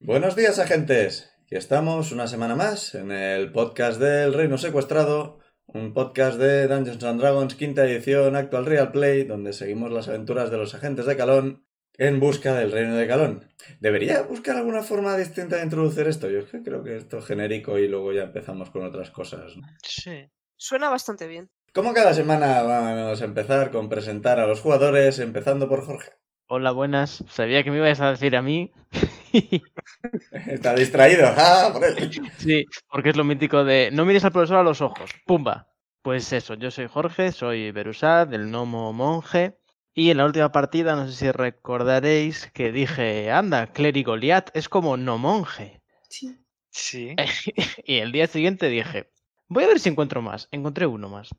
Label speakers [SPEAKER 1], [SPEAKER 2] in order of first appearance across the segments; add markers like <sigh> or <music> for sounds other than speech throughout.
[SPEAKER 1] Buenos días, agentes. Aquí estamos una semana más en el podcast del Reino Secuestrado, un podcast de Dungeons and Dragons, quinta edición, actual Real Play, donde seguimos las aventuras de los agentes de Calón en busca del Reino de Calón. Debería buscar alguna forma distinta de introducir esto. Yo es que creo que esto es genérico y luego ya empezamos con otras cosas. ¿no?
[SPEAKER 2] Sí.
[SPEAKER 3] suena bastante bien
[SPEAKER 1] Como cada semana, vamos a empezar con presentar a los jugadores, empezando por Jorge. <laughs>
[SPEAKER 2] Hola, buenas. Sabía que me ibas a decir a mí. <laughs>
[SPEAKER 1] Está distraído. ¡Ah, por él!
[SPEAKER 2] Sí, porque es lo mítico de no mires al profesor a los ojos. ¡Pumba! Pues eso, yo soy Jorge, soy Berusad, del gnomo monje. Y en la última partida, no sé si recordaréis que dije, anda, clérigo Liat es como no monje.
[SPEAKER 4] Sí.
[SPEAKER 2] Eh. Y el día siguiente dije, voy a ver si encuentro más. Encontré uno más.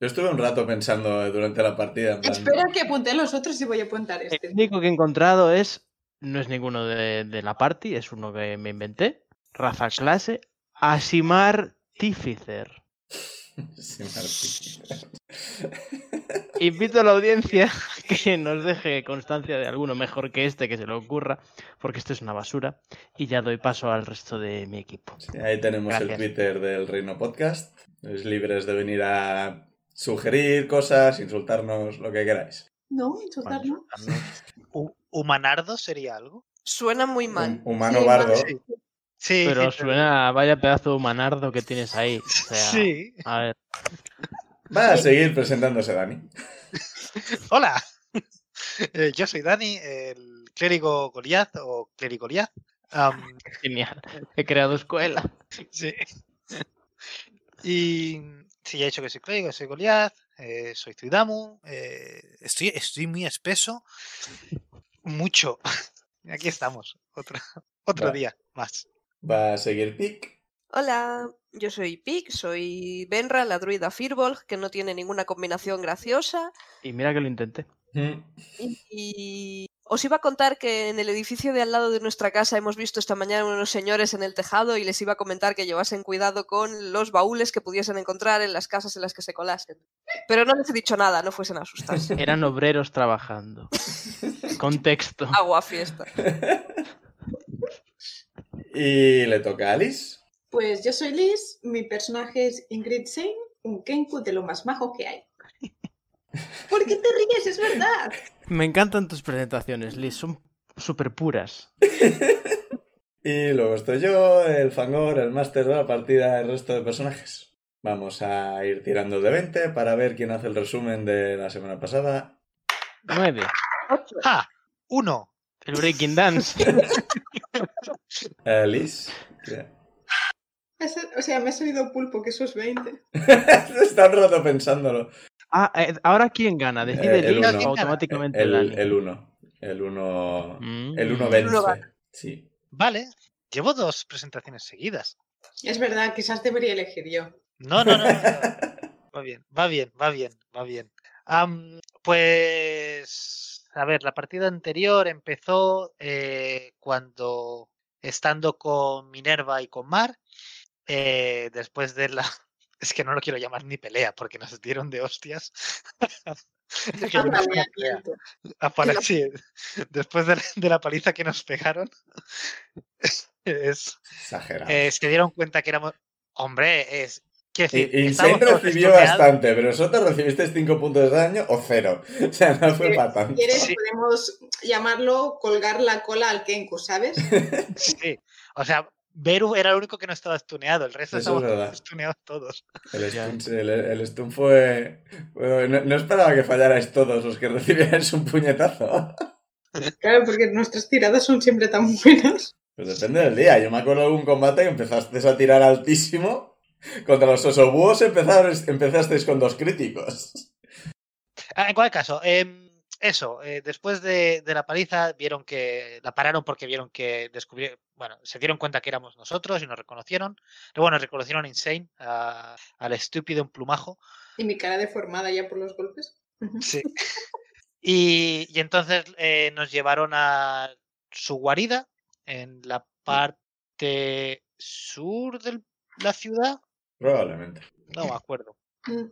[SPEAKER 1] Yo estuve un rato pensando durante la partida. en plan,
[SPEAKER 5] Espera que apunte los otros y voy a apuntar este.
[SPEAKER 2] El único que he encontrado es. No es ninguno de, de la party, es uno que me inventé. Raza clase. Asimar Tificer.
[SPEAKER 1] Sí, Martín.
[SPEAKER 2] Invito a la audiencia <laughs> que nos deje constancia de alguno mejor que este que se le ocurra, porque esto es una basura. Y ya doy paso al resto de mi equipo.
[SPEAKER 1] Sí, Ahí tenemos el
[SPEAKER 2] Gracias.
[SPEAKER 1] Twitter del Reino Podcast. Sois libres de venir a sugerir cosas, insultarnos, lo que queráis.
[SPEAKER 5] No, insultar no.
[SPEAKER 4] Hu- ¿Humanardo sería algo?
[SPEAKER 3] suena muy mal
[SPEAKER 1] Hum- humano
[SPEAKER 5] Sí,
[SPEAKER 1] bardo.
[SPEAKER 4] Sí. Sí.
[SPEAKER 2] Pero suena, a vaya pedazo de humanardo que tienes ahí. <laughs> o
[SPEAKER 4] <laughs>
[SPEAKER 2] sea,
[SPEAKER 4] Sí.
[SPEAKER 2] A ver, <laughs>
[SPEAKER 1] Va a seguir presentándose Dani.
[SPEAKER 4] Hola. <laughs> Eh, Yo soy Dani, el clérigo Goliath o clérigo Goliath.
[SPEAKER 2] <laughs>
[SPEAKER 4] Am,
[SPEAKER 2] genial. He creado escuela.
[SPEAKER 4] sí. <laughs> Y mm, sí, ya he dicho que soy clérigo, soy Goliath, eh, soy Zuidamu. eh, estoy, estoy muy espeso. Mucho. <laughs> Aquí estamos. Otro, otro
[SPEAKER 1] Va.
[SPEAKER 4] día más.
[SPEAKER 1] Va a seguir Pic.
[SPEAKER 3] Hola, yo soy Pic, soy Benra, la druida Firbolg, que no tiene ninguna combinación graciosa.
[SPEAKER 2] Y mira que lo intenté.
[SPEAKER 1] Mm.
[SPEAKER 3] Y, y os iba a contar que en el edificio de al lado de nuestra casa hemos visto esta mañana unos señores en el tejado y les iba a comentar que llevasen cuidado con los baúles que pudiesen encontrar en las casas en las que se colasen. Pero no les he dicho nada, no fuesen a
[SPEAKER 5] <laughs>
[SPEAKER 3] asustarse.
[SPEAKER 2] Eran obreros trabajando. Contexto.
[SPEAKER 3] Agua fiesta.
[SPEAKER 1] Y le toca a Alice.
[SPEAKER 5] Pues yo soy Liz, mi personaje es Ingrid Sein, un Kenku de lo más majo que
[SPEAKER 4] <laughs>
[SPEAKER 5] hay. ¿Por qué te ríes? Es verdad.
[SPEAKER 2] Me encantan tus presentaciones, Liz. Son súper puras.
[SPEAKER 1] Y luego estoy yo, el Fangor, el máster de la partida, el resto de personajes. Vamos a ir tirando de 20 para ver quién hace el resumen de la semana pasada.
[SPEAKER 2] Nueve.
[SPEAKER 4] ¡Ja! Ah, Uno.
[SPEAKER 2] El Breaking Dance.
[SPEAKER 1] <laughs> Alice. ¿qué?
[SPEAKER 5] Es- o sea, me ha salido pulpo, que eso es 20.
[SPEAKER 1] Está un rato pensándolo.
[SPEAKER 2] <laughs> Ah, eh, ahora quién gana. Decide
[SPEAKER 1] Eh, el
[SPEAKER 2] Liz
[SPEAKER 1] uno.
[SPEAKER 2] o automáticamente Dani.
[SPEAKER 1] El 1. El 1.
[SPEAKER 2] Mm.
[SPEAKER 1] El 1
[SPEAKER 3] Uno
[SPEAKER 1] vence.
[SPEAKER 3] gana.
[SPEAKER 1] Sí.
[SPEAKER 4] Vale, llevo dos presentaciones seguidas.
[SPEAKER 5] Es verdad, quizás debería elegir yo.
[SPEAKER 4] No, no, no. no, Ah, no. Va bien, va bien, va bien, va bien. Am, pues, a ver, la partida anterior empezó eh, cuando, estando con Minerva y con Mar, eh, después de la... <laughs> Es que no lo quiero llamar ni pelea, porque nos dieron de hostias. <laughs> Es que yo
[SPEAKER 5] Ah,
[SPEAKER 4] no sé
[SPEAKER 5] vale,
[SPEAKER 4] cómo pelea.
[SPEAKER 5] miento.
[SPEAKER 4] Apare- <laughs> sí, después de la, de la paliza que nos pegaron, <laughs> es,
[SPEAKER 1] Exagerado.
[SPEAKER 4] eh, se dieron cuenta que éramos. Hombre, es. Quiero
[SPEAKER 1] Y-
[SPEAKER 4] decir,
[SPEAKER 1] E-, y
[SPEAKER 4] estábamos
[SPEAKER 1] Insane
[SPEAKER 4] todos
[SPEAKER 1] recibió
[SPEAKER 4] estropeados.
[SPEAKER 1] bastante, pero vosotros recibisteis 5 puntos de daño o 0. <laughs> O sea, no fue
[SPEAKER 5] Sí.
[SPEAKER 1] para tanto.
[SPEAKER 5] Si quieres,
[SPEAKER 4] Sí.
[SPEAKER 5] podemos llamarlo colgar la cola al Kenku, ¿sabes? <laughs>
[SPEAKER 4] Sí. O sea, Beru era el único que no estaba estuneado, el
[SPEAKER 1] Eso
[SPEAKER 4] resto
[SPEAKER 1] es
[SPEAKER 4] estábamos
[SPEAKER 1] verdad.
[SPEAKER 4] estuneados todos.
[SPEAKER 1] El
[SPEAKER 2] Ya.
[SPEAKER 1] stun, el, el stun fue. bueno, no, no esperaba que fallarais todos los que recibierais un puñetazo. <laughs>
[SPEAKER 5] Claro, porque nuestras tiradas son siempre tan buenas.
[SPEAKER 1] Pues depende del día. Yo me acuerdo de un combate que empezasteis a tirar altísimo. Contra los osobúos empezasteis, empezasteis con dos críticos. <laughs>
[SPEAKER 4] Ah, En cualquier caso, em, eso, eh, después de, de la paliza vieron que la pararon porque vieron que descubrieron, bueno, se dieron cuenta que éramos nosotros y nos reconocieron. Pero bueno, reconocieron a Insane, a- al estúpido en plumajo.
[SPEAKER 6] Y mi cara deformada ya por los golpes. Ujú.
[SPEAKER 4] Sí. Y, y entonces eh, nos llevaron a su guarida en la parte sur de la ciudad.
[SPEAKER 1] Probablemente.
[SPEAKER 4] No me acuerdo.
[SPEAKER 6] Mm.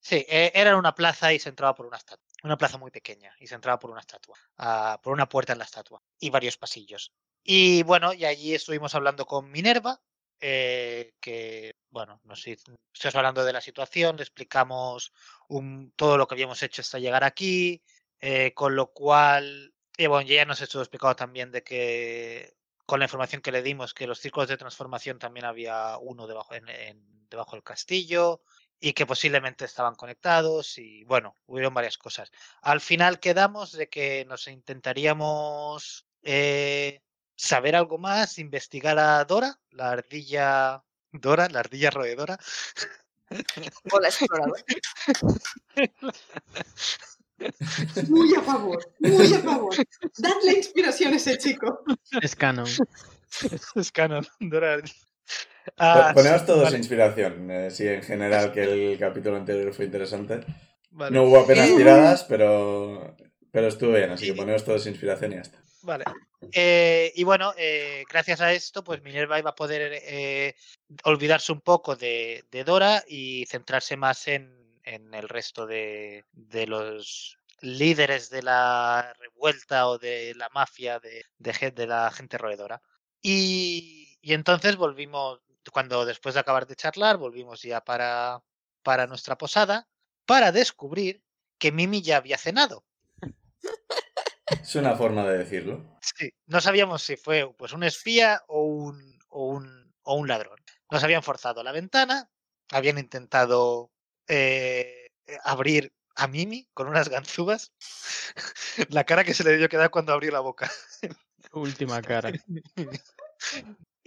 [SPEAKER 4] Sí, eh, era en una plaza y se entraba por una estatua. Una plaza muy pequeña y se entraba por una estatua. ah, por una puerta en la estatua. Y varios pasillos. Y bueno, y allí estuvimos hablando con Minerva. eh, que, bueno, nos hizo- estuvimos hablando de la situación. Le explicamos un- todo lo que habíamos hecho hasta llegar aquí. eh, con lo cual. Y bueno, y ella nos estuvo explicado también de que. Con la información que le dimos, que los círculos de transformación también había uno debajo, en- en- debajo del castillo y que posiblemente estaban conectados y bueno, hubieron varias cosas. Al final quedamos de que nos intentaríamos eh, saber algo más, investigar a Dora, la ardilla Dora, la ardilla roedora, <laughs>
[SPEAKER 3] O la
[SPEAKER 5] <laughs>
[SPEAKER 3] exploradora.
[SPEAKER 6] Muy a favor, muy a favor. Dadle inspiración a ese chico.
[SPEAKER 7] Es canon.
[SPEAKER 4] es canon, Dora la ardilla.
[SPEAKER 1] Poneos
[SPEAKER 4] Ah,
[SPEAKER 1] Ponemos
[SPEAKER 4] sí,
[SPEAKER 1] todos
[SPEAKER 4] vale,
[SPEAKER 1] inspiración. eh, sí, en general que el capítulo anterior fue interesante.
[SPEAKER 4] vale,
[SPEAKER 1] No hubo apenas
[SPEAKER 3] Eh.
[SPEAKER 1] tiradas, pero, pero estuvo bien, así que
[SPEAKER 4] Sí.
[SPEAKER 1] poneos todos inspiración y ya está.
[SPEAKER 4] vale. Eh, y bueno, eh, gracias a esto, pues Minerva iba a poder eh, olvidarse un poco de, de Dora y centrarse más en, en el resto de, de los líderes de la revuelta o de la mafia de, de, gen- de la gente roedora. Y, y entonces volvimos, cuando después de acabar de charlar, volvimos ya para, para nuestra posada para descubrir que Mimi ya había cenado.
[SPEAKER 1] Es una forma de decirlo.
[SPEAKER 4] Sí, no sabíamos si fue pues un espía o un, o un, o un ladrón. Nos habían forzado la ventana, habían intentado eh, abrir a Mimi con unas ganzúas. <laughs> la cara que se le dio quedar cuando abrió la boca.
[SPEAKER 7] Última <laughs> cara.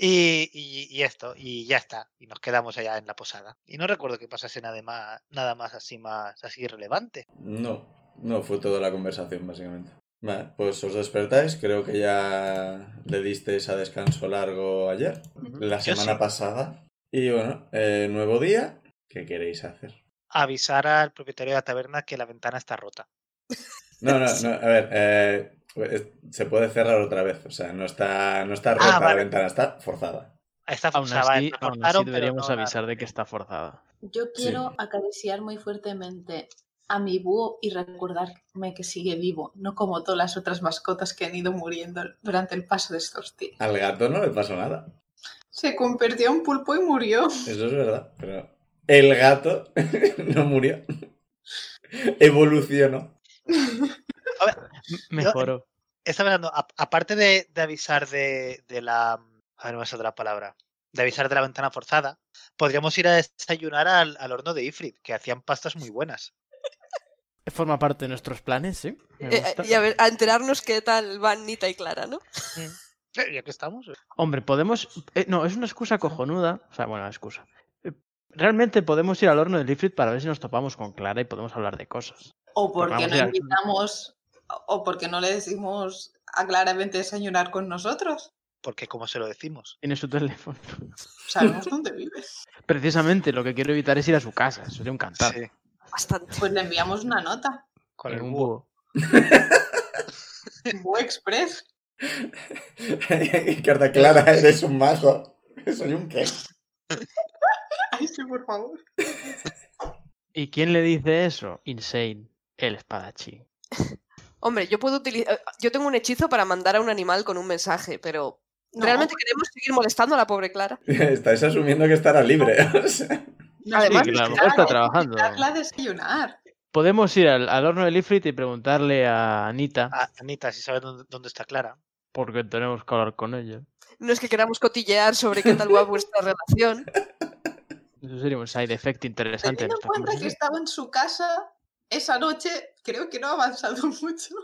[SPEAKER 4] Y, y- y esto, y ya está. Y nos quedamos allá en la posada. Y no recuerdo que pasase nada más, nada más así más así relevante.
[SPEAKER 1] No, no fue toda la conversación, básicamente. Vale, pues os despertáis, creo que ya le disteis a descanso largo ayer, la
[SPEAKER 4] Yo
[SPEAKER 1] semana
[SPEAKER 4] sí.
[SPEAKER 1] pasada. Y bueno, eh, nuevo día, ¿qué queréis hacer?
[SPEAKER 4] Avisar al propietario de la taberna que la ventana está rota.
[SPEAKER 1] No, no, no, a ver, eh, pues, se puede cerrar otra vez, o sea, no está, no está
[SPEAKER 4] Ah,
[SPEAKER 1] rota la
[SPEAKER 4] vale.
[SPEAKER 1] ventana, está forzada.
[SPEAKER 4] Está
[SPEAKER 7] Aún
[SPEAKER 4] forzada,
[SPEAKER 7] así,
[SPEAKER 4] la
[SPEAKER 7] aún así
[SPEAKER 4] forzaron, pero
[SPEAKER 7] deberíamos
[SPEAKER 4] no la-
[SPEAKER 7] avisar de que está forzada.
[SPEAKER 5] Yo quiero acariciar muy fuertemente a mi búho y recordarme que sigue vivo, no como todas las otras mascotas que han ido muriendo durante el paso de estos días.
[SPEAKER 1] Al gato no le pasó nada,
[SPEAKER 6] Se convirtió en pulpo y murió.
[SPEAKER 1] eso es verdad, pero el gato <laughs> no murió, evolucionó. <laughs>
[SPEAKER 7] <laughs> Mejoró.
[SPEAKER 4] Está hablando, a- aparte de, de avisar de, de la. A ver, no me sale la palabra. De avisar de la ventana forzada, podríamos ir a desayunar al, al horno de Ifrit, que hacían pastas muy buenas.
[SPEAKER 7] eh,
[SPEAKER 2] Forma parte de nuestros planes, ¿sí? Me
[SPEAKER 3] Eh,
[SPEAKER 2] gusta.
[SPEAKER 3] y a, ver, a enterarnos qué tal van Nita y Clara, ¿no?
[SPEAKER 4] Eh, Ya que estamos. eh.
[SPEAKER 7] Hombre, podemos. eh, no, es una excusa cojonuda. O sea, bueno, excusa. Eh, Realmente podemos ir al horno de Ifrit para ver si nos topamos con Clara y podemos hablar de cosas.
[SPEAKER 5] O porque
[SPEAKER 7] Pues vamos
[SPEAKER 5] no
[SPEAKER 7] ya.
[SPEAKER 5] invitamos, o porque no le decimos a claramente desayunar con nosotros.
[SPEAKER 4] Porque, como se lo decimos?
[SPEAKER 7] Tiene su <laughs> teléfono. <laughs>
[SPEAKER 5] Sabemos dónde vive.
[SPEAKER 7] Precisamente lo que quiero evitar es ir a su casa. Eso sería un cantar.
[SPEAKER 4] Sí,
[SPEAKER 3] Bastante.
[SPEAKER 5] Pues le enviamos una nota.
[SPEAKER 4] con el
[SPEAKER 7] un
[SPEAKER 4] búho.
[SPEAKER 7] búho.
[SPEAKER 5] Búho Express.
[SPEAKER 1] Carta clara, eres un mago. Soy un qué.
[SPEAKER 6] Ay, sí, por favor.
[SPEAKER 7] ¿Y quién le dice eso? Insane, el espadachín.
[SPEAKER 3] Hombre, yo puedo utilizar. eh, Yo tengo un hechizo para mandar a un animal con un mensaje, pero.
[SPEAKER 5] No,
[SPEAKER 3] ¿Realmente queremos seguir molestando a la pobre Clara?
[SPEAKER 1] Estáis asumiendo que estará libre. <laughs> o sea.
[SPEAKER 5] no,
[SPEAKER 3] Además,
[SPEAKER 7] Sí, que a lo mejor
[SPEAKER 5] claro,
[SPEAKER 7] está trabajando.
[SPEAKER 5] invitarla a desayunar.
[SPEAKER 7] Podemos ir al, al horno de Ifrit y preguntarle a Anita,
[SPEAKER 4] Ah, Anita, si sabes dónde, dónde está Clara.
[SPEAKER 7] porque tenemos que hablar con ella.
[SPEAKER 3] No es que queramos cotillear sobre qué tal va vuestra relación.
[SPEAKER 7] Eso sería un side effect interesante. de
[SPEAKER 5] Teniendo en
[SPEAKER 7] nuestra
[SPEAKER 5] cuenta que
[SPEAKER 7] conversación.
[SPEAKER 5] estaba en su casa esa noche, creo que no ha avanzado <laughs> mucho.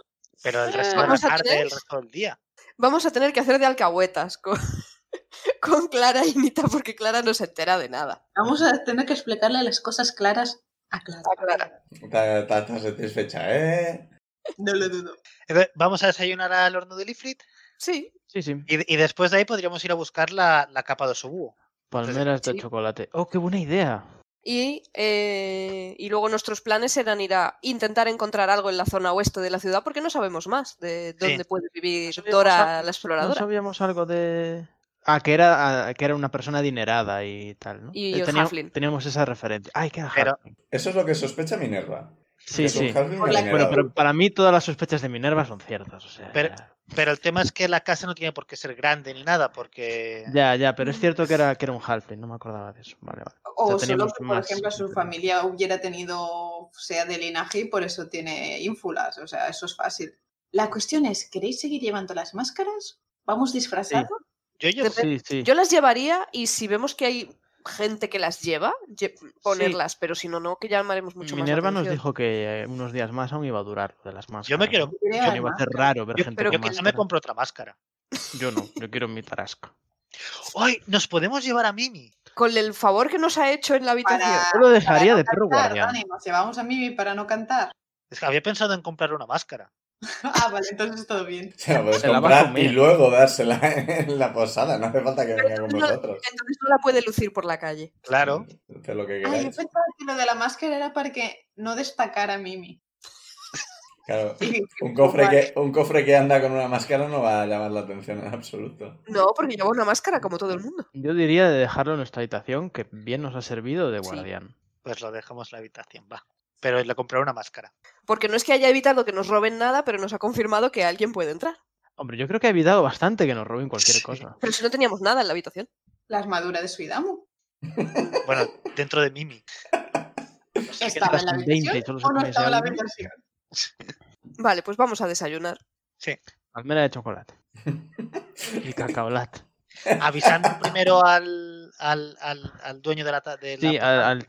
[SPEAKER 4] Pero el resto de la
[SPEAKER 3] ¿Vamos a
[SPEAKER 4] tarde, el
[SPEAKER 3] tener?
[SPEAKER 4] resto del día.
[SPEAKER 3] Vamos a tener que hacer de alcahuetas con, <laughs> con Clara y Nita porque Clara no se entera de nada.
[SPEAKER 5] Vamos a tener que explicarle las cosas claras a Clara.
[SPEAKER 3] A Clara.
[SPEAKER 1] Está, está- está satisfecha, ¿eh?
[SPEAKER 5] No lo dudo.
[SPEAKER 4] Entonces, Vamos a desayunar al horno de Ifrit
[SPEAKER 3] Sí,
[SPEAKER 2] Sí, sí.
[SPEAKER 4] y, y después de ahí podríamos ir a buscar la, la capa de su búho.
[SPEAKER 2] Palmeras de
[SPEAKER 4] sí.
[SPEAKER 2] chocolate. ¡Oh, qué buena idea!
[SPEAKER 3] Y, eh, y luego nuestros planes eran ir a intentar encontrar algo en la zona oeste de la ciudad porque no sabemos más de dónde puede vivir
[SPEAKER 2] sabíamos
[SPEAKER 3] Dora
[SPEAKER 2] nada.
[SPEAKER 3] la
[SPEAKER 2] No
[SPEAKER 3] exploradora.
[SPEAKER 2] sabíamos algo de... Ah, que era, ah, que era una persona adinerada y tal, ¿no?
[SPEAKER 3] Y
[SPEAKER 2] Eh,
[SPEAKER 3] un
[SPEAKER 2] teníamos-
[SPEAKER 3] halfling.
[SPEAKER 2] Teníamos esa referencia. ¡Ay, qué era
[SPEAKER 4] Pero-
[SPEAKER 2] halfling.
[SPEAKER 1] Eso es lo que sospecha Minerva.
[SPEAKER 2] Sí,
[SPEAKER 1] Es un
[SPEAKER 2] sí.
[SPEAKER 1] halfling
[SPEAKER 5] Hola.
[SPEAKER 2] Bueno,
[SPEAKER 1] adinerado.
[SPEAKER 2] pero para mí todas las sospechas de Minerva son ciertas, o sea...
[SPEAKER 4] Pero-
[SPEAKER 2] ya-
[SPEAKER 4] Pero el tema es que la casa no tiene por qué ser grande ni nada, porque
[SPEAKER 2] Ya, ya, pero es cierto que era, que era un halfling, no me acordaba de eso. Vale, vale.
[SPEAKER 5] O
[SPEAKER 2] Ya
[SPEAKER 5] solo
[SPEAKER 2] teníamos
[SPEAKER 5] que, por
[SPEAKER 2] más
[SPEAKER 5] ejemplo, su
[SPEAKER 2] referencias.
[SPEAKER 5] familia hubiera tenido, sea de linaje y por eso tiene ínfulas. O sea, eso es fácil. La cuestión es, ¿queréis seguir llevando las máscaras? ¿Vamos disfrazados?
[SPEAKER 4] yo, yo
[SPEAKER 2] Sí, sí.
[SPEAKER 3] Yo las llevaría y si vemos que hay gente que las lleva, lle- ponerlas, pero si no, no, que llamaremos mucho
[SPEAKER 2] Minerva
[SPEAKER 3] más. la
[SPEAKER 2] nos
[SPEAKER 3] atención.
[SPEAKER 2] dijo que eh, unos días más aún iba a durar lo de las máscaras.
[SPEAKER 4] Yo me quiero-
[SPEAKER 2] Que no iba a ser raro ver
[SPEAKER 4] Yo-
[SPEAKER 2] gente
[SPEAKER 3] pero
[SPEAKER 2] con
[SPEAKER 4] que no me
[SPEAKER 2] máscara.
[SPEAKER 4] compro otra máscara.
[SPEAKER 2] Yo no, yo quiero mi tarasca.
[SPEAKER 4] ¡Ay! Nos podemos llevar a Mimi.
[SPEAKER 3] Con el favor que nos ha hecho en la habitación.
[SPEAKER 5] Para-
[SPEAKER 2] <laughs> Yo lo dejaría de
[SPEAKER 5] Para
[SPEAKER 2] perro
[SPEAKER 5] no cantar,
[SPEAKER 2] guardián.
[SPEAKER 5] Dani, nos llevamos a Mimi para no cantar. <laughs>
[SPEAKER 4] Es que había pensado en comprar una máscara.
[SPEAKER 5] Ah, vale, entonces todo bien.
[SPEAKER 1] <laughs> Se
[SPEAKER 2] <laughs>
[SPEAKER 1] la puedes
[SPEAKER 2] Se la va a
[SPEAKER 1] comprar
[SPEAKER 2] comer.
[SPEAKER 1] pues y luego dársela en la posada. No hace falta que venga con vosotros.
[SPEAKER 3] Entonces no la puede lucir por la calle.
[SPEAKER 4] Claro.
[SPEAKER 1] Haced lo que
[SPEAKER 5] Ah, yo
[SPEAKER 1] queráis.
[SPEAKER 5] pensaba que lo de la máscara era para que no destacara a Mimi.
[SPEAKER 1] Claro. <laughs>
[SPEAKER 5] Sí,
[SPEAKER 1] Un cofre,
[SPEAKER 5] vale.
[SPEAKER 1] que, un cofre que anda con una máscara no va a llamar la atención en absoluto. <laughs>
[SPEAKER 3] No, porque lleva una máscara como todo el mundo.
[SPEAKER 2] Yo diría de dejarlo en nuestra habitación, que bien nos ha servido de
[SPEAKER 3] Sí.
[SPEAKER 2] guardián.
[SPEAKER 4] Pues lo dejamos en la habitación, va. Pero le compraré una máscara.
[SPEAKER 3] Porque no es que haya evitado que nos roben nada, pero nos ha confirmado que alguien puede entrar.
[SPEAKER 2] Hombre, yo creo que ha evitado bastante que nos roben cualquier
[SPEAKER 4] Sí.
[SPEAKER 2] cosa.
[SPEAKER 3] Pero si no teníamos nada en la habitación.
[SPEAKER 5] La armadura de Suidamu.
[SPEAKER 4] Bueno, dentro de Mimi. No sé qué-
[SPEAKER 5] ¿Estaba en la
[SPEAKER 2] gastan 20 y solo
[SPEAKER 5] habitación
[SPEAKER 2] se
[SPEAKER 5] o no
[SPEAKER 2] pone
[SPEAKER 5] estaba en la
[SPEAKER 2] ese álbum.
[SPEAKER 5] habitación?
[SPEAKER 1] <laughs>
[SPEAKER 3] Vale, pues vamos a desayunar.
[SPEAKER 2] Palmera
[SPEAKER 3] <laughs>
[SPEAKER 2] de chocolate. Y cacaolat.
[SPEAKER 4] Avisando primero al, al, al, al dueño de la, ta- de la-
[SPEAKER 2] Sí, al, al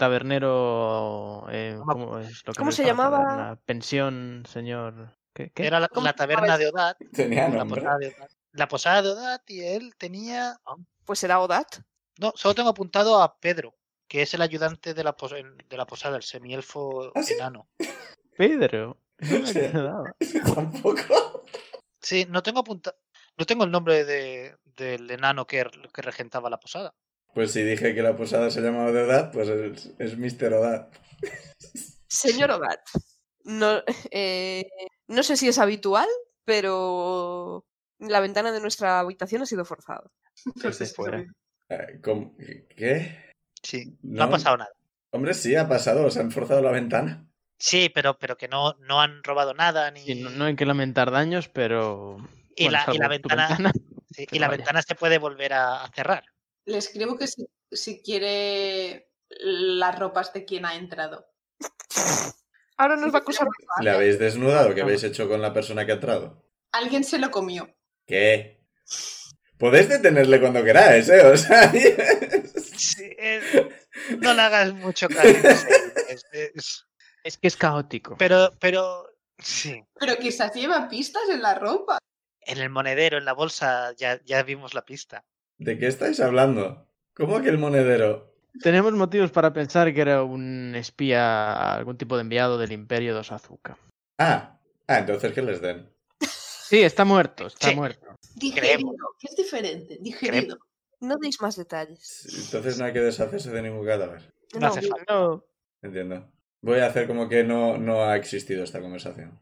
[SPEAKER 2] tabernero. eh,
[SPEAKER 4] No me
[SPEAKER 2] ¿Cómo, es lo que
[SPEAKER 3] ¿Cómo
[SPEAKER 2] le
[SPEAKER 3] se
[SPEAKER 2] estaba
[SPEAKER 3] llamaba?
[SPEAKER 2] cobrando? La pensión, señor. ¿Qué? qué?
[SPEAKER 4] era la,
[SPEAKER 3] ¿Cómo
[SPEAKER 4] la
[SPEAKER 3] se llamaba
[SPEAKER 4] taberna de Odat.
[SPEAKER 1] Tenía
[SPEAKER 4] La
[SPEAKER 1] nombre.
[SPEAKER 4] posada de Odat. La posada de Odat y él tenía. ah,
[SPEAKER 3] Pues será Odat.
[SPEAKER 4] No, solo tengo apuntado a Pedro, que es el ayudante de la, pos- en- de la posada, el semielfo
[SPEAKER 1] ¿Ah, sí?
[SPEAKER 4] enano. <laughs>
[SPEAKER 2] Pedro. No me
[SPEAKER 1] Sí.
[SPEAKER 2] acordaba.
[SPEAKER 1] <laughs> Tampoco.
[SPEAKER 4] Sí, no tengo apunta- No tengo el nombre de- del enano que, que regentaba la posada.
[SPEAKER 1] Pues si dije que la posada se llamaba de Odad, pues es, es Mr. Odad.
[SPEAKER 3] Señor Odat. No, <laughs> eh, no sé si es habitual, pero la ventana de nuestra habitación ha sido forzada.
[SPEAKER 5] Entonces,
[SPEAKER 2] fuera.
[SPEAKER 5] eso
[SPEAKER 1] Eh, ¿cómo? ¿Qué?
[SPEAKER 4] Sí, no,
[SPEAKER 1] No.
[SPEAKER 4] ha pasado nada.
[SPEAKER 1] Hombre, sí, ha pasado. Se han forzado la ventana.
[SPEAKER 4] Sí, pero, pero que no, no han robado nada ni.
[SPEAKER 2] <laughs> Sí, no, no hay que lamentar daños, pero.
[SPEAKER 4] y,
[SPEAKER 2] bueno,
[SPEAKER 4] la, y
[SPEAKER 2] salvo
[SPEAKER 4] la ventana,
[SPEAKER 2] tu
[SPEAKER 4] <laughs> sí,
[SPEAKER 2] que
[SPEAKER 4] y la
[SPEAKER 2] vaya.
[SPEAKER 4] ventana se puede volver a, a cerrar.
[SPEAKER 5] Le escribo que si, si quiere las ropas de quien ha entrado.
[SPEAKER 3] Ahora nos va a acusar. de-
[SPEAKER 1] ¿Le habéis desnudado? ¿Qué habéis hecho con la persona que ha entrado?
[SPEAKER 5] Alguien se lo comió.
[SPEAKER 1] ¿Qué? Podéis detenerle cuando queráis, ¿eh? O sea, <laughs>
[SPEAKER 4] Sí, es- <laughs> no le hagas mucho caso. es- es-
[SPEAKER 2] Es que es caótico.
[SPEAKER 4] pero, pero sí.
[SPEAKER 5] Pero quizás lleva pistas en la ropa.
[SPEAKER 4] En el monedero, en la bolsa, ya, ya vimos la pista.
[SPEAKER 1] ¿de qué estáis hablando? ¿Cómo que el monedero?
[SPEAKER 2] Tenemos motivos para pensar que era un espía, algún tipo de enviado del Imperio de Osazuka.
[SPEAKER 1] Ah, ah, entonces que les den.
[SPEAKER 2] Sí, está muerto, está
[SPEAKER 4] Sí.
[SPEAKER 2] muerto.
[SPEAKER 5] Digerido, que es diferente. Digerido.
[SPEAKER 3] No deis más detalles.
[SPEAKER 1] Entonces no hay que deshacerse de ningún cadáver.
[SPEAKER 4] No
[SPEAKER 3] No,
[SPEAKER 4] hace falta.
[SPEAKER 2] No,
[SPEAKER 1] Entiendo. Voy a hacer como que no, no ha existido esta conversación.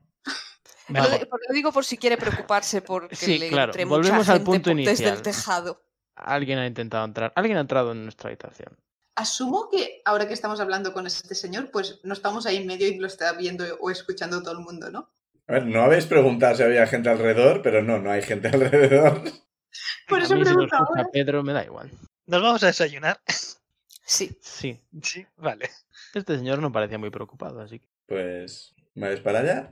[SPEAKER 3] lo,
[SPEAKER 2] vamos.
[SPEAKER 3] de- lo digo por si quiere preocuparse porque
[SPEAKER 2] Sí,
[SPEAKER 3] le
[SPEAKER 2] claro,
[SPEAKER 3] entre
[SPEAKER 2] volvemos
[SPEAKER 3] mucha
[SPEAKER 2] al
[SPEAKER 3] gente
[SPEAKER 2] punto
[SPEAKER 3] por- desde
[SPEAKER 2] inicial.
[SPEAKER 3] el tejado.
[SPEAKER 2] Alguien ha intentado entrar. Alguien ha entrado en nuestra habitación.
[SPEAKER 5] Asumo que ahora que estamos hablando con este señor, pues no estamos ahí en medio y lo está viendo o escuchando todo el mundo, ¿no?
[SPEAKER 1] A ver, no habéis preguntado si había gente alrededor, pero no, no hay gente <laughs> alrededor.
[SPEAKER 5] Por
[SPEAKER 2] a
[SPEAKER 5] eso
[SPEAKER 2] mí si lo escucha
[SPEAKER 5] pregunto ahora.
[SPEAKER 2] Pedro me da igual.
[SPEAKER 4] ¿Nos vamos a desayunar?
[SPEAKER 3] Sí.
[SPEAKER 2] Sí,
[SPEAKER 4] Sí, <laughs> vale.
[SPEAKER 2] este señor no parecía muy preocupado, así que
[SPEAKER 1] Pues vais para allá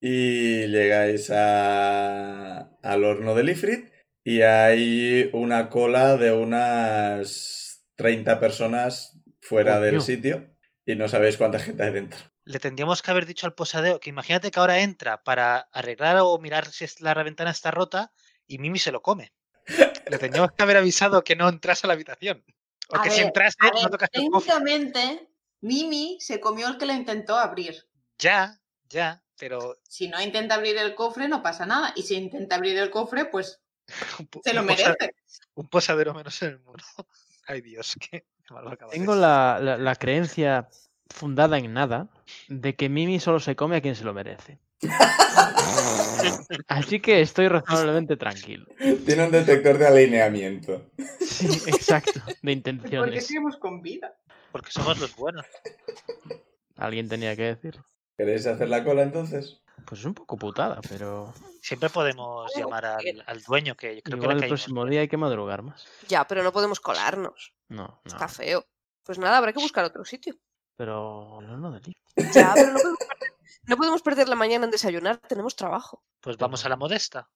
[SPEAKER 1] y llegáis a- al horno del Ifrit y hay una cola de unas 30 personas fuera
[SPEAKER 2] Coño.
[SPEAKER 1] del sitio y no sabéis cuánta gente hay dentro.
[SPEAKER 4] Le tendríamos que haber dicho al posadeo que imagínate que ahora entra para arreglar o mirar si es- la ventana está rota y Mimi se lo come. Le tendríamos que haber avisado que no entrase a la habitación. O
[SPEAKER 5] A
[SPEAKER 4] que si
[SPEAKER 5] ver,
[SPEAKER 4] entrase,
[SPEAKER 5] A
[SPEAKER 4] no
[SPEAKER 5] ver,
[SPEAKER 4] tocase el cofre.
[SPEAKER 5] técnicamente, Mimi se comió el que la intentó abrir.
[SPEAKER 4] Ya, ya. pero
[SPEAKER 5] Si no intenta abrir el cofre, no pasa nada. Y si intenta abrir el cofre, pues
[SPEAKER 4] un, po-
[SPEAKER 5] se lo
[SPEAKER 4] un posa-
[SPEAKER 5] merece.
[SPEAKER 4] un posadero menos en el muro. <laughs> Ay Dios, qué mal va a acabar
[SPEAKER 7] Tengo
[SPEAKER 4] esto.
[SPEAKER 7] la, la- la creencia fundada en nada de que Mimi solo se come a quien se lo merece.
[SPEAKER 4] <laughs>
[SPEAKER 7] Así que estoy razonablemente tranquilo.
[SPEAKER 1] Tiene un detector de alineamiento.
[SPEAKER 7] <laughs> Sí, exacto, de
[SPEAKER 6] Porque
[SPEAKER 7] intenciones.
[SPEAKER 6] seguimos con vida.
[SPEAKER 4] Porque somos los buenos.
[SPEAKER 7] Alguien tenía que decir.
[SPEAKER 1] ¿Queréis hacer la cola entonces?
[SPEAKER 7] Pues es un poco putada, pero
[SPEAKER 4] Siempre podemos llamar al, al dueño, que yo creo que
[SPEAKER 7] igual
[SPEAKER 4] le
[SPEAKER 7] el
[SPEAKER 4] caímos.
[SPEAKER 7] próximo día hay que madrugar más.
[SPEAKER 3] Ya, pero no podemos colarnos.
[SPEAKER 7] No, no.
[SPEAKER 3] Está feo. Pues nada, habrá que buscar otro sitio.
[SPEAKER 7] Pero no, no delito.
[SPEAKER 3] Ya, pero no podemos perder, no podemos perder la mañana en desayunar, tenemos trabajo.
[SPEAKER 4] Pues vamos a la modesta.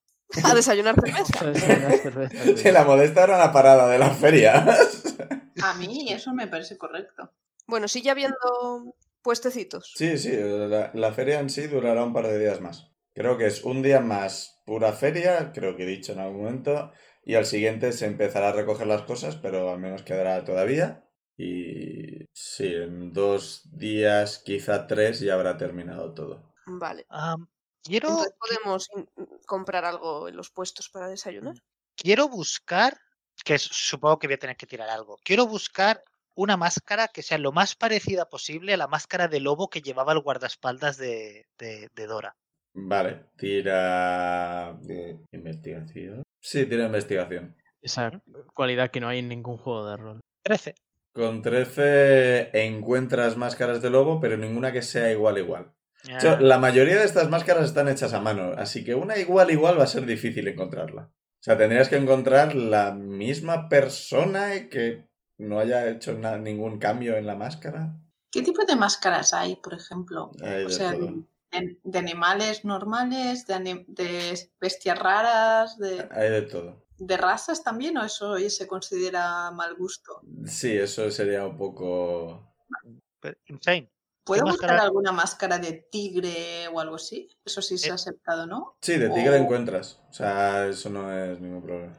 [SPEAKER 3] A desayunar cerveza.
[SPEAKER 4] <laughs>
[SPEAKER 1] Si la modesta era la parada de la feria. <laughs>
[SPEAKER 5] A
[SPEAKER 4] <laughs>
[SPEAKER 5] mí eso me parece correcto.
[SPEAKER 3] Bueno, sí, ya viendo puestecitos.
[SPEAKER 1] Sí, sí, la, la feria en sí durará un par de días más. Creo que es un día más pura feria, creo que he dicho en algún momento, y al siguiente se empezará a recoger las cosas, pero al menos quedará todavía. Y sí, en dos días, quizá tres, ya habrá terminado todo.
[SPEAKER 3] Vale.
[SPEAKER 4] Am, quiero,
[SPEAKER 3] Entonces podemos in- comprar algo en los puestos para desayunar.
[SPEAKER 4] quiero buscar, que es- supongo que voy a tener que tirar algo. Quiero buscar una máscara que sea lo más parecida posible a la máscara de lobo que llevaba el guardaespaldas de, de- de Dora.
[SPEAKER 1] Vale, tira... eh, ¿Investigación? Sí, tira investigación.
[SPEAKER 7] Esa cualidad que no hay en ningún juego de rol.
[SPEAKER 4] 13.
[SPEAKER 1] Con 13 encuentras máscaras de lobo, pero ninguna que sea igual igual.
[SPEAKER 4] Ah,
[SPEAKER 1] De hecho, la mayoría de estas máscaras están hechas a mano, así que una igual igual va a ser difícil encontrarla. O sea, tendrías que encontrar la misma persona y que no haya hecho na- ningún cambio en la máscara.
[SPEAKER 5] ¿Qué tipo de máscaras hay, por ejemplo?
[SPEAKER 1] Hay
[SPEAKER 5] o
[SPEAKER 1] de
[SPEAKER 5] sea,
[SPEAKER 1] todo.
[SPEAKER 5] de, de animales normales, de, ani- de bestias raras, de,
[SPEAKER 1] Hay de todo.
[SPEAKER 5] de razas también, o eso hoy se considera mal gusto.
[SPEAKER 1] Sí, eso sería un poco...
[SPEAKER 4] pero- Insane.
[SPEAKER 5] ¿Puedo buscar
[SPEAKER 4] máscara?
[SPEAKER 5] alguna máscara de tigre o algo así? Eso sí se
[SPEAKER 4] Eh,
[SPEAKER 5] ha aceptado, ¿no?
[SPEAKER 1] Sí, de tigre
[SPEAKER 5] Oh.
[SPEAKER 1] encuentras. O sea, eso no es ningún problema.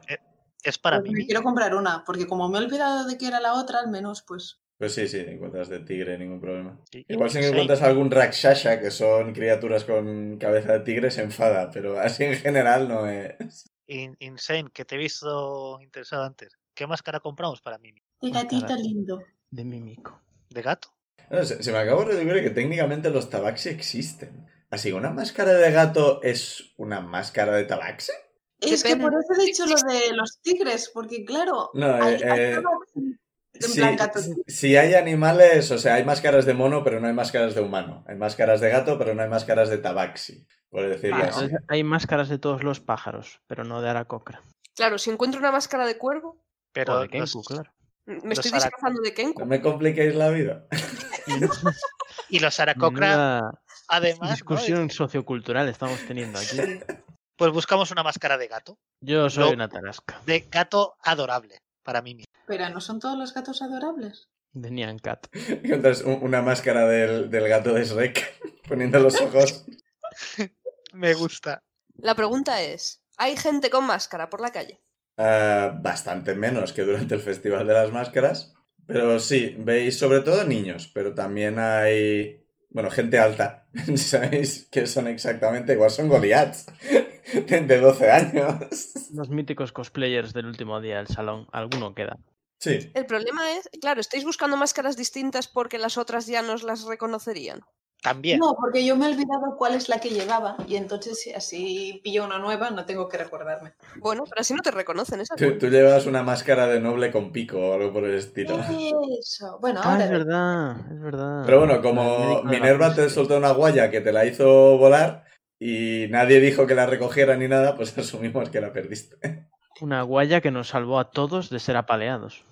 [SPEAKER 4] Es para
[SPEAKER 5] Pues me
[SPEAKER 4] mí.
[SPEAKER 5] quiero comprar una, porque como me he olvidado de que era la otra, al menos pues
[SPEAKER 1] Pues sí, sí, encuentras de tigre, ningún problema.
[SPEAKER 4] Sí,
[SPEAKER 1] Igual si
[SPEAKER 4] insane.
[SPEAKER 1] encuentras algún Rakshasha, que son criaturas con cabeza de tigre, se enfada, pero <laughs> así en general no es...
[SPEAKER 4] In- insane, que te he visto interesado antes. ¿Qué máscara compramos para mí?
[SPEAKER 5] De
[SPEAKER 7] Máscara.
[SPEAKER 5] gatito lindo.
[SPEAKER 7] De mímico.
[SPEAKER 4] ¿De gato?
[SPEAKER 1] No, se, se me acabó de ocurrir que técnicamente los tabaxi existen. Así que una máscara de gato es una máscara de tabaxi.
[SPEAKER 5] Es que por
[SPEAKER 3] Depende.
[SPEAKER 5] eso he dicho lo de los tigres, porque claro,
[SPEAKER 1] No,
[SPEAKER 5] hay,
[SPEAKER 1] eh,
[SPEAKER 5] hay
[SPEAKER 1] eh,
[SPEAKER 5] todo en en
[SPEAKER 1] Si,
[SPEAKER 5] plan gato tigre.
[SPEAKER 1] si hay animales, o sea, hay máscaras de mono, pero no hay máscaras de humano. Hay máscaras de gato, pero no hay máscaras de tabaxi, por decirlo
[SPEAKER 4] Ah,
[SPEAKER 1] así.
[SPEAKER 7] Entonces, hay máscaras de todos los pájaros, pero no de Aracocra.
[SPEAKER 3] Claro, si encuentro una máscara de cuervo,
[SPEAKER 4] Pero
[SPEAKER 7] o de Kenku,
[SPEAKER 4] los- <laughs>
[SPEAKER 7] claro.
[SPEAKER 3] me
[SPEAKER 4] Los
[SPEAKER 3] estoy
[SPEAKER 4] ara-
[SPEAKER 3] disfrazando de Kenku.
[SPEAKER 1] No me compliquéis la vida. <laughs>
[SPEAKER 4] Y los Aracocra,
[SPEAKER 7] Menuda
[SPEAKER 4] además. ¿no?
[SPEAKER 7] discusión sociocultural estamos teniendo aquí.
[SPEAKER 4] Pues buscamos una máscara de gato.
[SPEAKER 7] Yo soy
[SPEAKER 4] No.
[SPEAKER 7] una tarasca.
[SPEAKER 4] De gato adorable para mí mismo.
[SPEAKER 5] Pero ¿no son todos los gatos adorables?
[SPEAKER 7] De Nyan Cat.
[SPEAKER 1] Entonces, un- una máscara del, del gato de Shrek, <laughs> poniendo los ojos.
[SPEAKER 4] Me gusta.
[SPEAKER 3] La pregunta es, ¿hay gente con máscara por la calle?
[SPEAKER 1] Ah, bastante menos que durante el Festival de las Máscaras. Pero sí, veis sobre todo niños, pero también hay, bueno, gente alta. <laughs> ¿Sabéis qué son exactamente? Igual son Goliaths <laughs> de de 12 años. <laughs>
[SPEAKER 7] Los míticos cosplayers del último día del salón. Alguno queda.
[SPEAKER 1] Sí,
[SPEAKER 3] El problema es, claro, estáis buscando máscaras distintas porque las otras ya nos las reconocerían.
[SPEAKER 4] También.
[SPEAKER 5] No, porque yo me he olvidado cuál es la que llevaba y entonces si así pillo una nueva, no tengo que recordarme.
[SPEAKER 3] Bueno, pero así no te reconocen, ¿es
[SPEAKER 1] tú, tú llevas una máscara de noble con pico o algo por el
[SPEAKER 5] <laughs>
[SPEAKER 1] estilo.
[SPEAKER 5] Eso. Bueno,
[SPEAKER 7] Ah,
[SPEAKER 5] ahora
[SPEAKER 7] es verdad, es verdad.
[SPEAKER 1] Pero bueno,
[SPEAKER 7] El
[SPEAKER 1] como
[SPEAKER 7] médico de la
[SPEAKER 1] Minerva te
[SPEAKER 7] peste.
[SPEAKER 1] soltó una guaya que te la hizo volar y nadie dijo que la recogiera ni nada, pues <laughs> asumimos que la perdiste.
[SPEAKER 7] Una guaya que nos salvó a todos de ser apaleados.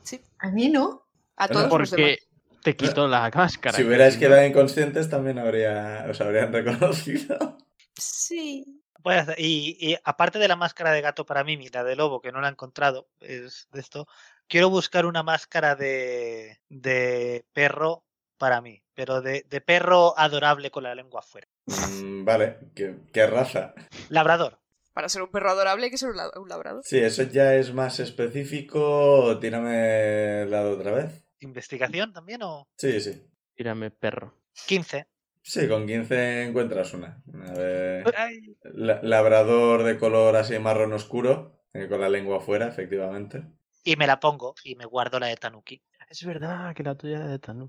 [SPEAKER 5] a mí no.
[SPEAKER 3] A
[SPEAKER 1] Bueno,
[SPEAKER 3] todos los demás.
[SPEAKER 7] Porque te quitó la máscara.
[SPEAKER 1] <laughs> Si
[SPEAKER 7] que
[SPEAKER 1] hubierais
[SPEAKER 7] no-
[SPEAKER 1] quedado inconscientes también habría, os habrían <laughs> reconocido.
[SPEAKER 3] Sí.
[SPEAKER 4] Voy a hacer- y, y aparte de la máscara de gato para Mimi, la de lobo, que no la he encontrado, es de esto. Quiero buscar una máscara de, de perro para mí, pero de, de perro adorable con la lengua afuera.
[SPEAKER 1] Mm, vale, ¿Qué, qué raza?
[SPEAKER 4] Labrador.
[SPEAKER 3] Para ser un perro adorable hay que ser un, la- un labrador.
[SPEAKER 1] Sí, eso ya es más específico. Tírame el lado otra vez.
[SPEAKER 4] ¿Investigación también o
[SPEAKER 1] Sí, sí.
[SPEAKER 7] Tírame perro.
[SPEAKER 4] 15?
[SPEAKER 1] Sí, con 15 encuentras una. Una de
[SPEAKER 2] Pues,
[SPEAKER 4] Ay,
[SPEAKER 1] la- labrador de color así marrón oscuro, eh, con la lengua afuera, efectivamente.
[SPEAKER 4] Y me la pongo y me guardo la de Tanuki.
[SPEAKER 2] Es verdad que la tuya era de Tanu.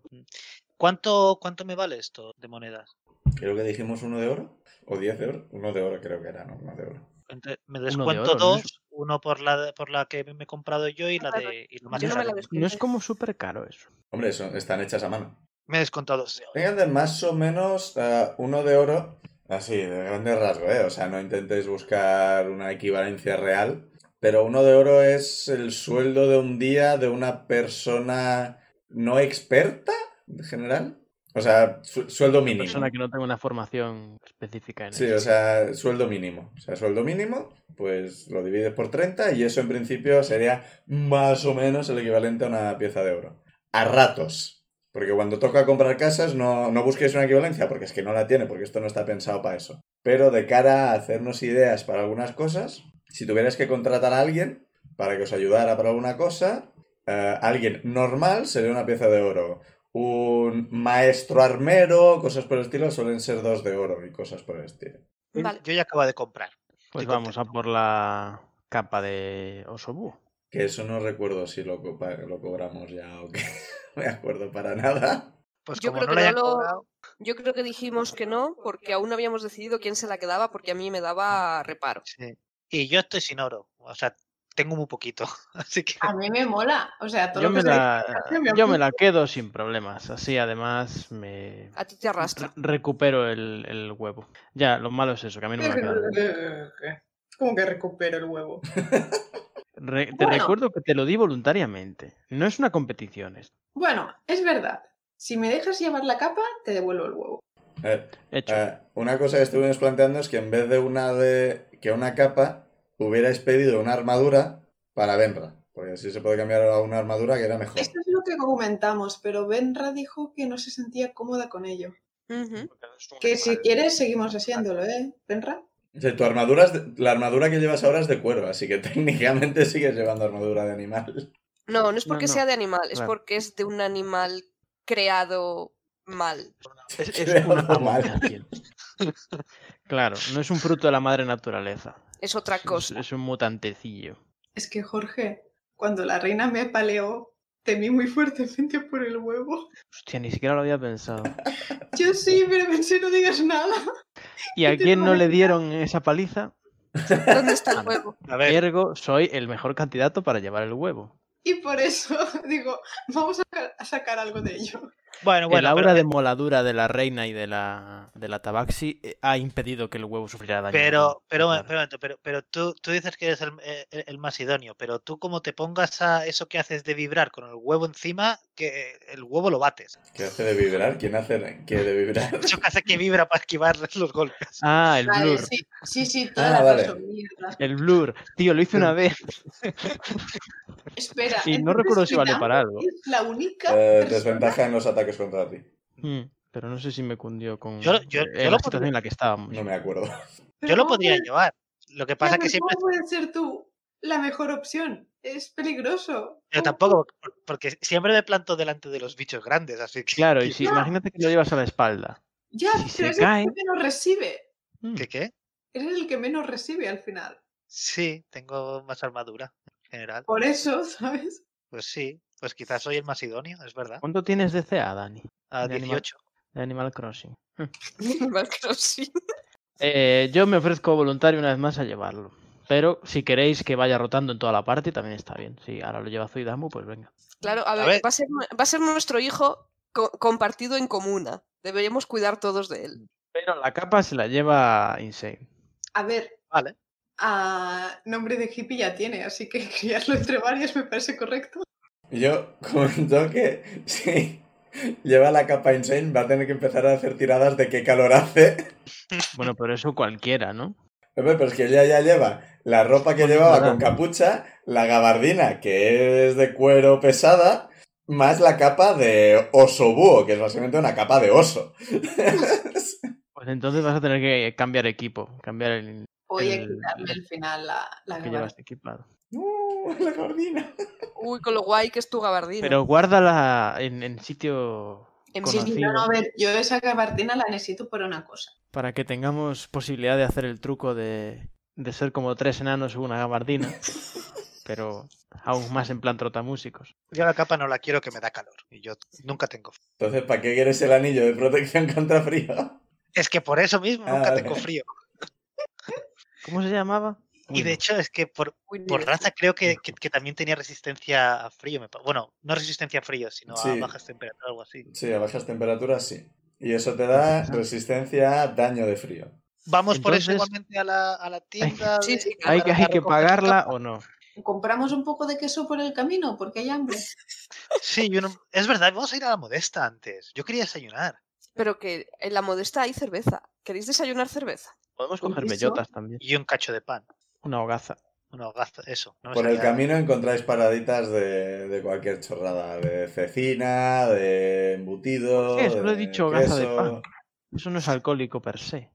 [SPEAKER 4] ¿Cuánto, cuánto me vale esto de monedas?
[SPEAKER 1] Creo que dijimos uno de oro. O 10 de oro. Uno de oro creo que era, ¿no? Uno de oro.
[SPEAKER 4] Ente- me
[SPEAKER 2] de
[SPEAKER 4] descuento
[SPEAKER 2] oro, ¿no?
[SPEAKER 4] dos, uno por la, por la que me he comprado yo y la
[SPEAKER 3] Claro,
[SPEAKER 4] de y lo más
[SPEAKER 3] Ah, yo no me la
[SPEAKER 4] caro.
[SPEAKER 3] descuento.
[SPEAKER 2] No es como súper caro eso.
[SPEAKER 1] Hombre, son- están hechas a mano.
[SPEAKER 4] Me he descontado dos de oro.
[SPEAKER 1] Vengan de más o menos eh, uno de oro, así, de grande rasgo, ¿eh? O sea, no intentéis buscar una equivalencia real. Pero uno de oro es el sueldo de un día de una persona no experta, en general. O sea, su- sueldo mínimo.
[SPEAKER 2] Persona que no tenga una formación específica en
[SPEAKER 1] Sí,
[SPEAKER 2] eso.
[SPEAKER 1] o sea, sueldo mínimo. O sea, sueldo mínimo, pues lo divides por 30 y eso en principio sería más o menos el equivalente a una pieza de oro. A ratos. Porque cuando toca comprar casas no, no busquéis una equivalencia porque es que no la tiene, porque esto no está pensado para eso. Pero de cara a hacernos ideas para algunas cosas, si tuvierais que contratar a alguien para que os ayudara para alguna cosa, eh, alguien normal sería una pieza de oro. Un maestro armero, cosas por el estilo, suelen ser dos de oro y cosas por el estilo.
[SPEAKER 3] Vale.
[SPEAKER 4] Yo ya acabo de comprar.
[SPEAKER 2] Pues
[SPEAKER 4] Estoy
[SPEAKER 2] vamos a por la capa de Osobu.
[SPEAKER 1] Que eso no recuerdo si lo, co- pa- lo cobramos ya o qué. <laughs> No me acuerdo para nada.
[SPEAKER 4] Pues
[SPEAKER 3] Yo
[SPEAKER 4] como
[SPEAKER 3] creo que
[SPEAKER 4] no lo haya
[SPEAKER 3] no lo-
[SPEAKER 4] cobrado,
[SPEAKER 3] Yo creo que dijimos que no, porque aún no habíamos decidido quién se la quedaba, porque a mí me daba reparo.
[SPEAKER 4] sí. Y yo estoy sin oro. O sea, tengo muy poquito. <laughs> Así que
[SPEAKER 5] A mí me mola. O sea, todo
[SPEAKER 2] Yo
[SPEAKER 5] lo
[SPEAKER 2] me,
[SPEAKER 5] que sea-
[SPEAKER 2] la,
[SPEAKER 5] yo me
[SPEAKER 2] yo me la quedo sin problemas. Así además me
[SPEAKER 3] A ti te arrastra.
[SPEAKER 2] re- recupero el, el huevo. Ya, lo malo es eso, que a mí no me la quedo.
[SPEAKER 5] <laughs>
[SPEAKER 8] Como que recupero el huevo.
[SPEAKER 2] Re- te
[SPEAKER 5] Bueno.
[SPEAKER 2] recuerdo que te lo di voluntariamente. No es una competición. es-
[SPEAKER 5] Bueno, es verdad. Si me dejas llevar la capa, te devuelvo el huevo.
[SPEAKER 1] Eh,
[SPEAKER 2] Hecho.
[SPEAKER 4] Ah.
[SPEAKER 1] eh, una cosa que estuvimos planteando es que en vez de una de que una capa, hubierais pedido una armadura para Benra. Porque así se puede cambiar a una armadura que era mejor.
[SPEAKER 5] Esto es lo que comentamos, pero Benra dijo que no se sentía cómoda con ello.
[SPEAKER 3] Ujú.
[SPEAKER 5] Que si quieres seguimos haciéndolo, ¿eh, Benra?
[SPEAKER 1] O sea, tu armadura es de- la armadura que llevas ahora es de cuero, así que <laughs> técnicamente sigues llevando armadura de animal.
[SPEAKER 3] No, no es
[SPEAKER 2] No,
[SPEAKER 3] porque
[SPEAKER 2] no.
[SPEAKER 3] sea de animal, es
[SPEAKER 2] Claro.
[SPEAKER 3] porque es de un animal creado mal.
[SPEAKER 2] Es, es
[SPEAKER 1] <laughs> Creado
[SPEAKER 2] una
[SPEAKER 1] mal.
[SPEAKER 2] abominación. Claro, no es un fruto de la madre naturaleza.
[SPEAKER 3] Es otra
[SPEAKER 2] Es-
[SPEAKER 3] cosa.
[SPEAKER 2] Es, un mutantecillo.
[SPEAKER 5] Es que Jorge, cuando la reina me paleó, temí muy fuertemente por el huevo.
[SPEAKER 2] Hostia, ni siquiera lo había pensado.
[SPEAKER 5] <laughs> Yo <laughs> sí, pero pensé no digas nada.
[SPEAKER 2] ¿Y a
[SPEAKER 5] te
[SPEAKER 2] quién no le
[SPEAKER 5] imaginas?
[SPEAKER 2] dieron esa paliza?
[SPEAKER 3] <laughs> ¿Dónde está el huevo?
[SPEAKER 4] a ver,
[SPEAKER 2] Ergo, soy el mejor candidato para llevar el huevo.
[SPEAKER 5] Y por eso <laughs> digo, vamos a, ca- a sacar algo de ello.
[SPEAKER 4] bueno, bueno,
[SPEAKER 2] el aura
[SPEAKER 4] pero, eh
[SPEAKER 2] de moladura de la reina y de la, de la tabaxi eh, ha impedido que el huevo sufriera daño.
[SPEAKER 4] pero, pero,
[SPEAKER 2] Claro.
[SPEAKER 4] pero, pero, pero tú, tú dices que eres el, eh, el- el más idóneo, pero tú como te pongas a eso que haces de vibrar con el huevo encima, que eh, el huevo lo bates.
[SPEAKER 1] ¿Qué hace de vibrar? ¿Quién hace que de
[SPEAKER 4] <laughs>
[SPEAKER 1] vibrar?
[SPEAKER 4] Eso que hace que vibra para esquivar <laughs> los golpes.
[SPEAKER 2] Ah, el
[SPEAKER 5] Vale,
[SPEAKER 2] blur.
[SPEAKER 5] sí, sí, sí,
[SPEAKER 1] Ah,
[SPEAKER 5] toda la
[SPEAKER 1] vale.
[SPEAKER 5] razón, mierda.
[SPEAKER 2] El blur. Tío, lo hice una vez. <laughs>
[SPEAKER 5] Espera.
[SPEAKER 2] Y no
[SPEAKER 5] entonces
[SPEAKER 2] recuerdo si vale
[SPEAKER 5] Vidal
[SPEAKER 2] para algo.
[SPEAKER 5] Es la única
[SPEAKER 1] Eh,
[SPEAKER 5] persona
[SPEAKER 1] desventaja en los ataques contra ti.
[SPEAKER 2] Mm, Pero no sé si me cundió con
[SPEAKER 4] Yo- yo-
[SPEAKER 2] eh,
[SPEAKER 4] yo
[SPEAKER 2] la
[SPEAKER 4] lo
[SPEAKER 2] situación en la que estábamos.
[SPEAKER 1] No me acuerdo. <laughs>
[SPEAKER 4] Yo lo
[SPEAKER 5] ¿cómo
[SPEAKER 4] podría
[SPEAKER 5] puedes-
[SPEAKER 4] llevar. Lo que pasa
[SPEAKER 5] Ya,
[SPEAKER 4] que
[SPEAKER 5] pero
[SPEAKER 4] siempre...
[SPEAKER 5] ¿Cómo puedes ser tú la mejor opción? Es peligroso.
[SPEAKER 4] Yo
[SPEAKER 5] ¿Cómo-
[SPEAKER 4] tampoco, por- porque siempre me planto delante de los bichos grandes, así que...
[SPEAKER 2] Claro, y
[SPEAKER 4] que-
[SPEAKER 2] si
[SPEAKER 5] Ya.
[SPEAKER 2] imagínate que lo llevas a la espalda.
[SPEAKER 5] Ya,
[SPEAKER 2] si se
[SPEAKER 5] pero eres
[SPEAKER 2] cae-
[SPEAKER 5] el que menos recibe.
[SPEAKER 2] Mm,
[SPEAKER 4] ¿que qué?
[SPEAKER 5] Eres el que menos recibe al final.
[SPEAKER 4] Sí, tengo más armadura en general.
[SPEAKER 5] Por eso, <laughs> ¿sabes?
[SPEAKER 4] Pues sí, pues quizás soy el más idóneo, es verdad.
[SPEAKER 2] ¿Cuánto tienes de CA, Dani?
[SPEAKER 4] A
[SPEAKER 2] de animal.
[SPEAKER 4] 18.
[SPEAKER 2] De Animal Crossing.
[SPEAKER 3] Animal Crossing.
[SPEAKER 2] Eh, yo me ofrezco voluntario una vez más a llevarlo. Pero si queréis que vaya rotando en toda la parte, también está bien. Si ahora lo lleva Zuidamu, pues venga.
[SPEAKER 3] Claro, a ver,
[SPEAKER 4] ver.
[SPEAKER 3] Va, a ser, va a ser nuestro hijo co- compartido en comuna. Deberíamos cuidar todos de él.
[SPEAKER 2] Pero la capa se la lleva Insane.
[SPEAKER 5] A ver,
[SPEAKER 4] Vale.
[SPEAKER 5] a nombre de hippie ya tiene, así que <laughs> criarlo entre varios me parece correcto.
[SPEAKER 1] Yo comento que <laughs> si lleva la capa insane va a tener que empezar a hacer tiradas de qué calor hace. <laughs>
[SPEAKER 2] Bueno, pero eso cualquiera, ¿no?
[SPEAKER 1] Hombre, pero es que ella ya lleva la ropa que llevaba con capucha, la gabardina que es de cuero pesada, más la capa de oso búho, que es básicamente una capa de oso. <laughs>
[SPEAKER 2] Pues entonces vas a tener que cambiar equipo, cambiar el
[SPEAKER 5] Voy a
[SPEAKER 2] El-
[SPEAKER 5] quitarle al final la, la
[SPEAKER 2] que
[SPEAKER 5] gabardina.
[SPEAKER 2] llevas equipado.
[SPEAKER 1] Uh, la gabardina.
[SPEAKER 3] Uy, con lo guay que es tu gabardina.
[SPEAKER 2] Pero guárdala en, en sitio
[SPEAKER 3] MC.
[SPEAKER 5] Sí, sí,
[SPEAKER 2] conocido
[SPEAKER 5] no, no, a ver, yo esa gabardina la necesito por una cosa.
[SPEAKER 9] Para que tengamos posibilidad de hacer el truco de,
[SPEAKER 2] de ser como tres enanos en una gabardina, pero aún más en plan trotamúsicos.
[SPEAKER 4] Yo la capa no la quiero que me da calor. Y yo nunca tengo frío.
[SPEAKER 1] Entonces, ¿para qué quieres el anillo de protección contra frío?
[SPEAKER 4] Es que por eso mismo
[SPEAKER 1] Ah,
[SPEAKER 4] nunca
[SPEAKER 1] vale.
[SPEAKER 4] tengo frío.
[SPEAKER 2] ¿Cómo se llamaba?
[SPEAKER 4] Y de
[SPEAKER 2] Uy,
[SPEAKER 4] hecho es que por,
[SPEAKER 3] Muy
[SPEAKER 4] por
[SPEAKER 3] divertido.
[SPEAKER 4] raza creo que, que- que también tenía resistencia a frío. me pa- bueno, no resistencia a frío, sino
[SPEAKER 1] Sí.
[SPEAKER 4] a bajas temperaturas o algo así.
[SPEAKER 1] Sí, a bajas temperaturas sí. Y eso te da
[SPEAKER 2] Pues
[SPEAKER 1] resistencia a daño de frío.
[SPEAKER 4] Vamos por eso
[SPEAKER 2] Entonces-
[SPEAKER 4] igualmente a la, a la tienda.
[SPEAKER 3] Sí,
[SPEAKER 4] de-
[SPEAKER 3] sí,
[SPEAKER 2] no. hay que,
[SPEAKER 4] a- a
[SPEAKER 2] hay que
[SPEAKER 4] recoger
[SPEAKER 2] pagarla
[SPEAKER 4] capa.
[SPEAKER 2] o no.
[SPEAKER 10] ¿Compramos un poco de queso por el camino? Porque hay hambre.
[SPEAKER 4] Sí, yo no- es verdad, vamos a ir a la modesta antes. Yo quería desayunar.
[SPEAKER 3] Pero que en la modesta hay cerveza. ¿Queréis desayunar cerveza?
[SPEAKER 2] Podemos coger
[SPEAKER 10] eso-
[SPEAKER 2] bellotas también.
[SPEAKER 4] Y un cacho de pan.
[SPEAKER 2] Una hogaza.
[SPEAKER 4] Unos gazos, eso.
[SPEAKER 2] Pues
[SPEAKER 4] no me
[SPEAKER 1] Por el
[SPEAKER 4] salía-
[SPEAKER 1] camino encontráis paraditas de, de cualquier chorrada, de cecina, de embutido.
[SPEAKER 2] ¿Por qué? Solo he
[SPEAKER 1] de
[SPEAKER 2] dicho hogaza de
[SPEAKER 1] queso,
[SPEAKER 2] Eso no es alcohólico per se.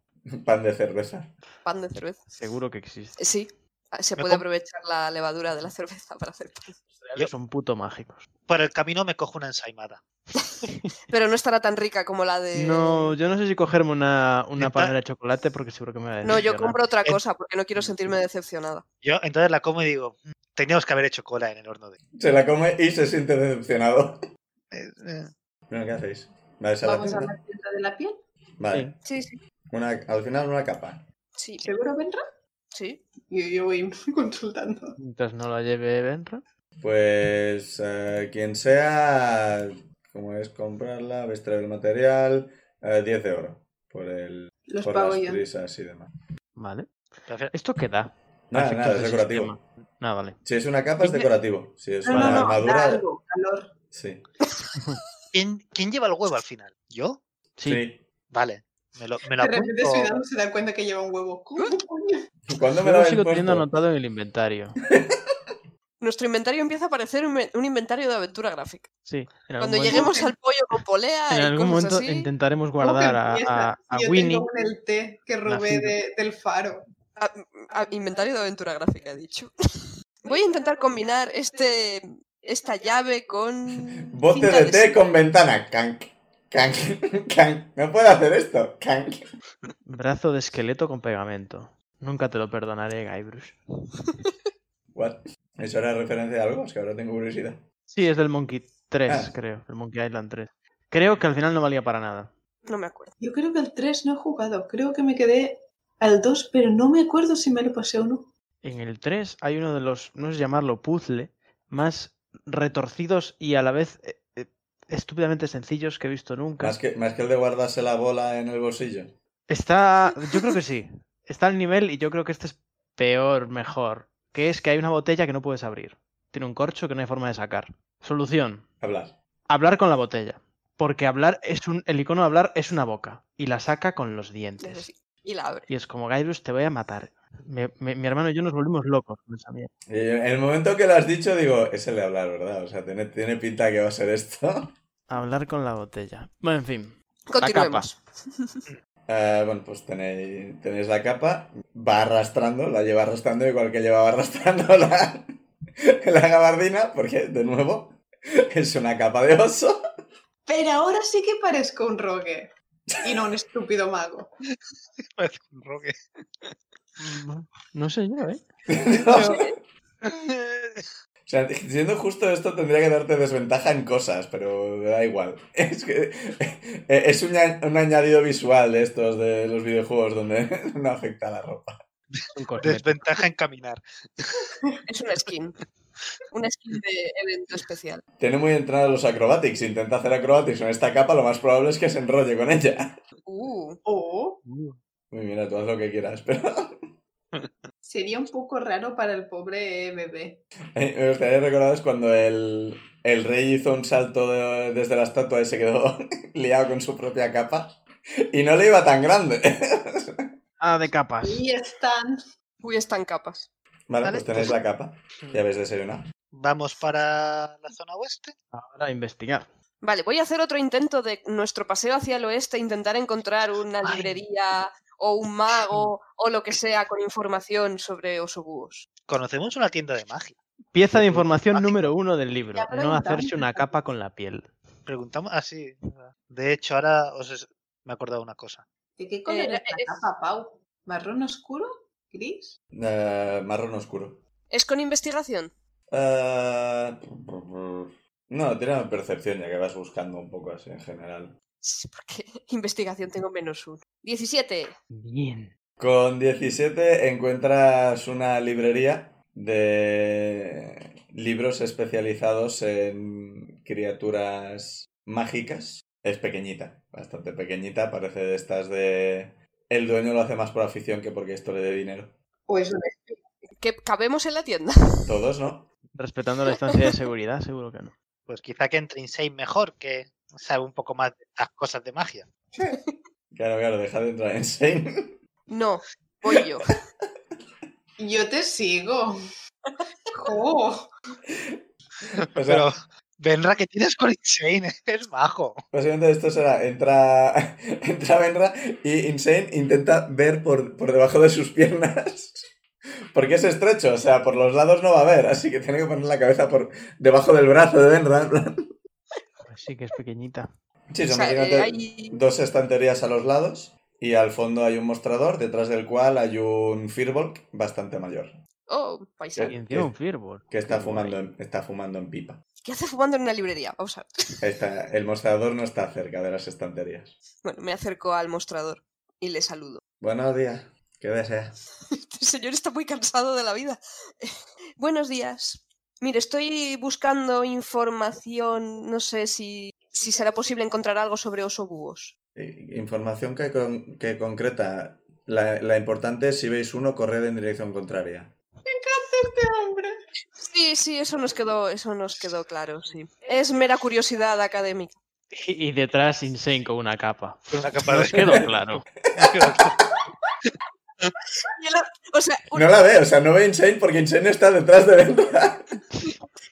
[SPEAKER 1] Pan de cerveza.
[SPEAKER 3] Pan de cerveza.
[SPEAKER 2] Seguro que existe.
[SPEAKER 3] Eh, Sí, ah, se
[SPEAKER 4] Me
[SPEAKER 3] puede
[SPEAKER 4] com-
[SPEAKER 3] aprovechar la levadura de la <laughs> cerveza para hacer pan.
[SPEAKER 4] Yo-
[SPEAKER 2] Son puto mágicos.
[SPEAKER 4] Por el camino me cojo una ensaimada.
[SPEAKER 3] Pero no estará tan rica como la de...
[SPEAKER 2] No, yo no sé si cogerme una, una
[SPEAKER 4] Está-
[SPEAKER 2] panela de chocolate porque seguro que me va a
[SPEAKER 3] No, yo
[SPEAKER 2] decepcionar.
[SPEAKER 3] compro otra
[SPEAKER 4] Es-
[SPEAKER 3] cosa porque no quiero sentirme decepcionada.
[SPEAKER 4] Yo entonces la como y digo, "Mm, teníamos que haber hecho cola en el horno de...
[SPEAKER 1] Se la come y se siente decepcionado.
[SPEAKER 4] Eh, eh,
[SPEAKER 1] Bueno, ¿qué hacéis? ¿Vais a la
[SPEAKER 10] Vamos a
[SPEAKER 1] tienda?
[SPEAKER 10] la tienda de la piel.
[SPEAKER 1] Vale.
[SPEAKER 3] Sí, sí.
[SPEAKER 1] Una, al final una capa.
[SPEAKER 3] Sí,
[SPEAKER 5] ¿Seguro vendrá?
[SPEAKER 3] sí.
[SPEAKER 5] Yo, yo voy <laughs> consultando.
[SPEAKER 2] Mientras no la lleve Benra.
[SPEAKER 1] Pues eh, quien sea, como es comprarla, habéis traído el material, eh, 10 de oro por, el,
[SPEAKER 5] Los
[SPEAKER 1] por
[SPEAKER 5] pago
[SPEAKER 1] las
[SPEAKER 5] yo.
[SPEAKER 1] prisas y demás.
[SPEAKER 2] Vale.
[SPEAKER 4] prefiero-
[SPEAKER 2] ¿Esto qué da?
[SPEAKER 1] Nada,
[SPEAKER 2] Efectos
[SPEAKER 1] nada, es
[SPEAKER 2] del
[SPEAKER 1] decorativo.
[SPEAKER 2] sistema. Nada, vale.
[SPEAKER 1] Si es una capa es decorativo. Si es
[SPEAKER 5] Ah, No,
[SPEAKER 1] una
[SPEAKER 5] no, no, da
[SPEAKER 1] armadura,
[SPEAKER 5] algo, calor.
[SPEAKER 1] sí.
[SPEAKER 4] ¿Quién, quién lleva el huevo al final? ¿Yo?
[SPEAKER 2] Sí.
[SPEAKER 4] Vale. Me lo, me lo
[SPEAKER 5] De repente
[SPEAKER 4] apunto. <laughs>
[SPEAKER 5] Ciudadano se da cuenta que lleva un huevo. ¿Cómo, <laughs> coño?
[SPEAKER 1] ¿Cuándo me lo
[SPEAKER 2] Yo lo
[SPEAKER 1] habéis
[SPEAKER 2] sigo teniendo
[SPEAKER 1] puesto?
[SPEAKER 2] anotado en el inventario.
[SPEAKER 3] Nuestro inventario empieza a parecer un, un inventario de aventura gráfica.
[SPEAKER 2] Sí. En algún
[SPEAKER 3] Cuando
[SPEAKER 2] momento-
[SPEAKER 3] lleguemos al pollo con polea
[SPEAKER 2] En
[SPEAKER 3] y
[SPEAKER 2] algún
[SPEAKER 3] cosas
[SPEAKER 2] momento
[SPEAKER 3] así,
[SPEAKER 2] intentaremos
[SPEAKER 5] ¿Cómo que
[SPEAKER 2] guardar a,
[SPEAKER 5] empieza?
[SPEAKER 2] a- a
[SPEAKER 5] Yo
[SPEAKER 2] Winnie.
[SPEAKER 5] tengo en el té que robé
[SPEAKER 2] nacido.
[SPEAKER 5] de- del faro.
[SPEAKER 3] a- a- inventario de aventura gráfica, he dicho. <laughs> Voy a intentar combinar este esta llave con
[SPEAKER 1] Bote
[SPEAKER 3] cinta
[SPEAKER 1] de té
[SPEAKER 3] adhesiva.
[SPEAKER 1] con ventana. Cank. <laughs> Cank. Cank. No puedo hacer esto. Cank.
[SPEAKER 2] Brazo de esqueleto con pegamento. Nunca te lo perdonaré, Guybrush.
[SPEAKER 1] What? ¿Eso era referencia a algo? Es que ahora tengo curiosidad.
[SPEAKER 2] Sí, es del Monkey 3,
[SPEAKER 1] Ah.
[SPEAKER 2] creo. El Monkey Island 3. Creo que al final no valía para nada.
[SPEAKER 3] No me acuerdo.
[SPEAKER 5] Yo creo que al 3 no he jugado. Creo que me quedé al 2, pero no me acuerdo si me lo pasé o no.
[SPEAKER 2] En el 3 hay uno de los, no sé llamarlo puzzle, más retorcidos y a la vez eh, eh, estúpidamente sencillos que he visto nunca.
[SPEAKER 1] Más que, más que el de guardarse la bola en el bolsillo.
[SPEAKER 2] <laughs> Está, yo creo que sí. Está al nivel y yo creo que este es peor, mejor. Que es que hay una botella que no puedes abrir. Tiene un corcho que no hay forma de sacar. Solución.
[SPEAKER 1] Hablar.
[SPEAKER 2] Hablar con la botella. Porque hablar es un, el icono de hablar es una boca. Y la saca con los
[SPEAKER 3] Eso
[SPEAKER 2] dientes.
[SPEAKER 3] sí. Y la abre.
[SPEAKER 2] Y es como, Gairus, te voy a matar. Me- me- mi hermano y yo nos volvimos locos con esa mierda.
[SPEAKER 1] Y Eh, en el momento que lo has dicho, digo, es el de hablar, ¿verdad? O sea, tiene, tiene pinta que va a ser esto.
[SPEAKER 9] Hablar con la botella. Bueno, en fin.
[SPEAKER 3] Continuemos.
[SPEAKER 1] Eh, bueno, pues tenéis, tenéis la capa. Va arrastrando, la lleva arrastrando, igual que llevaba arrastrando <laughs> la, la gabardina, porque, de nuevo, es una capa de oso. <laughs>
[SPEAKER 5] Pero ahora sí que parezco un rogue. Y <laughs> no un estúpido mago.
[SPEAKER 4] Parece un rogue.
[SPEAKER 2] Mm, No sé yo, ¿eh?
[SPEAKER 1] o sea, siendo justo esto tendría que darte desventaja en cosas, pero da igual. <laughs> Es que eh, es un, añ- un añadido visual de estos de los videojuegos donde <laughs> no afecta la ropa.
[SPEAKER 2] Son cosméticos.
[SPEAKER 4] Desventaja en caminar.
[SPEAKER 3] Es una skin. Una skin de evento especial.
[SPEAKER 1] Tiene muy entrenados los acrobatics. Si intenta hacer acrobatics en esta capa, lo más probable es que se enrolle con ella. <laughs>
[SPEAKER 3] Uh,
[SPEAKER 5] O
[SPEAKER 1] Muy mira, tú haz lo que quieras, pero
[SPEAKER 5] sería un poco raro para el pobre bebé.
[SPEAKER 1] eh, me gustaría recordaros cuando el, el rey hizo un salto de- desde la estatua y se quedó <laughs> liado con su propia capa. Y no le iba tan grande. <laughs>
[SPEAKER 2] Ah, de capas.
[SPEAKER 5] Y están.
[SPEAKER 3] uy, están capas.
[SPEAKER 1] Vale,
[SPEAKER 4] Vale,
[SPEAKER 1] pues tenéis la capa. Ya habéis desayunado.
[SPEAKER 4] Mm. Vamos para la zona oeste.
[SPEAKER 2] Ahora a investigar.
[SPEAKER 3] Vale, voy a hacer otro intento de nuestro paseo hacia el oeste, intentar encontrar una
[SPEAKER 4] Ay.
[SPEAKER 3] librería o un mago o lo que sea con información sobre osobúos.
[SPEAKER 4] Conocemos una tienda de magia.
[SPEAKER 2] Pieza de información
[SPEAKER 4] Mágico.
[SPEAKER 2] número uno del libro.
[SPEAKER 10] Ya
[SPEAKER 2] No
[SPEAKER 10] preguntamos.
[SPEAKER 2] hacerse una capa con la piel.
[SPEAKER 4] Preguntamos. Ah, sí. De hecho, ahora os es- me he acordado de una cosa.
[SPEAKER 5] ¿De qué color
[SPEAKER 3] Era-
[SPEAKER 5] Eh, es la
[SPEAKER 3] es-
[SPEAKER 5] capa, Pau? ¿Marrón oscuro? ¿Gris?
[SPEAKER 1] Eh, marrón oscuro.
[SPEAKER 3] ¿Es con investigación?
[SPEAKER 1] Eh, no, tiene percepción ya que vas buscando un poco así en general.
[SPEAKER 3] Sí, porque <laughs> investigación tengo menos uno. 17.
[SPEAKER 7] Bien.
[SPEAKER 1] Con 17 encuentras una librería de libros especializados en criaturas mágicas. Es pequeñita, bastante pequeñita, parece de estas de... El dueño lo hace más por afición que porque esto le dé dinero.
[SPEAKER 6] O
[SPEAKER 5] Pues,
[SPEAKER 6] es una especie.
[SPEAKER 3] Que cabemos en la tienda. <laughs>
[SPEAKER 1] Todos, ¿no?
[SPEAKER 7] Respetando la distancia de seguridad, seguro que no.
[SPEAKER 4] Pues quizá que entre Insane mejor, que sabe un poco más de estas cosas de magia.
[SPEAKER 1] Claro, claro, deja de entrar en Shane.
[SPEAKER 3] No, voy yo.
[SPEAKER 5] Yo te <laughs> sigo.
[SPEAKER 6] ¡Jo!
[SPEAKER 1] <laughs> O sea,
[SPEAKER 4] Pero Benra, que tienes con Insane? <laughs> Es majo.
[SPEAKER 1] básicamente esto será, entra, <laughs> entra Benra y Insane intenta ver por, por debajo de sus piernas. <laughs> Porque es estrecho, o sea, por los lados no va a ver, así que tiene que poner la cabeza por debajo del brazo de Benra.
[SPEAKER 3] <laughs>
[SPEAKER 1] en plan.
[SPEAKER 7] Pues sí que es
[SPEAKER 1] <laughs>
[SPEAKER 7] pequeñita.
[SPEAKER 1] Sí,
[SPEAKER 3] O
[SPEAKER 1] se
[SPEAKER 3] sea, eh,
[SPEAKER 1] imagínate
[SPEAKER 3] hay-
[SPEAKER 1] dos estanterías a los lados y al fondo hay un mostrador, detrás del cual hay un Firbolg bastante mayor,
[SPEAKER 3] Oh,
[SPEAKER 7] Y
[SPEAKER 3] paisano.
[SPEAKER 7] encima un firbolg.
[SPEAKER 1] que está
[SPEAKER 7] Qué
[SPEAKER 1] fumando
[SPEAKER 7] guay.
[SPEAKER 1] en, está fumando en pipa.
[SPEAKER 3] ¿Qué hace fumando en una librería? Vamos a ver.
[SPEAKER 1] Está- el mostrador no está cerca de las estanterías.
[SPEAKER 3] Bueno, me acerco al mostrador y le saludo.
[SPEAKER 1] Buenos días, ¿qué desea?
[SPEAKER 3] Este señor está muy cansado de la vida. <laughs> Buenos días. Mire, estoy buscando información. No sé si, si será posible encontrar algo sobre oso búhos.
[SPEAKER 1] Eh, Información que, con- que concreta. La, la importante es si veis uno, corred en dirección contraria.
[SPEAKER 6] Este hombre.
[SPEAKER 3] Sí, sí, eso nos quedó, eso nos quedó claro, sí. Es mera curiosidad académica.
[SPEAKER 7] Y, y detrás Insane con una capa. <laughs>
[SPEAKER 4] Con una capa <laughs>
[SPEAKER 7] Nos
[SPEAKER 4] de-
[SPEAKER 7] quedó <laughs> claro.
[SPEAKER 3] O sea, un
[SPEAKER 1] No la ve, o sea, no ve Insane porque Insane está detrás de Benra.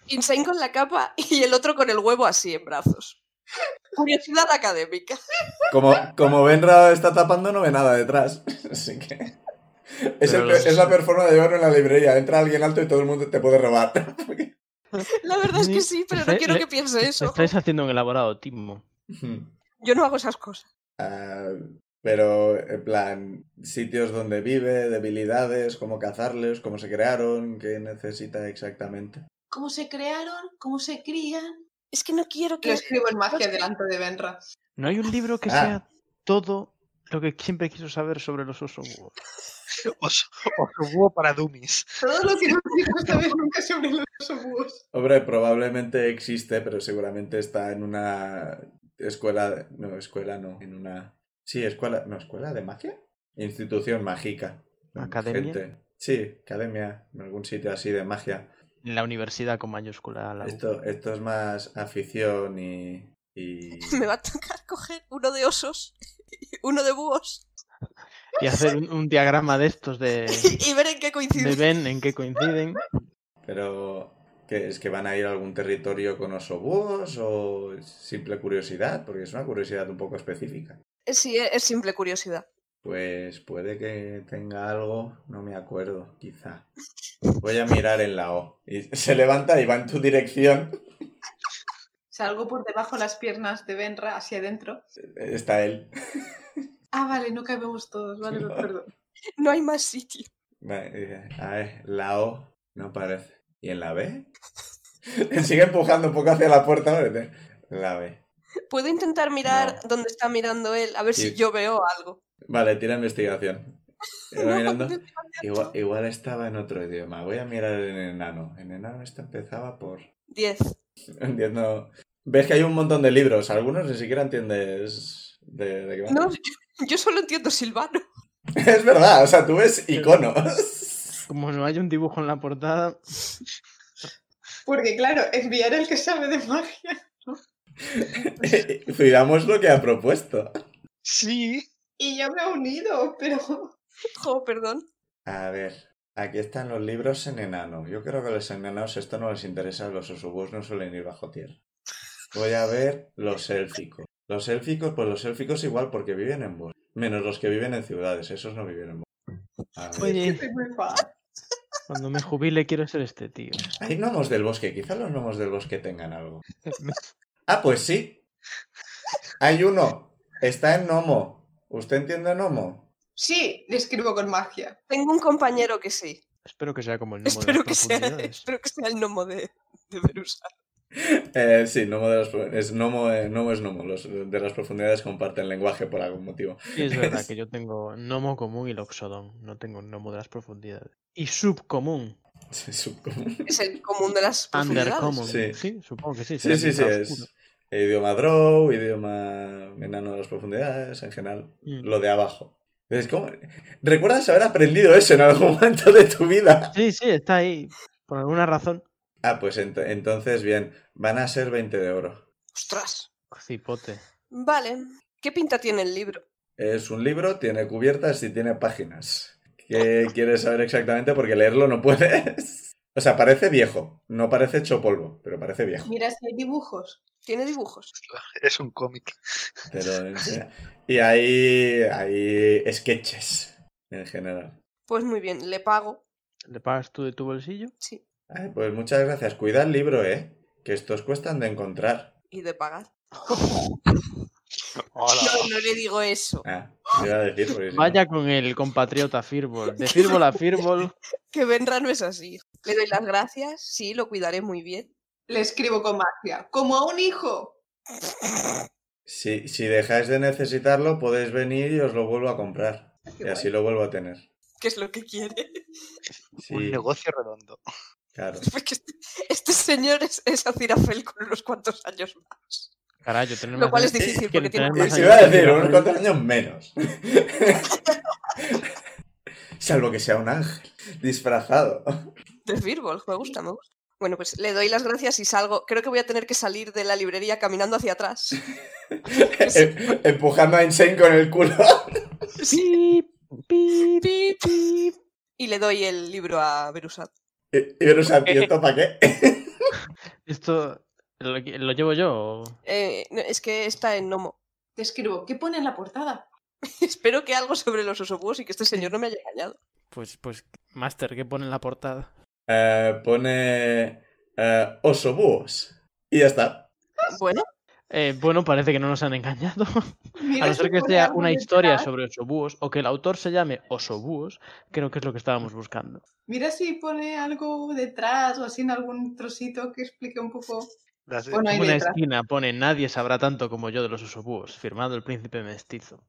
[SPEAKER 3] insane con la capa y el otro con el huevo así en brazos. Curiosidad académica.
[SPEAKER 1] <laughs> Como, como Benra está tapando, no ve nada detrás. <laughs> Así que. Es, el
[SPEAKER 7] Pero
[SPEAKER 1] pe-
[SPEAKER 7] los-
[SPEAKER 1] es la peor forma de llevarlo en la librería. Entra alguien alto y todo el mundo te puede robar.
[SPEAKER 3] La verdad es que sí, pero no
[SPEAKER 7] Le-
[SPEAKER 3] quiero
[SPEAKER 7] le-
[SPEAKER 3] que piense eso.
[SPEAKER 7] Estáis haciendo un elaborado timo.
[SPEAKER 1] Hmm.
[SPEAKER 3] Yo no hago esas cosas.
[SPEAKER 1] <laughs> Ah, pero, en plan, sitios donde vive, debilidades, cómo cazarles, cómo se crearon, qué necesita exactamente.
[SPEAKER 5] ¿Cómo se crearon? ¿Cómo se crían?
[SPEAKER 3] Es que no quiero
[SPEAKER 5] Lo
[SPEAKER 3] que...
[SPEAKER 5] escribo en magia delante de Benra.
[SPEAKER 7] No hay un libro que
[SPEAKER 1] Ah.
[SPEAKER 7] sea todo lo que siempre quiso saber sobre los osos. búhos?
[SPEAKER 4] <laughs> Os, os hubo para Dummies.
[SPEAKER 6] Todo lo que no quiero saber nunca sobre los osos.
[SPEAKER 1] Hombre, probablemente existe, pero seguramente está en una escuela. No, escuela no. En una. Sí, escuela. No, escuela de magia. Institución mágica.
[SPEAKER 7] ¿Academia?
[SPEAKER 1] Sí, academia. En algún sitio así de magia.
[SPEAKER 7] En la universidad con mayúscula. La U.
[SPEAKER 1] Esto, esto es más afición y. y-
[SPEAKER 3] <laughs> Me va a tocar coger uno de osos, uno de búhos
[SPEAKER 7] Y hacer un, un diagrama de estos de, <laughs>
[SPEAKER 3] y ver en qué
[SPEAKER 7] de
[SPEAKER 3] coincide.
[SPEAKER 7] Ben en que coinciden.
[SPEAKER 1] Pero. ¿qué, ¿Es que van a ir a algún territorio con osobúos o es simple curiosidad? Porque es una curiosidad un poco específica.
[SPEAKER 3] Sí, es es simple curiosidad.
[SPEAKER 1] Pues puede que tenga algo, no me acuerdo, quizá. Voy a mirar en la O. Y se levanta y va en tu dirección.
[SPEAKER 5] Salgo por debajo las piernas de Benra hacia adentro.
[SPEAKER 1] Está él.
[SPEAKER 5] Ah, vale, no cabemos todos, vale,
[SPEAKER 1] No.
[SPEAKER 5] perdón.
[SPEAKER 3] No hay más sitio.
[SPEAKER 1] Va, y dice, A ver, la O no parece. ¿Y en la B? <laughs> Sigue empujando un poco hacia la puerta. ¿vale? Dice, La B.
[SPEAKER 3] Puedo intentar mirar
[SPEAKER 1] No.
[SPEAKER 3] dónde está mirando él, a ver
[SPEAKER 1] Sí.
[SPEAKER 3] si yo veo algo.
[SPEAKER 1] Vale, tira investigación. Y va
[SPEAKER 3] No,
[SPEAKER 1] mirando.
[SPEAKER 3] no, no,
[SPEAKER 1] Igual, igual estaba en otro idioma. Voy a mirar en enano. En enano esto empezaba por...
[SPEAKER 3] Diez.
[SPEAKER 1] <laughs> Entiendo. Ves que hay un montón de libros. Algunos ni siquiera entiendes de, de qué va.
[SPEAKER 3] No, <laughs> yo, yo solo entiendo silvano.
[SPEAKER 1] <laughs>
[SPEAKER 3] <laughs>
[SPEAKER 1] Es verdad, o sea, tú ves iconos. <laughs>
[SPEAKER 7] Como no hay un dibujo en la portada,
[SPEAKER 6] Porque claro, enviar al que sabe de magia.
[SPEAKER 1] Cuidamos lo que ha propuesto.
[SPEAKER 4] Sí.
[SPEAKER 6] Y yo me he unido, pero...
[SPEAKER 3] Jo, Oh, perdón.
[SPEAKER 1] A ver, aquí están los libros en enano. Yo creo que a los enanos esto no les interesa, los osobús no suelen ir bajo tierra. Voy a ver los élficos. Los élficos, pues los élficos igual porque viven en bosques. Menos los que viven en ciudades, esos no viven en bosques. A ver.
[SPEAKER 7] oye,
[SPEAKER 6] Soy muy fan.
[SPEAKER 7] cuando me jubile quiero ser este tío.
[SPEAKER 1] Hay gnomos del bosque, quizás los gnomos del bosque tengan algo. Ah, pues sí. Hay uno. Está en Nomo. ¿Usted entiende Nomo?
[SPEAKER 6] Sí, le escribo con magia.
[SPEAKER 3] Tengo un compañero que sí.
[SPEAKER 2] Espero que sea
[SPEAKER 3] <laughs>
[SPEAKER 2] como el gnomo de
[SPEAKER 3] Espero
[SPEAKER 2] las
[SPEAKER 3] que, sea, este
[SPEAKER 2] profundidades.
[SPEAKER 3] espero que sea el gnomo de, de Verusa.
[SPEAKER 1] Eh, sí, Nomo, de las, pro- es Nomo, eh, Nomo es Nomo. Los de las profundidades comparten lenguaje por algún motivo. <laughs>
[SPEAKER 2] Sí, es
[SPEAKER 3] <laughs>
[SPEAKER 2] verdad que yo tengo gnomo común y loxodón. No tengo gnomo de las profundidades. Y subcomún.
[SPEAKER 1] Subcomún.
[SPEAKER 3] Es el común de las profundidades.
[SPEAKER 2] Undercommon.
[SPEAKER 1] Sí.
[SPEAKER 2] Sí. supongo que sí. será
[SPEAKER 1] Sí, sí, sí.
[SPEAKER 2] tierra
[SPEAKER 1] Es
[SPEAKER 2] oscura.
[SPEAKER 1] idioma Drow, idioma enano de las profundidades, en general.
[SPEAKER 2] Mm.
[SPEAKER 1] Lo de abajo. Es como- ¿Recuerdas haber aprendido eso en algún <laughs> momento de tu vida?
[SPEAKER 2] Sí, sí, está ahí. Por alguna razón.
[SPEAKER 1] Ah, pues ent- entonces, bien. Van a ser 20 de oro.
[SPEAKER 3] Ostras.
[SPEAKER 2] Cipote.
[SPEAKER 3] Vale. ¿Qué pinta tiene el libro?
[SPEAKER 1] Es un libro, tiene cubiertas y tiene páginas. ¿Qué quieres saber exactamente? Porque leerlo no puedes. O sea, parece viejo. No parece hecho polvo, pero parece viejo.
[SPEAKER 6] Mira si hay dibujos.
[SPEAKER 3] Tiene dibujos.
[SPEAKER 4] Es un cómic.
[SPEAKER 1] Pero, en fin. y hay, hay sketches en general.
[SPEAKER 3] Pues muy bien, le pago.
[SPEAKER 2] ¿Le pagas tú de tu bolsillo?
[SPEAKER 3] Sí.
[SPEAKER 1] Ay, pues muchas gracias. Cuida el libro, ¿eh? Que estos cuestan de encontrar.
[SPEAKER 3] Y de pagar.
[SPEAKER 4] Hola.
[SPEAKER 3] No, no le digo eso.
[SPEAKER 1] Ah, iba a decir, porque si no-
[SPEAKER 2] Vaya con el compatriota Firbol. De Firbol a Firbol.
[SPEAKER 3] Que Benra no es así. Le doy las gracias. Sí, lo cuidaré muy bien.
[SPEAKER 6] Le escribo con magia. Como a un hijo.
[SPEAKER 1] Si, si dejáis de necesitarlo, podéis venir y os lo vuelvo a comprar.
[SPEAKER 3] Qué
[SPEAKER 1] Y
[SPEAKER 3] guay.
[SPEAKER 1] así lo vuelvo a tener.
[SPEAKER 3] ¿Qué es lo que quiere? <laughs>
[SPEAKER 1] Sí,
[SPEAKER 4] Un negocio redondo.
[SPEAKER 1] claro.
[SPEAKER 3] Porque este, este señor es, es Azirafel con unos cuantos años más.
[SPEAKER 2] Carayo, tenemos
[SPEAKER 3] Lo cual es difícil
[SPEAKER 2] que
[SPEAKER 3] porque tiene
[SPEAKER 2] tener
[SPEAKER 3] un
[SPEAKER 2] más
[SPEAKER 1] Eh, Se
[SPEAKER 2] años
[SPEAKER 1] iba a
[SPEAKER 2] que
[SPEAKER 1] decir,
[SPEAKER 2] Firbol.
[SPEAKER 1] unos cuantos años menos. <laughs> Salvo que sea un ángel disfrazado.
[SPEAKER 3] De Firbolg, me gusta, me gusta. Bueno, pues le doy las gracias y salgo. Creo que voy a tener que salir de la librería caminando hacia <laughs> atrás.
[SPEAKER 1] Em- <laughs> Empujando a Insane con el culo. <laughs>
[SPEAKER 2] Pip, pip.
[SPEAKER 3] Pip, pip. Y le doy el libro a Berusat.
[SPEAKER 1] Y y Verusa, ¿y esto para qué? <laughs>
[SPEAKER 2] Esto lo, lo llevo yo. o?
[SPEAKER 3] Eh, no, es que está en Nomo. <laughs>
[SPEAKER 6] Te escribo. ¿Qué pone en la portada?
[SPEAKER 3] Espero que algo sobre los osobúos y que este señor no me haya engañado.
[SPEAKER 2] Pues, pues, Master, ¿qué pone en la portada?
[SPEAKER 1] Eh, pone eh, oso búhos. Y ya está.
[SPEAKER 3] Bueno,
[SPEAKER 2] Eh, bueno, parece que no nos
[SPEAKER 4] <laughs>
[SPEAKER 2] han engañado.
[SPEAKER 6] Mira
[SPEAKER 2] A no ser
[SPEAKER 6] si
[SPEAKER 2] que
[SPEAKER 6] pone
[SPEAKER 2] sea
[SPEAKER 6] algo
[SPEAKER 2] una
[SPEAKER 6] detrás.
[SPEAKER 2] historia sobre osobúos o que el autor se llame osobúos, creo que es lo que estábamos buscando.
[SPEAKER 6] Mira si pone algo detrás o así en algún trocito que explique un poco.
[SPEAKER 4] Las de-
[SPEAKER 6] O no hay
[SPEAKER 2] En una
[SPEAKER 6] letra.
[SPEAKER 2] esquina pone Nadie sabrá tanto como yo de los osobúos, firmado el
[SPEAKER 4] <laughs>
[SPEAKER 2] príncipe mestizo.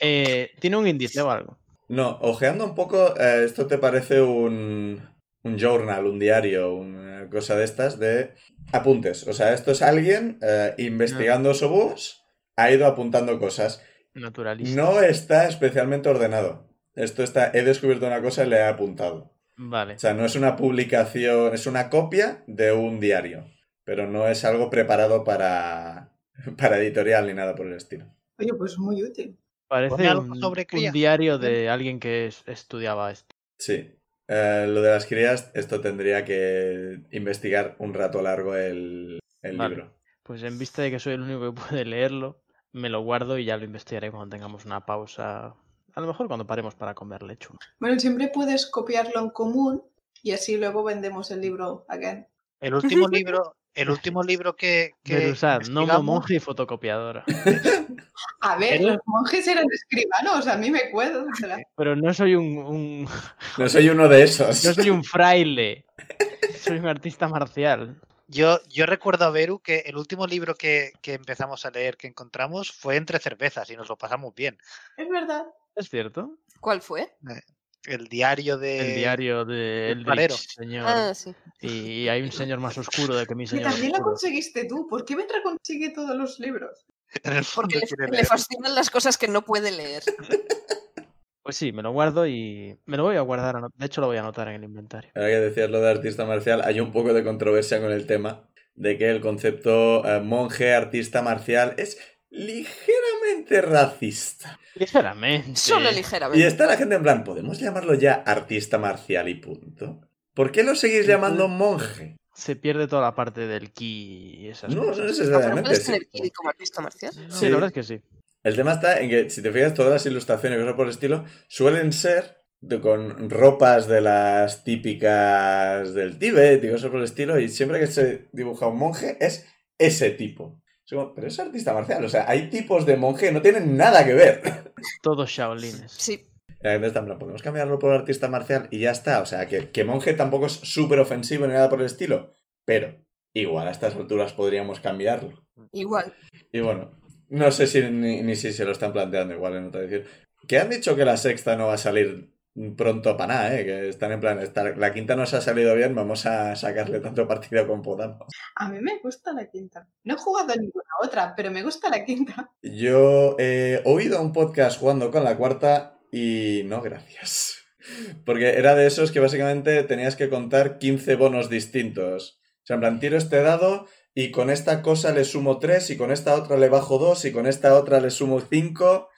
[SPEAKER 2] Eh, ¿Tiene un índice o algo?
[SPEAKER 1] No, ojeando un poco, eh, esto te parece un, un journal, un diario, una cosa de estas de apuntes. O sea, esto es alguien eh, investigando osobús, ha ido apuntando cosas.
[SPEAKER 2] Naturalista.
[SPEAKER 1] No está especialmente ordenado. Esto está, he descubierto una cosa y le he apuntado.
[SPEAKER 2] Vale.
[SPEAKER 1] O sea, no es una publicación, es una copia de un diario, pero no es algo preparado para, <laughs> para editorial ni nada por el estilo.
[SPEAKER 6] Oye, pues muy útil.
[SPEAKER 2] Parece
[SPEAKER 4] algo
[SPEAKER 2] un,
[SPEAKER 4] sobre
[SPEAKER 2] un
[SPEAKER 4] cría.
[SPEAKER 2] diario de alguien que es- estudiaba esto.
[SPEAKER 1] Sí. Eh, lo de las crías, esto tendría que investigar un rato largo el, el
[SPEAKER 2] Vale.
[SPEAKER 1] libro.
[SPEAKER 2] Pues en vista de que soy el único que <laughs> puede leerlo, me lo guardo y ya lo investigaré cuando tengamos una pausa. A lo mejor cuando paremos para comer lechuga.
[SPEAKER 6] Bueno, siempre puedes copiarlo en común y así luego vendemos el libro again.
[SPEAKER 4] El último libro, el último libro que, que
[SPEAKER 2] Berusad, gnomo,
[SPEAKER 4] investigamos-
[SPEAKER 2] monje y fotocopiadora.
[SPEAKER 6] A ver,
[SPEAKER 4] Pero-
[SPEAKER 6] los monjes eran escribanos, a mí me
[SPEAKER 3] <laughs>
[SPEAKER 6] cuadra.
[SPEAKER 2] Pero no soy un, un- no
[SPEAKER 1] No soy uno de esos.
[SPEAKER 2] soy un fraile. Soy un artista marcial.
[SPEAKER 4] Yo, yo recuerdo a Beru que el último libro que, que empezamos a leer, que encontramos, fue Entre cervezas y nos lo pasamos bien.
[SPEAKER 6] Es verdad.
[SPEAKER 2] ¿Es cierto?
[SPEAKER 3] ¿cuál fue?
[SPEAKER 4] El diario de...
[SPEAKER 2] El diario de
[SPEAKER 4] Eh, el
[SPEAKER 2] Eldritch,
[SPEAKER 4] farero.
[SPEAKER 2] señor.
[SPEAKER 3] Ah, sí.
[SPEAKER 2] Y, y hay un señor más oscuro de que mi
[SPEAKER 6] Que
[SPEAKER 2] señor.
[SPEAKER 6] también la
[SPEAKER 2] oscuro.
[SPEAKER 6] conseguiste tú. ¿Por qué Ventra consigue todos los libros?
[SPEAKER 4] <laughs> En el fondo
[SPEAKER 3] Porque
[SPEAKER 4] quiere
[SPEAKER 3] le, le
[SPEAKER 4] leer.
[SPEAKER 3] fascinan las cosas que no puede leer.
[SPEAKER 2] Pues sí, me lo guardo y me lo voy a guardar. ano- De hecho, lo voy a anotar en el inventario.
[SPEAKER 1] Ahora que decías lo de artista marcial, hay un poco de controversia con el tema de que el concepto eh, monje, artista marcial es ligeramente racista.
[SPEAKER 2] Ligeramente.
[SPEAKER 3] Solo
[SPEAKER 1] Y
[SPEAKER 3] ligeramente.
[SPEAKER 1] está la gente en plan, ¿podemos llamarlo ya artista marcial y punto? ¿Por qué lo seguís llamando monje?
[SPEAKER 2] Se pierde toda la parte del ki y esas
[SPEAKER 1] No, no
[SPEAKER 3] Ah,
[SPEAKER 2] cosas.
[SPEAKER 3] pero
[SPEAKER 1] necesariamente.
[SPEAKER 3] puedes
[SPEAKER 1] sí.
[SPEAKER 3] tener Kiri como artista marcial.
[SPEAKER 2] No,
[SPEAKER 1] Sí.
[SPEAKER 2] La verdad es que sí.
[SPEAKER 1] El tema está en que, si te fijas, todas las ilustraciones y cosas por el estilo suelen ser de- con ropas de las típicas del Tíbet y cosas por el estilo, y siempre que se dibuja un monje es ese tipo. Es como, pero es artista marcial, o sea, hay tipos de monje, no tienen nada que ver. <laughs>
[SPEAKER 2] Todos shaolines.
[SPEAKER 3] Sí.
[SPEAKER 1] La gente está en plan, podemos cambiarlo por artista marcial y ya está. O sea, que, que monje tampoco es súper ofensivo ni nada por el estilo, pero igual a estas alturas podríamos cambiarlo.
[SPEAKER 3] Igual.
[SPEAKER 1] Y bueno, no sé si ni, ni si se lo están planteando igual en otra edición. Que han dicho que la sexta no va a salir pronto para nada, ¿eh? que están en plan, esta- la quinta nos ha salido bien, vamos a sacarle tanto partido como podamos.
[SPEAKER 6] A mí me gusta la quinta. No he jugado a ninguna otra, pero me gusta la quinta.
[SPEAKER 1] Yo he oído un podcast jugando con la cuarta y no, gracias. Porque era de esos que básicamente tenías que contar 15 bonos distintos. O sea, en plan, tiro este dado y con esta cosa le sumo 3 y con esta otra le bajo 2 y con esta otra le sumo <laughs> 5.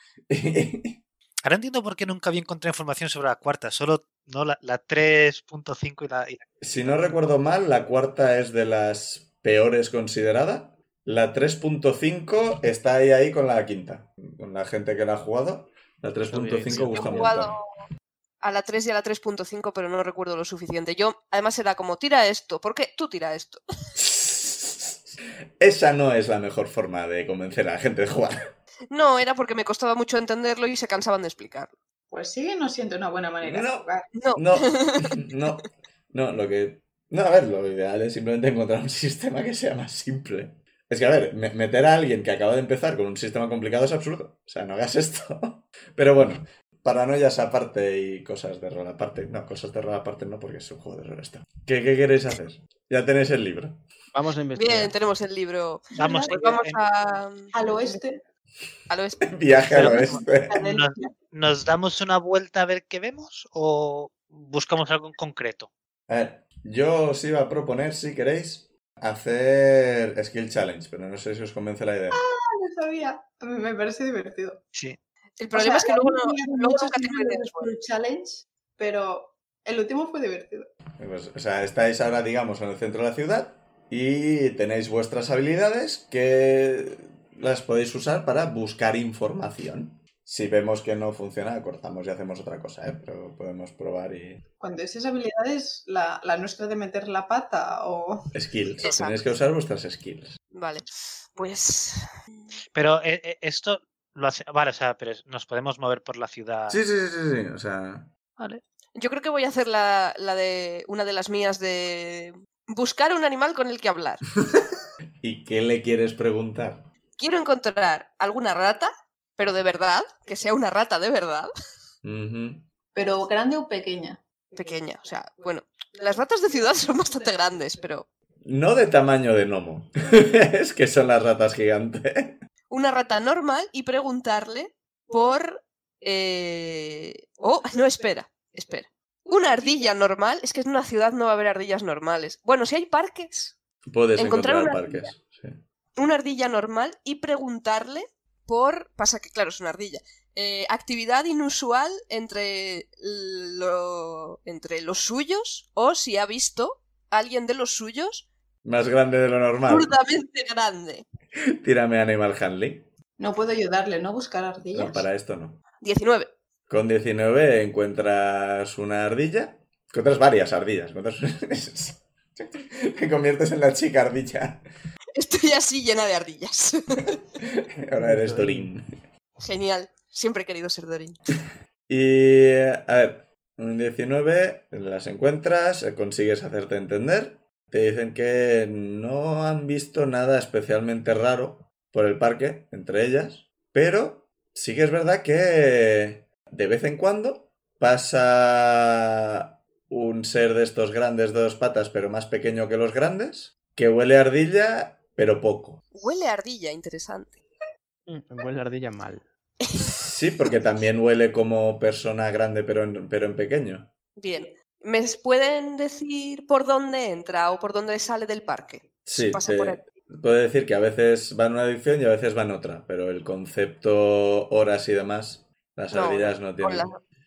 [SPEAKER 4] Ahora entiendo por qué nunca había encontrado información sobre la cuarta, solo no la, la 3.5 y la, y la-
[SPEAKER 1] Si no recuerdo mal, la cuarta es de las peores considerada. La 3.5 está ahí, ahí con la quinta. Con la gente que la ha jugado. La
[SPEAKER 2] Sí,
[SPEAKER 1] 3.5
[SPEAKER 3] Yo he
[SPEAKER 1] gusta
[SPEAKER 3] jugado
[SPEAKER 1] mucho.
[SPEAKER 3] a la 3 y a la 3.5, pero no recuerdo lo suficiente. Yo, además, era como, tira esto, ¿por qué tú tira esto?
[SPEAKER 1] <laughs>
[SPEAKER 3] <laughs>
[SPEAKER 1] Esa no es la mejor forma de convencer a la gente de jugar.
[SPEAKER 3] No, era porque me costaba mucho entenderlo y se cansaban de explicar.
[SPEAKER 6] Pues sigue no siendo una buena manera de
[SPEAKER 1] No.
[SPEAKER 6] jugar.
[SPEAKER 3] No,
[SPEAKER 1] No, no, no, lo que... No, a ver, lo ideal es simplemente encontrar un sistema que sea más simple. Es que, a ver, me- meter a alguien que acaba de empezar con un sistema complicado es absurdo. O sea, no hagas esto. <laughs> Pero bueno, paranoias aparte y cosas de rol aparte. No, cosas de rol aparte no, porque es un juego de rol esto. ¿Qué, qué queréis hacer? Ya tenéis el libro. <laughs>
[SPEAKER 2] Vamos a investigar.
[SPEAKER 3] bien, tenemos el libro.
[SPEAKER 4] Vamos,
[SPEAKER 3] Pues
[SPEAKER 4] en-
[SPEAKER 3] vamos
[SPEAKER 4] en-
[SPEAKER 3] a...
[SPEAKER 6] Al oeste,
[SPEAKER 3] al <laughs> oeste.
[SPEAKER 1] Viaje al
[SPEAKER 4] Pero-
[SPEAKER 1] oeste.
[SPEAKER 6] la del-
[SPEAKER 4] No. ¿Nos damos una vuelta a ver qué vemos o buscamos algo en concreto?
[SPEAKER 1] A ver, yo os iba a proponer, si queréis, hacer Skill Challenge, pero no sé si os convence la idea.
[SPEAKER 6] no sabía. A mí me parece divertido.
[SPEAKER 4] Sí.
[SPEAKER 3] El problema es que luego, no- luego nunca tengo ideas.
[SPEAKER 6] el challenge, pero el último fue divertido.
[SPEAKER 1] Pues, o sea, estáis ahora, digamos, en el centro de la ciudad y tenéis vuestras habilidades que las podéis usar para buscar información. Si vemos que no funciona, cortamos y hacemos otra cosa, ¿eh? Pero podemos probar y...
[SPEAKER 6] Cuando esas habilidades, la, la nuestra de meter la pata o... <laughs>
[SPEAKER 1] Skills.
[SPEAKER 3] Exacto.
[SPEAKER 1] Tenéis que usar vuestras skills.
[SPEAKER 3] Vale, pues...
[SPEAKER 4] Pero eh, eh, esto lo hace. Vale, o sea, pero es- nos podemos mover por la ciudad.
[SPEAKER 1] Sí, sí, sí, sí, sí, o sea...
[SPEAKER 3] Yo creo que voy a hacer la, la de una de las mías de buscar un animal con el que hablar.
[SPEAKER 1] ¿Y qué le quieres preguntar?
[SPEAKER 3] Quiero encontrar alguna rata, pero de verdad, que sea una rata de verdad,
[SPEAKER 1] Ujú.
[SPEAKER 5] Pero grande o pequeña.
[SPEAKER 3] pequeña. O sea, bueno, las ratas de ciudad <laughs> son bastante grandes, pero
[SPEAKER 1] No de tamaño de gnomo. <laughs> es que son las ratas gigantes.
[SPEAKER 3] una rata normal y preguntarle por... eh, Oh, no, espera, espera. Una ardilla normal, es que en una ciudad no va a haber ardillas normales. Bueno, si hay parques,
[SPEAKER 1] Puedes
[SPEAKER 3] Encontrar
[SPEAKER 1] encontrar,
[SPEAKER 3] una
[SPEAKER 1] parques. sí.
[SPEAKER 3] una ardilla normal y preguntarle por. Pasa que, claro, es una ardilla. eh, actividad inusual entre, lo- entre los suyos o si ha visto a alguien de los suyos
[SPEAKER 1] Más grande de lo normal.
[SPEAKER 3] absurdamente grande.
[SPEAKER 1] Tírame Animal Handling.
[SPEAKER 6] No puedo ayudarle, ¿no? Buscar ardillas.
[SPEAKER 1] No, para esto no.
[SPEAKER 3] 19.
[SPEAKER 1] Con 19 encuentras una ardilla. Encuentras varias ardillas. encuentras- <laughs> Te conviertes en la chica ardilla.
[SPEAKER 3] Estoy así llena de ardillas. <laughs>
[SPEAKER 1] Ahora eres Dorin.
[SPEAKER 3] Genial. Siempre he querido ser Dorin.
[SPEAKER 1] Y, a ver, un 19 las encuentras, eh, consigues hacerte entender. Te dicen que no han visto nada especialmente raro por el parque, entre ellas. Pero sí que es verdad que de vez en cuando pasa un ser de estos grandes de dos patas, pero más pequeño que los grandes, que huele a ardilla, pero poco.
[SPEAKER 3] Huele a ardilla, interesante.
[SPEAKER 2] Mm, Huele a ardilla mal.
[SPEAKER 1] Sí, porque también huele como persona grande, pero en- pero en pequeño.
[SPEAKER 3] Bien. ¿Me pueden decir por dónde entra o por dónde sale del parque?
[SPEAKER 1] Sí, eh,
[SPEAKER 3] pasa
[SPEAKER 1] te-
[SPEAKER 3] por aquí.
[SPEAKER 1] puedo decir que a veces va en una dirección y a veces va en otra, pero el concepto horas y demás, las
[SPEAKER 3] No,
[SPEAKER 1] habilidades no
[SPEAKER 3] Con
[SPEAKER 1] tienen.
[SPEAKER 3] la,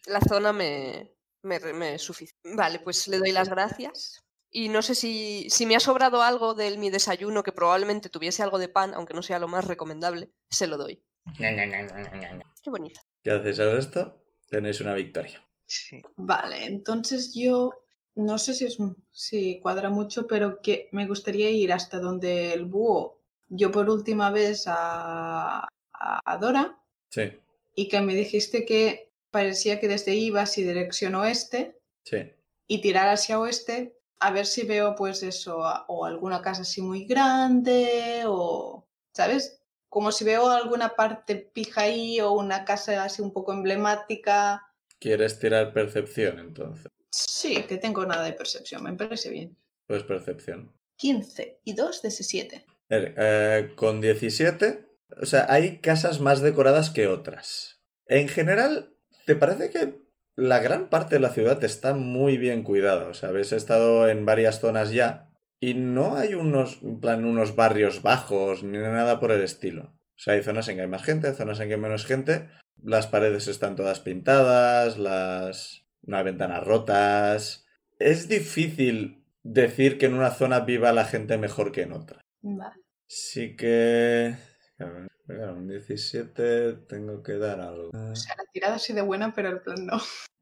[SPEAKER 3] la zona me, me, suficiente. Vale, pues le doy las gracias. Y no sé si, si me ha sobrado algo de mi desayuno, que probablemente tuviese algo de pan, aunque no sea lo más recomendable, se lo doy. Qué bonita.
[SPEAKER 1] ¿Qué hacéis al resto? Tenéis una victoria.
[SPEAKER 4] Sí.
[SPEAKER 6] Vale, entonces yo no sé si, es, si cuadra mucho, pero que me gustaría ir hasta donde el búho
[SPEAKER 5] yo por última vez a, a Dora
[SPEAKER 1] Sí,
[SPEAKER 5] y que me dijiste que parecía que desde ahí ibas y dirección oeste
[SPEAKER 1] sí.
[SPEAKER 5] y tirar hacia oeste a ver si veo pues eso a- o alguna casa así muy grande o sabes como si veo alguna parte pija ahí o una casa así un poco emblemática
[SPEAKER 1] ¿Quieres tirar percepción entonces?
[SPEAKER 5] sí que tengo nada de percepción me parece bien
[SPEAKER 1] Pues percepción.
[SPEAKER 5] 15 y 2 17
[SPEAKER 1] Er, eh, con 17, o sea, hay casas más decoradas que otras. En general, ¿te parece que la gran parte de la ciudad está muy bien cuidada? O sea, habéis estado en varias zonas ya y no hay unos, en plan, unos barrios bajos ni nada por el estilo. O sea, hay zonas en que hay más gente, zonas en que hay menos gente. Las paredes están todas pintadas, las... no hay ventanas rotas. Es difícil decir que en una zona viva la gente mejor que en otra.
[SPEAKER 5] vale
[SPEAKER 1] Sí que... a ver, espera, un 17 tengo que dar algo.
[SPEAKER 5] o sea la tirada así de buena pero el plan no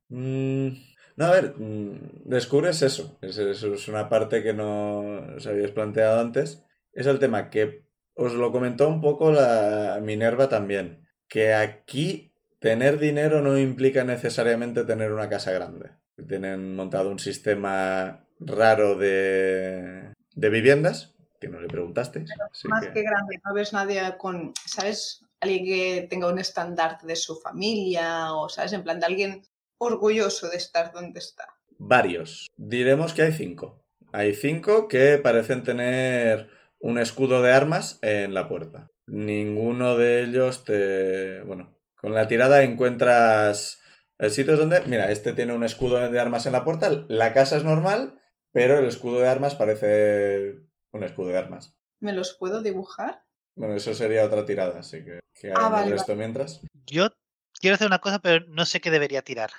[SPEAKER 1] Mm, no, a ver, mm, descubres eso. Es, eso es una parte que no os habíais planteado antes. Es el tema que os lo comentó un poco la Minerva también. Que aquí tener dinero no implica necesariamente tener una casa grande. Tienen montado un sistema raro de, de viviendas, que no le preguntasteis. así
[SPEAKER 5] más
[SPEAKER 1] que-
[SPEAKER 5] que grande, no ves nadie con, ¿sabes? Alguien que tenga un estandarte de su familia o, ¿sabes? En plan de alguien orgulloso de estar donde está.
[SPEAKER 1] Varios. Diremos que hay cinco. Hay cinco que parecen tener un escudo de armas en la puerta. Ninguno de ellos te... Bueno, con la tirada encuentras el sitio donde... Mira, este tiene un escudo de armas en la puerta. La casa es normal, pero el escudo de armas parece un escudo de armas.
[SPEAKER 5] ¿Me los puedo dibujar?
[SPEAKER 1] Bueno, eso sería otra tirada, así que... que
[SPEAKER 5] Ah,
[SPEAKER 1] hagamos
[SPEAKER 5] vale,
[SPEAKER 1] esto mientras.
[SPEAKER 4] Yo quiero hacer una cosa, pero no sé qué debería tirar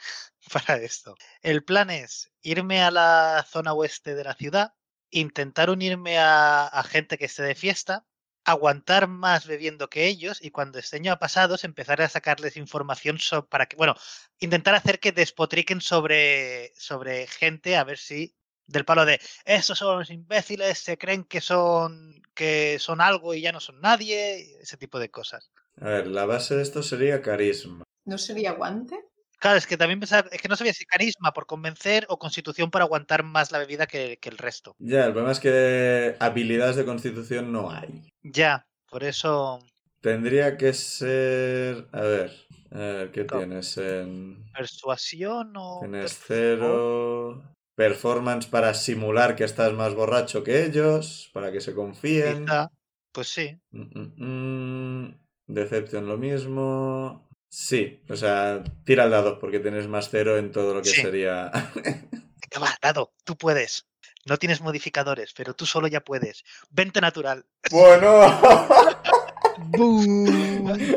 [SPEAKER 4] <laughs> para esto. El plan es irme a la zona oeste de la ciudad, intentar unirme a, a gente que esté de fiesta, aguantar más bebiendo que ellos y cuando este año ha pasado empezar a sacarles información so- para que, bueno, intentar hacer que despotriquen sobre, sobre gente a ver si del palo de esos son los imbéciles, se creen que son que son algo y ya no son nadie, ese tipo de cosas.
[SPEAKER 1] A ver, la base de esto sería carisma.
[SPEAKER 5] ¿No sería guante?
[SPEAKER 4] Claro, es que también pensaba, es que no sabía si carisma por convencer o constitución para aguantar más la bebida que, que el resto.
[SPEAKER 1] Ya, el problema es que habilidades de constitución no hay.
[SPEAKER 4] Ya, por eso,
[SPEAKER 1] Tendría que ser. A ver. A ver, ¿qué
[SPEAKER 4] Claro.
[SPEAKER 1] tienes en.
[SPEAKER 4] persuasión o...
[SPEAKER 1] Tienes
[SPEAKER 4] perf-
[SPEAKER 1] cero. Performance para simular que estás más borracho que ellos. Para que se confíen.
[SPEAKER 4] quizá. Pues sí,
[SPEAKER 1] Mm, mm, mm. Deception lo mismo. Sí, o sea, tira al dado porque tienes más cero en todo lo que
[SPEAKER 4] Sí. <laughs>
[SPEAKER 1] sería.
[SPEAKER 4] venga, va, dado, tú puedes. No tienes modificadores, pero tú solo ya puedes. Vente natural.
[SPEAKER 1] bueno.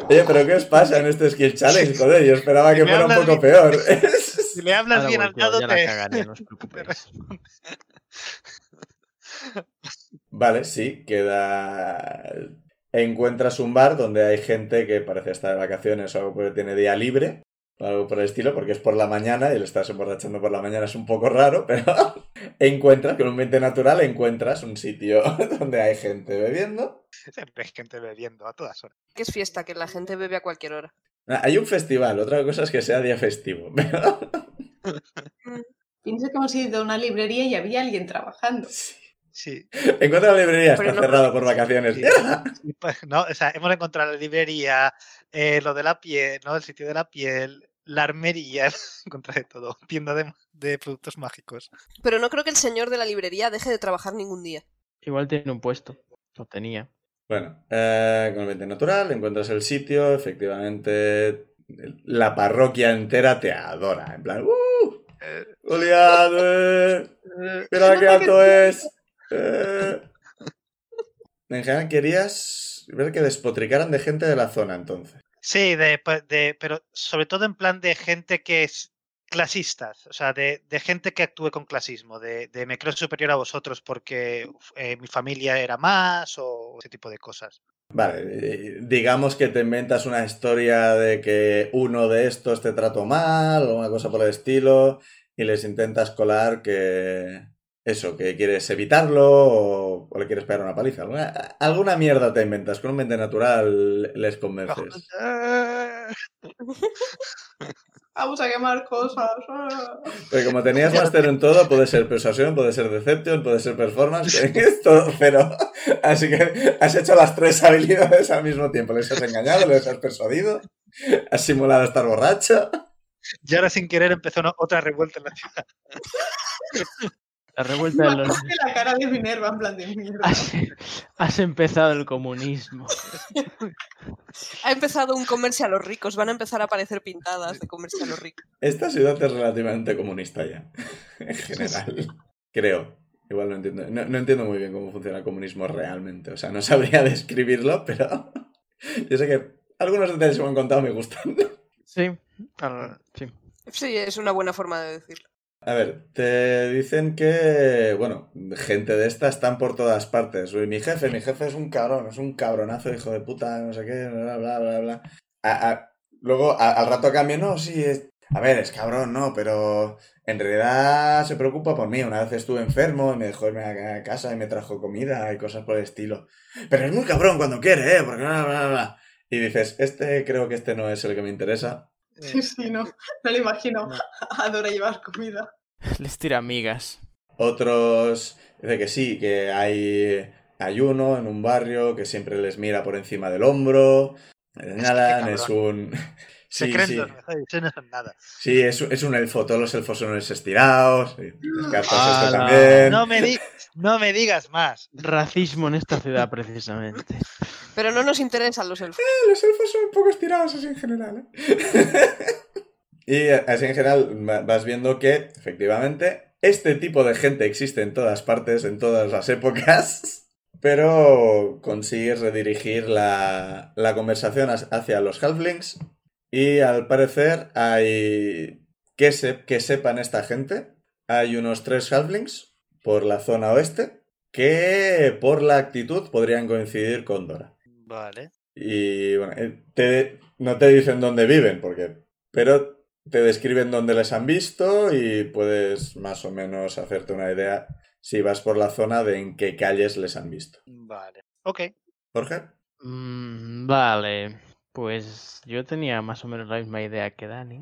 [SPEAKER 1] Oye, pero ¿qué os pasa en este skill challenge? Joder, yo esperaba que
[SPEAKER 4] Me
[SPEAKER 1] fuera un
[SPEAKER 4] hablas
[SPEAKER 1] poco
[SPEAKER 4] bien.
[SPEAKER 1] peor.
[SPEAKER 4] <laughs> <laughs>
[SPEAKER 1] <laughs>
[SPEAKER 4] Si le hablas
[SPEAKER 2] Ahora
[SPEAKER 4] bien al
[SPEAKER 2] voy, tío,
[SPEAKER 4] dado,
[SPEAKER 2] ya
[SPEAKER 4] <laughs>
[SPEAKER 2] la
[SPEAKER 4] te-
[SPEAKER 2] cagaré, no os preocupéis.
[SPEAKER 1] Vale, sí, queda. Encuentras un bar donde hay gente que parece estar de vacaciones o algo porque tiene día libre, o algo por el estilo, porque es por la mañana y lo estás emborrachando por la mañana, es un poco raro, <laughs> pero encuentras, con un 20 natural, encuentras un sitio <laughs> donde hay gente bebiendo.
[SPEAKER 4] siempre hay gente bebiendo a todas horas.
[SPEAKER 3] Que es fiesta, que la gente bebe a cualquier hora.
[SPEAKER 1] Ah, Hay un festival, otra cosa es que sea día festivo, <laughs> pero
[SPEAKER 5] Piensa que hemos ido a una librería y había alguien trabajando.
[SPEAKER 4] Sí.
[SPEAKER 1] encuentras la librería,
[SPEAKER 3] Pero
[SPEAKER 1] está
[SPEAKER 3] no-
[SPEAKER 1] cerrado por vacaciones.
[SPEAKER 4] Sí. Y pues, no, o sea, hemos encontrado la librería, eh, lo de la piel, ¿no? El sitio de la piel, la armería, <laughs> contra de todo, tienda de, de productos mágicos.
[SPEAKER 3] Pero no creo que el señor de la librería deje de trabajar ningún día.
[SPEAKER 2] Igual tiene un puesto. Lo tenía.
[SPEAKER 1] Bueno, eh, con el 20 natural encuentras el sitio, efectivamente la parroquia entera te adora, en plan, ¡uh! ¡Goliat! eh! ¡Mira qué alto es! Eh. En general querías ver que despotricaran de gente de la zona entonces.
[SPEAKER 4] Sí, de, pa- de- pero sobre todo en plan de gente que es clasistas, o sea, de, de gente que actúe con clasismo, de, de me creo superior a vosotros porque uf, eh, mi familia era más o ese tipo de cosas.
[SPEAKER 1] Vale, eh, digamos que te inventas una historia de que uno de estos te trató mal o una cosa por el estilo y les intentas colar que, Eso, que quieres evitarlo o, o le quieres pegar una paliza. Alguna, alguna mierda te inventas, con un mente natural les convences. Ah.
[SPEAKER 5] Vamos a quemar cosas. ah.
[SPEAKER 1] Pero como tenías máster en todo, puede ser persuasión, puede ser deception, puede ser performance, <laughs> es todo cero. Así que has hecho las tres habilidades al mismo tiempo. Les has engañado, les has persuadido, has simulado estar borracho.
[SPEAKER 4] Y ahora sin querer empezó una- otra revuelta en la ciudad.
[SPEAKER 2] La revuelta de los...
[SPEAKER 5] Mataste la cara de Minerva en plan de mierda.
[SPEAKER 2] Has, has empezado el comunismo.
[SPEAKER 3] Ha empezado un comercio a los ricos, van a empezar a aparecer pintadas de comercio a los ricos.
[SPEAKER 1] Esta ciudad es relativamente comunista ya, en general. Creo. Igual no entiendo, no, no entiendo muy bien cómo funciona el comunismo realmente. O sea, no sabría <laughs> describirlo, pero <laughs> yo sé que algunos detalles que me han contado me gustan.
[SPEAKER 2] Sí, al- sí.
[SPEAKER 3] Sí, es una buena forma de decirlo.
[SPEAKER 1] A ver, te dicen que, bueno, gente de esta están por todas partes. Uy, mi jefe, mi jefe es un cabrón, es un cabronazo, hijo de puta, no sé qué, bla, bla, bla, bla. A- a- luego, a- al rato cambia, no, sí, es- a ver, es cabrón, no, pero en realidad se preocupa por mí. Una vez estuve enfermo y me dejó irme a casa y me trajo comida y cosas por el estilo. Pero es muy cabrón cuando quiere, ¿eh? Porque bla, bla, bla. Y dices, este creo que este no es el que me interesa.
[SPEAKER 5] Sí, sí, no. No lo imagino. Adora llevar comida.
[SPEAKER 2] Les tira migas.
[SPEAKER 1] Otros dice que sí, que hay, hay uno en un barrio que siempre les mira por encima del hombro.
[SPEAKER 4] que
[SPEAKER 1] Nalan
[SPEAKER 4] qué
[SPEAKER 1] es
[SPEAKER 4] cabrón.
[SPEAKER 1] un.
[SPEAKER 4] Se <laughs>
[SPEAKER 1] Sí,
[SPEAKER 4] creen
[SPEAKER 1] sí,
[SPEAKER 4] los mejores, eso no son nada.
[SPEAKER 1] sí, es, un- es un elfo. Todos los elfos son unos estirados. y Descartas esto
[SPEAKER 2] ¡Hala!
[SPEAKER 1] también.
[SPEAKER 4] No
[SPEAKER 1] <laughs>
[SPEAKER 4] me, di- no me digas más.
[SPEAKER 2] Racismo en esta ciudad, precisamente.
[SPEAKER 3] Pero no nos interesan los elfos.
[SPEAKER 1] Eh, Los elfos son un poco estirados así en general. ¿eh? y así en general va- vas viendo que, efectivamente, este tipo de gente existe en todas partes, en todas las épocas, pero consigues redirigir la, la conversación as- hacia los halflings y al parecer hay... Que, se- que sepan esta gente, hay unos tres halflings por la zona oeste que por la actitud podrían coincidir con Dora.
[SPEAKER 4] Vale.
[SPEAKER 1] Y bueno, eh, te- no te dicen dónde viven, porque, pero te describen dónde les han visto y puedes más o menos hacerte una idea si vas por la zona de en qué calles les han visto.
[SPEAKER 4] Vale. Ok. <laughs>
[SPEAKER 1] Jorge,
[SPEAKER 2] Mm, vale. Pues yo tenía más o menos la misma idea que Dani.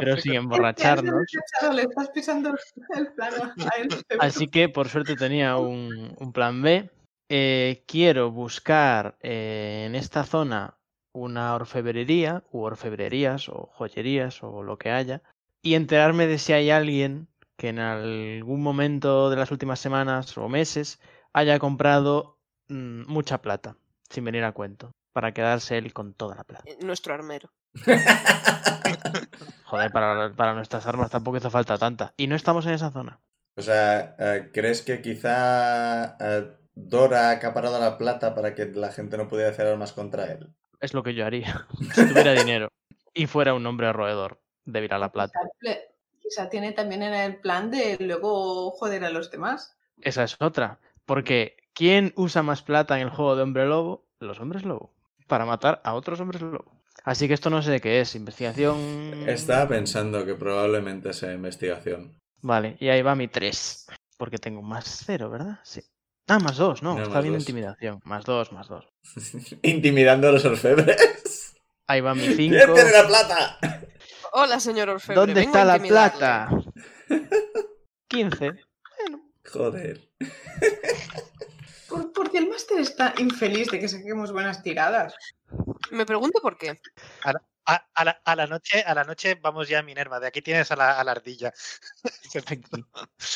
[SPEAKER 2] Pero sin em emborracharnos.
[SPEAKER 5] Este Claro, le estás pisando el plano a él.
[SPEAKER 2] Así que por suerte tenía un, un plan B. Eh, quiero buscar eh, en esta zona una orfebrería, u orfebrerías, o joyerías, o lo que haya, y enterarme de si hay alguien que en algún momento de las últimas semanas o meses haya comprado mm, mucha plata, sin venir a cuento, para quedarse él con toda la plata.
[SPEAKER 3] Eh, Nuestro armero.
[SPEAKER 2] Joder, para, para nuestras armas tampoco hizo falta tanta. Y no estamos en esa zona.
[SPEAKER 1] o sea, eh, ¿crees que quizá eh, Dora ha acaparado la plata para que la gente no pudiera hacer armas contra él?
[SPEAKER 2] Es lo que yo haría. <laughs> Si tuviera dinero y fuera un hombre roedor, débil a la plata.
[SPEAKER 5] Le- Quizá tiene también en el plan de luego joder a los demás.
[SPEAKER 2] Esa es otra. Porque ¿quién usa más plata en el juego de hombre lobo? Los hombres lobo. Para matar a otros hombres lobo. Así que esto no sé de qué es. Investigación.
[SPEAKER 1] Estaba pensando que probablemente sea investigación.
[SPEAKER 2] Vale, y ahí va mi 3. Porque tengo un más 0, ¿verdad? Sí. Ah, más 2, no.
[SPEAKER 1] No,
[SPEAKER 2] está
[SPEAKER 1] más
[SPEAKER 2] bien
[SPEAKER 1] dos.
[SPEAKER 2] intimidación. Más 2, más 2.
[SPEAKER 1] Intimidando a los orfebres. <laughs>
[SPEAKER 2] Ahí va mi
[SPEAKER 1] ¿Quién
[SPEAKER 2] 5.
[SPEAKER 1] tiene la plata?
[SPEAKER 3] Hola, señor Orfebre.
[SPEAKER 2] ¿Dónde
[SPEAKER 3] vengo a
[SPEAKER 2] está la
[SPEAKER 3] intimidarle.
[SPEAKER 2] plata? <laughs> 15.
[SPEAKER 1] Joder.
[SPEAKER 5] Por- porque el máster está infeliz de que saquemos buenas tiradas.
[SPEAKER 3] Me pregunto por qué.
[SPEAKER 4] A, a la, a la noche, a la noche vamos ya a Minerva. De aquí tienes a la, a la
[SPEAKER 2] <laughs>
[SPEAKER 4] ardilla.
[SPEAKER 2] Aquí.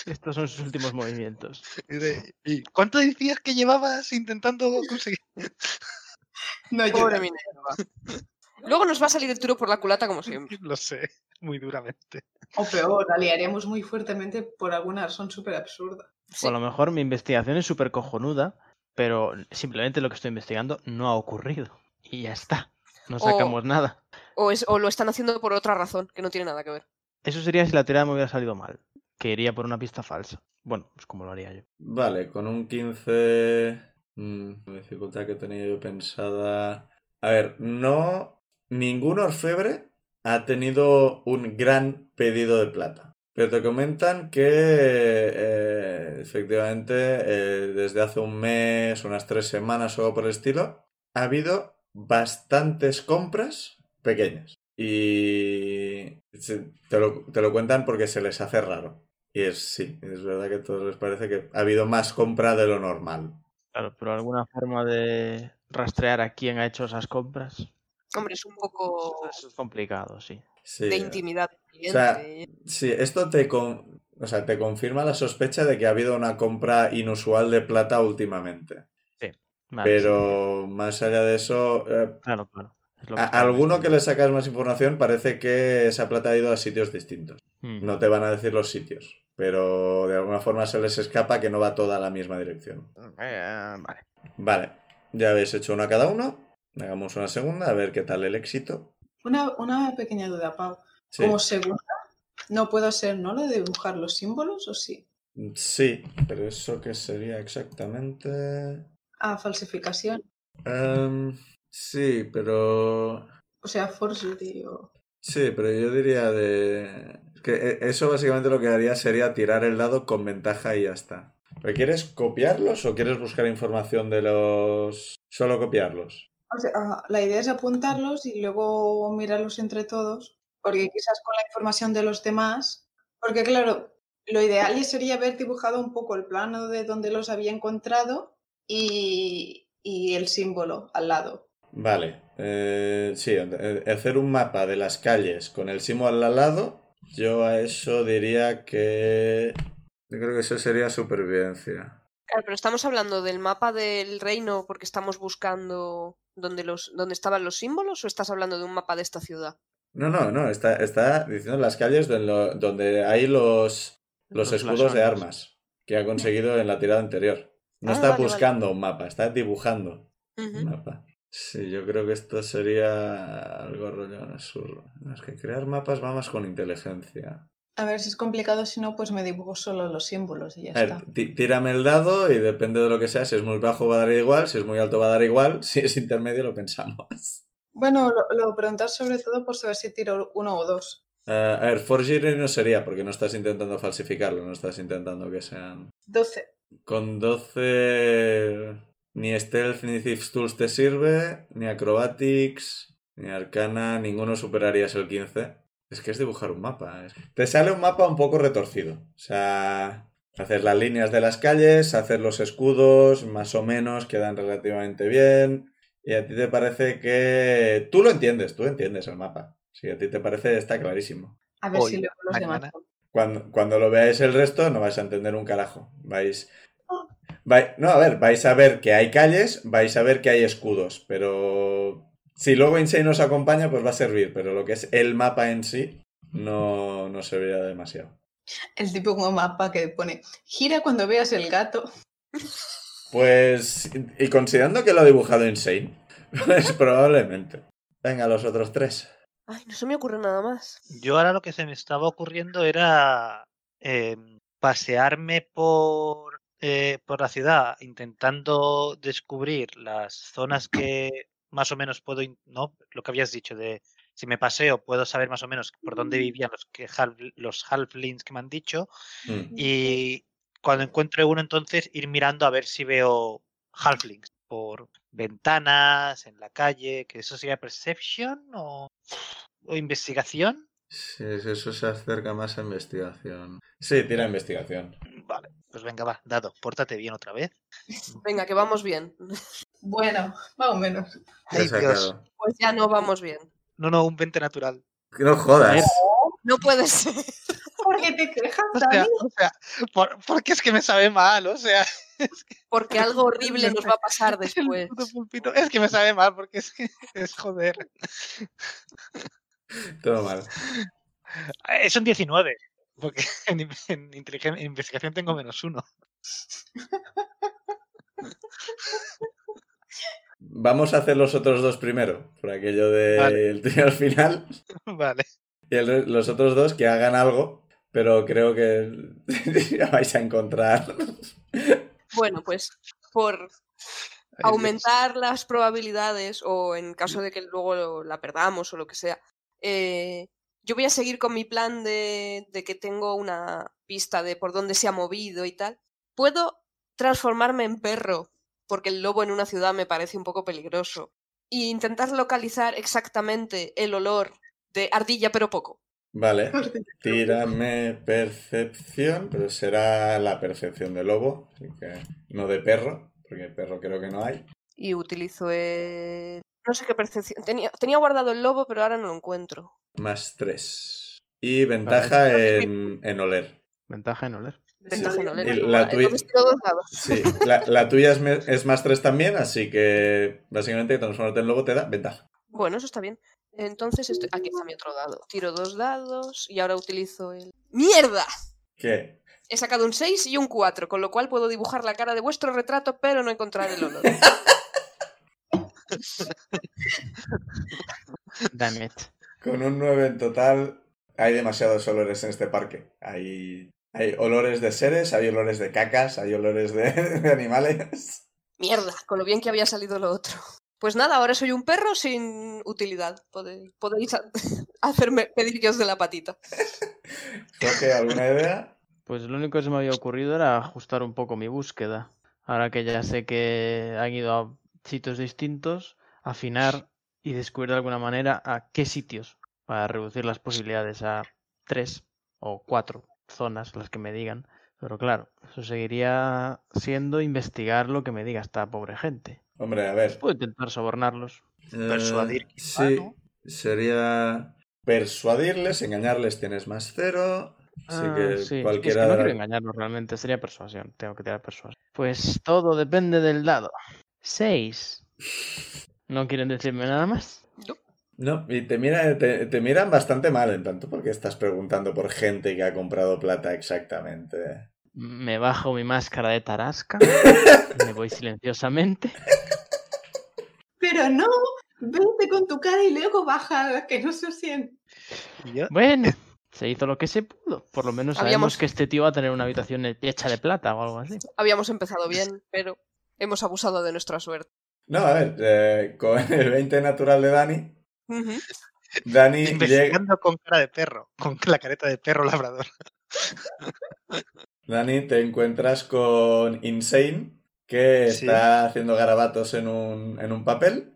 [SPEAKER 2] Estos son sus últimos movimientos.
[SPEAKER 4] Y de- ¿Y cuánto decías que llevabas intentando conseguir? <laughs>
[SPEAKER 5] No
[SPEAKER 3] Pobre
[SPEAKER 5] llora.
[SPEAKER 3] Minerva. Luego nos va a salir el tiro por la culata como
[SPEAKER 4] <laughs>
[SPEAKER 3] siempre.
[SPEAKER 4] Lo sé, muy duramente.
[SPEAKER 5] O peor, la liaremos muy fuertemente por alguna razón súper absurda.
[SPEAKER 3] Sí.
[SPEAKER 2] O a lo mejor mi investigación es súper cojonuda, pero simplemente lo que estoy investigando no ha ocurrido. Y ya está. No sacamos nada.
[SPEAKER 3] O, es, o lo están haciendo por otra razón, que no tiene nada que ver.
[SPEAKER 2] Eso sería si la tirada me hubiera salido mal, que iría por una pista falsa. Bueno, pues como lo haría yo.
[SPEAKER 1] Vale, con un 15... mm, la dificultad que tenía yo pensada... A ver, no... Ningún orfebre ha tenido un gran pedido de plata. Pero te comentan que eh, efectivamente eh, desde hace un mes, unas tres semanas o algo por el estilo, ha habido bastantes compras pequeñas. Y se- te lo, te lo cuentan porque se les hace raro. Y es sí, es verdad que a todos les parece que ha habido más compra de lo normal.
[SPEAKER 2] Claro, pero alguna forma de rastrear a quién ha hecho esas compras.
[SPEAKER 3] Hombre, es un poco
[SPEAKER 2] Eso es complicado, sí.
[SPEAKER 1] Sí,
[SPEAKER 3] de intimidad del cliente.
[SPEAKER 1] sea, sí, esto te, con- o sea, te confirma la sospecha de que ha habido una compra inusual de plata últimamente.
[SPEAKER 2] Vale, Ah, sí,
[SPEAKER 1] Pero más allá de eso, eh,
[SPEAKER 2] Claro, claro. Es lo
[SPEAKER 1] a-
[SPEAKER 2] estaba
[SPEAKER 1] alguno que
[SPEAKER 2] pensando.
[SPEAKER 1] le sacas más información parece que esa plata ha ido a sitios distintos.
[SPEAKER 2] Mm.
[SPEAKER 1] No te van a decir los sitios, pero de alguna forma se les escapa que no va toda a la misma dirección.
[SPEAKER 2] Eh, vale.
[SPEAKER 1] Vale, ya habéis hecho una cada uno. Hagamos una segunda, a ver qué tal el éxito.
[SPEAKER 5] Una, una pequeña duda, Pau.
[SPEAKER 1] Sí,
[SPEAKER 5] Como segunda, no puedo hacer, ¿no? Lo de dibujar los símbolos, ¿o sí?
[SPEAKER 1] sí pero eso qué sería exactamente.
[SPEAKER 5] Ah, falsificación.
[SPEAKER 1] Em, sí, pero.
[SPEAKER 5] O sea, forgery o...
[SPEAKER 1] Sí, pero yo diría de. Que e- eso básicamente lo que haría sería tirar el dado con ventaja y ya está. ¿Pero quieres copiarlos o quieres buscar información de los. Solo copiarlos?
[SPEAKER 5] O sea, ah, la idea es apuntarlos y luego mirarlos entre todos, porque quizás con la información de los demás, porque claro, lo ideal ya sería haber dibujado un poco el plano de donde los había encontrado y, y el símbolo al lado.
[SPEAKER 1] Vale. eh, sí, eh, hacer un mapa de las calles con el símbolo al lado. Yo a eso diría que. Yo creo que eso sería supervivencia.
[SPEAKER 3] Claro, pero estamos hablando del mapa del reino porque estamos buscando dónde, los, dónde estaban los símbolos o estás hablando de un mapa de esta ciudad.
[SPEAKER 1] No, no, no, está, está diciendo las calles de lo- donde hay los, los
[SPEAKER 2] Los
[SPEAKER 1] escudos de
[SPEAKER 2] blasones.
[SPEAKER 1] armas que ha conseguido en la tirada anterior. No
[SPEAKER 3] Ah,
[SPEAKER 1] está
[SPEAKER 3] vale,
[SPEAKER 1] buscando un mapa, está dibujando
[SPEAKER 3] Ujú.
[SPEAKER 1] un mapa. Sí, yo creo que esto sería algo rollo absurdo. No, Es que crear mapas va más con inteligencia.
[SPEAKER 5] A ver si es complicado, si no, pues me dibujo solo los símbolos y ya
[SPEAKER 1] A ver,
[SPEAKER 5] está.
[SPEAKER 1] tí- tírame el dado y depende de lo que sea, si es muy bajo va a dar igual, si es muy alto va a dar igual, <laughs> si es intermedio lo pensamos.
[SPEAKER 5] Bueno, lo, lo preguntar sobre todo por saber si tiro uno o dos.
[SPEAKER 1] Eh, a ver, forgery no sería porque no estás intentando falsificarlo, no estás intentando que sean...
[SPEAKER 5] 12.
[SPEAKER 1] Con 12 ni Stealth ni Thief's Tools te sirve, ni Acrobatics, ni Arcana, ninguno superarías el 15. Es que es dibujar un mapa. es- Te sale un mapa un poco retorcido. O sea, haces las líneas de las calles, haces los escudos, más o menos, quedan relativamente bien. Y a ti te parece que... Tú lo entiendes, tú entiendes el mapa. Si a ti te parece, está clarísimo.
[SPEAKER 5] A ver
[SPEAKER 4] Hoy,
[SPEAKER 5] si luego los demás.
[SPEAKER 4] mañana.
[SPEAKER 1] Cuando, cuando lo veáis el resto no vais a entender un carajo. Vais,
[SPEAKER 4] Ah.
[SPEAKER 1] vai- No, a ver, vais a ver que hay calles, vais a ver que hay escudos, pero... Si luego Insane nos acompaña, pues va a servir, pero lo que es el mapa en sí no, no servirá demasiado.
[SPEAKER 5] El típico mapa que pone, gira cuando veas el gato.
[SPEAKER 1] Pues, y considerando que lo ha dibujado Insane, <laughs> pues probablemente. Venga, los otros tres.
[SPEAKER 3] Ay, no se me ocurre nada más.
[SPEAKER 4] Yo ahora lo que se me estaba ocurriendo era em, pasearme por, eh, por la ciudad intentando descubrir las zonas que más o menos puedo, in- ¿no? Lo que habías dicho de si me paseo puedo saber más o menos por dónde vivían los, que half, los halflings que me han dicho
[SPEAKER 1] Mm.
[SPEAKER 4] y cuando encuentre uno entonces ir mirando a ver si veo halflings por ventanas, en la calle, que eso sería perception o, o investigación.
[SPEAKER 1] Sí, eso se acerca más a investigación. Sí, tira investigación.
[SPEAKER 4] Vale, pues venga, va, dado, pórtate bien otra vez.
[SPEAKER 3] Venga, que vamos bien. <laughs>
[SPEAKER 5] Bueno, más o menos.
[SPEAKER 1] ¿Qué has
[SPEAKER 4] Ay, Dios.
[SPEAKER 1] sacado?
[SPEAKER 3] Pues ya no vamos bien.
[SPEAKER 4] No, no, un 20 natural.
[SPEAKER 1] No jodas.
[SPEAKER 3] No puede ser.
[SPEAKER 5] ¿Por qué te quejas,
[SPEAKER 4] O sea,
[SPEAKER 5] Dani?
[SPEAKER 4] o sea, por- porque es que me sabe mal, o sea, <laughs>
[SPEAKER 3] Porque algo horrible nos va a pasar después.
[SPEAKER 4] puto pulpito, es que me sabe mal, porque es que <laughs> es joder.
[SPEAKER 1] Todo mal.
[SPEAKER 4] Es un 19, Eh, porque <laughs> en, in- en inteligen- en investigación tengo menos uno. <laughs>
[SPEAKER 1] Vamos a hacer los otros dos primero, por aquello del
[SPEAKER 4] Vale.
[SPEAKER 1] tío al final.
[SPEAKER 4] Vale,
[SPEAKER 1] Y el re- los otros dos que hagan algo, pero creo que <laughs> ya vais a encontrar.
[SPEAKER 3] Bueno, pues por
[SPEAKER 4] Ay,
[SPEAKER 3] <laughs> aumentar las probabilidades o en caso de que luego la perdamos o lo que sea, eh, Yo voy a seguir con mi plan de, de que tengo una pista de por dónde se ha movido y tal. Puedo transformarme en perro, porque el lobo en una ciudad me parece un poco peligroso. Y intentar localizar exactamente el olor de ardilla, pero poco.
[SPEAKER 1] Vale. Tírame percepción, pero será la percepción de lobo, así que no de perro, porque perro creo que no hay.
[SPEAKER 3] Y utilizo el... No sé qué percepción... Tenía, tenía guardado el lobo, pero ahora no lo encuentro.
[SPEAKER 1] Más tres. Y ventaja en, en oler.
[SPEAKER 2] Ventaja en oler.
[SPEAKER 3] Ventaja
[SPEAKER 1] Sí.
[SPEAKER 3] en oler.
[SPEAKER 1] Y
[SPEAKER 3] igual,
[SPEAKER 1] la tuya-
[SPEAKER 3] entonces tiro dos dados.
[SPEAKER 1] Sí, la, la tuya es, me- es más tres también, así que básicamente transformarte en lobo te da ventaja.
[SPEAKER 3] Bueno, eso está bien. Entonces, estoy... aquí está mi otro dado. Tiro dos dados y ahora utilizo el... ¡Mierda!
[SPEAKER 1] ¿Qué?
[SPEAKER 3] He sacado un 6 y un 4, con lo cual puedo dibujar la cara de vuestro retrato, pero no encontrar el olor.
[SPEAKER 2] Damn it.
[SPEAKER 1] Con un 9 en total, hay demasiados olores en este parque. Hay, hay olores de seres, hay olores de cacas, hay olores de, <laughs> de animales.
[SPEAKER 3] <laughs> Mierda, con lo bien que había salido lo otro. Pues nada, ahora soy un perro sin utilidad. Pode- Podéis ha- <laughs> hacerme pedillos de la patita.
[SPEAKER 1] Jorge, ¿alguna idea?
[SPEAKER 2] Pues lo único que se me había ocurrido era ajustar un poco mi búsqueda. Ahora que ya sé que han ido a sitios distintos, afinar y descubrir de alguna manera a qué sitios para reducir las posibilidades a tres o cuatro zonas, las que me digan. Pero claro, eso seguiría siendo investigar lo que me diga esta pobre gente.
[SPEAKER 1] Hombre, a ver.
[SPEAKER 2] Puedo intentar sobornarlos.
[SPEAKER 4] Persuadir,
[SPEAKER 1] Eh,
[SPEAKER 4] quizá,
[SPEAKER 1] sí,
[SPEAKER 4] ¿no?
[SPEAKER 1] sería persuadirles, engañarles tienes más cero. Así
[SPEAKER 2] Ah,
[SPEAKER 1] que
[SPEAKER 2] sí, es que
[SPEAKER 1] cualquiera...
[SPEAKER 2] no
[SPEAKER 1] de
[SPEAKER 2] quiero
[SPEAKER 1] la-
[SPEAKER 2] engañarlos realmente, sería persuasión. Tengo que tirar persuasión. Pues todo depende del dado. 6. ¿No quieren decirme nada más?
[SPEAKER 1] No, y te, mira, te, te miran bastante mal en tanto porque estás preguntando por gente que ha comprado plata exactamente.
[SPEAKER 2] Me bajo mi máscara de tarasca. me voy silenciosamente.
[SPEAKER 5] Pero no, vete con tu cara y luego baja, que no se siente.
[SPEAKER 4] Y yo-
[SPEAKER 2] Bueno, se hizo lo que se pudo. Por lo menos sabemos
[SPEAKER 3] Habíamos-
[SPEAKER 2] que este tío va a tener una habitación hecha de plata o algo así.
[SPEAKER 4] Eh,
[SPEAKER 3] Habíamos empezado bien, pero hemos abusado de nuestra suerte.
[SPEAKER 1] No, a ver, eh, con el 20 natural de Dani,
[SPEAKER 3] Ujú.
[SPEAKER 4] <laughs>
[SPEAKER 1] Dani llega,
[SPEAKER 4] Investigando con cara de perro, con la careta de perro labrador. <laughs>
[SPEAKER 1] Dani, te encuentras con Insane, que
[SPEAKER 4] Sí.
[SPEAKER 1] está haciendo garabatos en un, en un papel.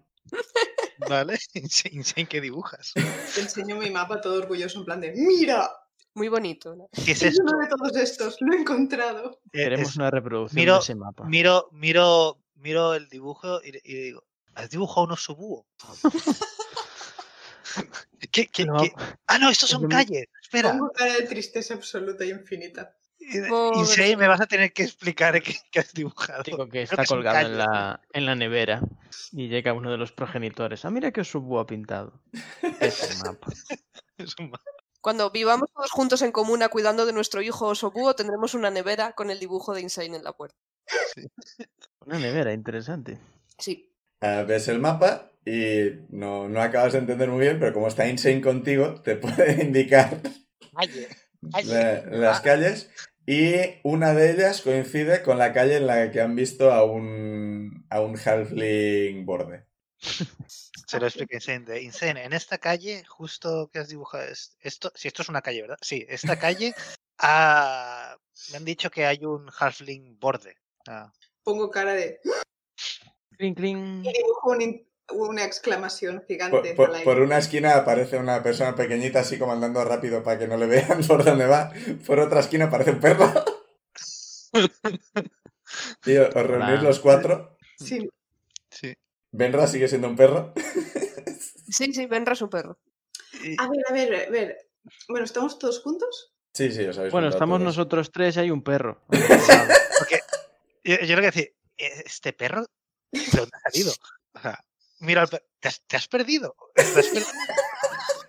[SPEAKER 4] ¿Vale? <laughs> Insane, insane, ¿qué dibujas?
[SPEAKER 5] Te enseño mi mapa todo orgulloso, en plan de, mira,
[SPEAKER 3] Muy bonito. ¿no?
[SPEAKER 4] ¿Qué es
[SPEAKER 5] es
[SPEAKER 4] esto?
[SPEAKER 5] uno de todos estos, lo he encontrado.
[SPEAKER 4] Eh,
[SPEAKER 2] Queremos
[SPEAKER 4] es-
[SPEAKER 2] una reproducción
[SPEAKER 4] miro-
[SPEAKER 2] de ese mapa.
[SPEAKER 4] miro, miro, miro el dibujo y, y digo, ¿has dibujado un oso <laughs> búho? ¿Qué- qué-
[SPEAKER 2] No,
[SPEAKER 4] qué? Ah, no, estos
[SPEAKER 2] Es
[SPEAKER 4] son
[SPEAKER 2] lo mi-
[SPEAKER 4] calles. Espera.
[SPEAKER 5] Tengo cara de tristeza absoluta e infinita.
[SPEAKER 3] Pobre.
[SPEAKER 4] Insane, me vas a tener que explicar qué, qué has dibujado.
[SPEAKER 2] Digo que
[SPEAKER 4] Creo
[SPEAKER 2] está
[SPEAKER 4] es un
[SPEAKER 2] colgado en
[SPEAKER 4] callo.
[SPEAKER 2] la, en la nevera y llega uno de los progenitores. Ah, mira que subo
[SPEAKER 4] <laughs>
[SPEAKER 2] ha pintado. Ese mapa.
[SPEAKER 4] <laughs> Es un ma-
[SPEAKER 3] Cuando vivamos todos juntos en comuna cuidando de nuestro hijo oso búho, tendremos una nevera con el dibujo de Insane en la puerta.
[SPEAKER 2] Una nevera, interesante.
[SPEAKER 3] Sí.
[SPEAKER 1] Ah, ves el mapa y no, no acabas de entender muy bien, pero como está Insane contigo, te <laughs> puede indicar
[SPEAKER 4] Calle. Ah.
[SPEAKER 1] la- las calles. Y una de ellas coincide con la calle en la que han visto a un, a un halfling borde.
[SPEAKER 4] Se lo explico a Insane. de, Insane, en esta calle, justo que has dibujado es- esto, si esto es una calle, ¿verdad? Sí, esta <laughs> calle ah, me han dicho que hay un halfling borde. Ah,
[SPEAKER 5] Pongo cara de,
[SPEAKER 2] Cling, cling.
[SPEAKER 5] y dibujo un in- una exclamación
[SPEAKER 1] Por,
[SPEAKER 5] gigante.
[SPEAKER 1] por-
[SPEAKER 5] al aire.
[SPEAKER 1] por una esquina aparece una persona pequeñita así como andando rápido para que no le vean <laughs> por dónde va. Por otra esquina aparece un
[SPEAKER 2] <laughs>
[SPEAKER 1] perro. Y os reunís
[SPEAKER 2] Hola.
[SPEAKER 1] los cuatro.
[SPEAKER 5] Sí,
[SPEAKER 4] sí.
[SPEAKER 1] Benra sigue siendo un perro.
[SPEAKER 3] Sí, sí, Benra es un perro.
[SPEAKER 4] Y-
[SPEAKER 5] A ver, a ver, a ver. Bueno, ¿estamos todos juntos?
[SPEAKER 1] Sí, sí, os habéis
[SPEAKER 2] Bueno,
[SPEAKER 1] juntado
[SPEAKER 2] estamos
[SPEAKER 1] todos.
[SPEAKER 2] nosotros tres y hay un <laughs> perro. al otro lado.
[SPEAKER 4] Yo, yo lo que decir, "¿E- ¿este perro de dónde ha salido? O sea, mira, al per- ¿te has, te has perdido? ¿Te has perdido?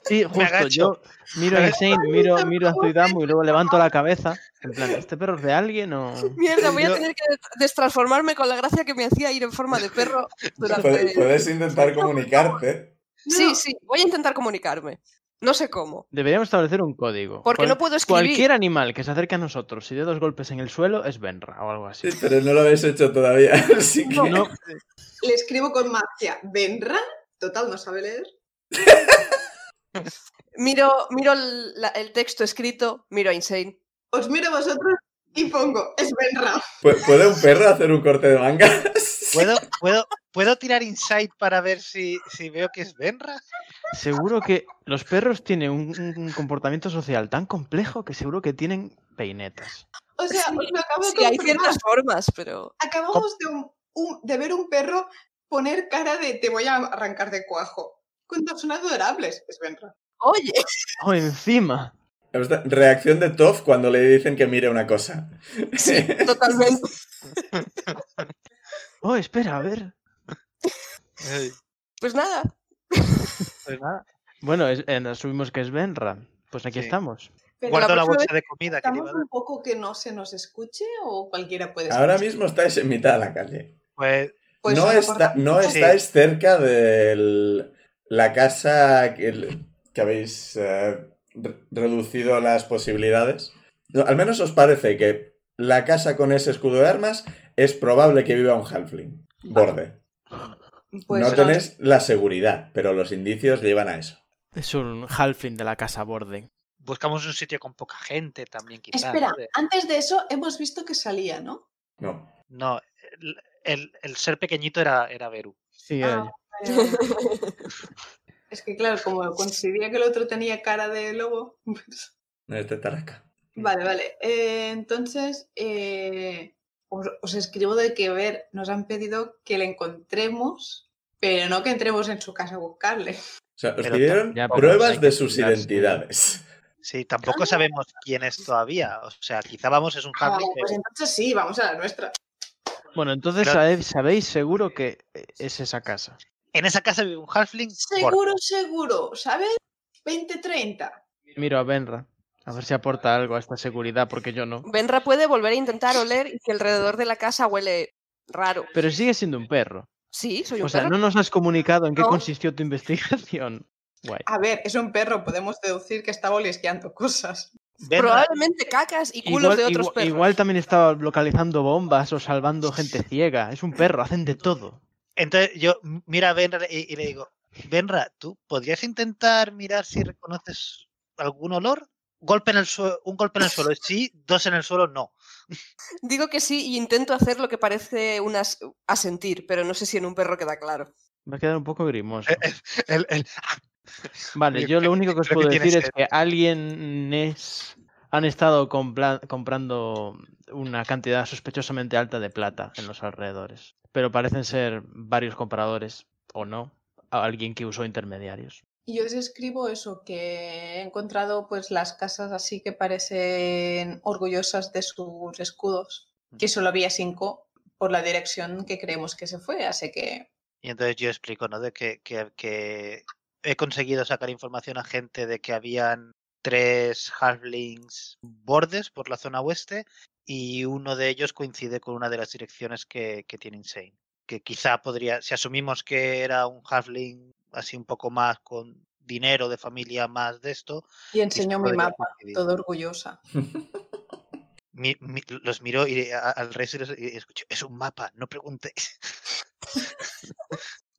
[SPEAKER 2] Sí, justo
[SPEAKER 4] agacho.
[SPEAKER 2] yo miro a Insane, miro, miro a Zuidamu y luego levanto la cabeza. En plan, ¿este perro es de alguien o...?
[SPEAKER 3] Mierda, voy a
[SPEAKER 4] Yo-
[SPEAKER 3] tener que destransformarme con la gracia que me hacía ir en forma de perro
[SPEAKER 1] Puedes,
[SPEAKER 3] durante...
[SPEAKER 1] puedes intentar comunicarte.
[SPEAKER 3] Sí, sí, voy a intentar comunicarme. No sé cómo.
[SPEAKER 2] Deberíamos establecer un código.
[SPEAKER 3] Porque
[SPEAKER 2] Cual-
[SPEAKER 3] no puedo escribir.
[SPEAKER 2] Cualquier animal que se acerque a nosotros y dé dos golpes en el suelo es Benra o algo así.
[SPEAKER 1] Sí, pero no lo habéis hecho todavía. <laughs> Así que...
[SPEAKER 2] No,
[SPEAKER 5] Le escribo con magia. ¿Benra? Total, no sabe leer.
[SPEAKER 3] Miro, miro el, la- el texto escrito, miro a Insane.
[SPEAKER 5] Os miro a vosotros y pongo, es Benra.
[SPEAKER 1] ¿Pu- ¿Puede un perro hacer un corte de manga?
[SPEAKER 4] ¿Puedo, puedo, ¿Puedo tirar insight para ver si, si veo que es Benra?
[SPEAKER 2] Seguro que los perros tienen un, un- un comportamiento social tan complejo que seguro que tienen peinetas.
[SPEAKER 5] O sea,
[SPEAKER 3] Sí,
[SPEAKER 5] os lo acabo de
[SPEAKER 3] Sí, hay
[SPEAKER 5] confirmar.
[SPEAKER 3] ciertas formas, pero.
[SPEAKER 5] Acabamos de, un- un- de ver un perro poner cara de te voy a arrancar de cuajo. Cuando son adorables, es Benra.
[SPEAKER 2] <laughs>
[SPEAKER 3] Oye,
[SPEAKER 2] ¡Oh, encima!
[SPEAKER 1] Esta <laughs> Reacción de Toph cuando le dicen que mire una cosa.
[SPEAKER 3] sí, <laughs> totalmente.
[SPEAKER 2] ¡Oh, espera, a ver!
[SPEAKER 4] Ey,
[SPEAKER 3] Pues nada,
[SPEAKER 4] Pues nada.
[SPEAKER 2] Bueno, es- eh, asumimos que es Benra. Pues aquí
[SPEAKER 4] Sí.
[SPEAKER 2] estamos.
[SPEAKER 5] Pero
[SPEAKER 4] Guardo la
[SPEAKER 5] próxima
[SPEAKER 4] bolsa
[SPEAKER 5] vez
[SPEAKER 4] de comida que le iba
[SPEAKER 5] ¿Estamos
[SPEAKER 4] a dar.
[SPEAKER 5] un poco que no se nos escuche o cualquiera puede
[SPEAKER 1] Ahora
[SPEAKER 5] escuchar?
[SPEAKER 1] mismo estáis en mitad de la calle.
[SPEAKER 4] Pues
[SPEAKER 5] Pues
[SPEAKER 1] no,
[SPEAKER 5] a lo mejor-
[SPEAKER 1] está- no
[SPEAKER 4] Sí.
[SPEAKER 1] estáis cerca de la casa que, el- que habéis eh, re- reducido las posibilidades. No, al menos os parece que la casa con ese escudo de armas es probable que viva un halfling. Borde.
[SPEAKER 5] pues
[SPEAKER 1] no tenéis la seguridad, pero los indicios llevan a eso.
[SPEAKER 2] Es un halfling de la casa borde.
[SPEAKER 4] buscamos un sitio con poca gente también, quizás.
[SPEAKER 5] Espera,
[SPEAKER 4] ¿no? De-
[SPEAKER 5] antes de eso hemos visto que salía, ¿no?
[SPEAKER 1] No.
[SPEAKER 4] No, el, el- el ser pequeñito era, era Beru.
[SPEAKER 2] Sí,
[SPEAKER 5] Ah,
[SPEAKER 2] oye.
[SPEAKER 5] vale, vale. es que claro, como coincidía que el otro tenía cara de lobo. <laughs> pues-
[SPEAKER 1] Este Taraka.
[SPEAKER 5] Vale, vale. Eh, entonces, eh, os, os escribo de que, a ver, nos han pedido que le encontremos, pero no que entremos en su casa a buscarle.
[SPEAKER 1] O sea, os
[SPEAKER 4] Pero
[SPEAKER 1] pidieron
[SPEAKER 2] ya, pero hay
[SPEAKER 1] pruebas
[SPEAKER 2] que
[SPEAKER 1] de sus
[SPEAKER 2] cuidarse.
[SPEAKER 1] identidades.
[SPEAKER 4] Sí, tampoco sabemos quién es todavía. O sea, quizá vamos, es un
[SPEAKER 5] Ah,
[SPEAKER 4] Harley.
[SPEAKER 5] vale, pues entonces sí, vamos a la nuestra.
[SPEAKER 2] Bueno, entonces
[SPEAKER 4] Claro.
[SPEAKER 2] sabe- sabéis seguro que eh, es esa casa.
[SPEAKER 4] En esa casa vive un Halfling. Por-
[SPEAKER 5] Seguro, seguro, ¿sabes? 20-30.
[SPEAKER 2] Miro a Benra. A ver si aporta algo a esta seguridad, porque yo no.
[SPEAKER 3] Benra puede volver a intentar oler y que alrededor de la casa huele raro.
[SPEAKER 2] Pero sigue siendo un perro.
[SPEAKER 3] Sí, soy un
[SPEAKER 2] O sea,
[SPEAKER 3] perro.
[SPEAKER 2] no nos has comunicado en qué
[SPEAKER 3] No.
[SPEAKER 2] consistió tu investigación. Guay.
[SPEAKER 5] A ver, es un perro, podemos deducir que estaba olisqueando cosas.
[SPEAKER 4] Benra,
[SPEAKER 3] Probablemente cacas y <laughs> culos
[SPEAKER 2] Igual,
[SPEAKER 3] de otros
[SPEAKER 2] igua-
[SPEAKER 3] perros.
[SPEAKER 2] igual también estaba localizando bombas o salvando gente ciega. Es un perro, hacen de todo.
[SPEAKER 4] Entonces yo m- mira a Benra y, y le digo, Benra, ¿tú podrías intentar mirar si reconoces algún olor? Golpe en el suelo, un golpe en el suelo, sí, dos en el suelo, no.
[SPEAKER 3] Digo que sí y intento hacer lo que parece un as- asentir, pero no sé si en un perro queda claro.
[SPEAKER 2] Me ha quedado un poco grimoso.
[SPEAKER 4] El- el-
[SPEAKER 2] Vale,
[SPEAKER 4] yo
[SPEAKER 2] yo lo
[SPEAKER 4] creo-
[SPEAKER 2] único que os
[SPEAKER 4] creo que
[SPEAKER 2] puedo
[SPEAKER 4] tiene
[SPEAKER 2] decir es
[SPEAKER 4] sed.
[SPEAKER 2] que alguienes han estado compla- comprando una cantidad sospechosamente alta de plata en los alrededores. Pero parecen ser varios compradores, o no, a alguien que usó intermediarios.
[SPEAKER 5] Y yo les escribo eso, que he encontrado pues las casas así que parecen orgullosas de sus escudos, que solo había cinco por la dirección que creemos que se fue, así que
[SPEAKER 4] Y entonces yo explico, ¿no? De que, que- que he conseguido sacar información a gente de que habían tres halflings bordes por la zona oeste y uno de ellos coincide con una de las direcciones que, que tiene Insane. Que quizá podría, si asumimos que era un halfling así un poco más con dinero de familia más de esto.
[SPEAKER 5] y
[SPEAKER 4] quizá
[SPEAKER 5] enseñó mi
[SPEAKER 4] podría
[SPEAKER 5] mapa,
[SPEAKER 4] coincidir.
[SPEAKER 5] todo orgullosa.
[SPEAKER 4] Mi- mi- los miro y eh, a- al rey se les- y escucho, es un mapa, no preguntéis. <laughs>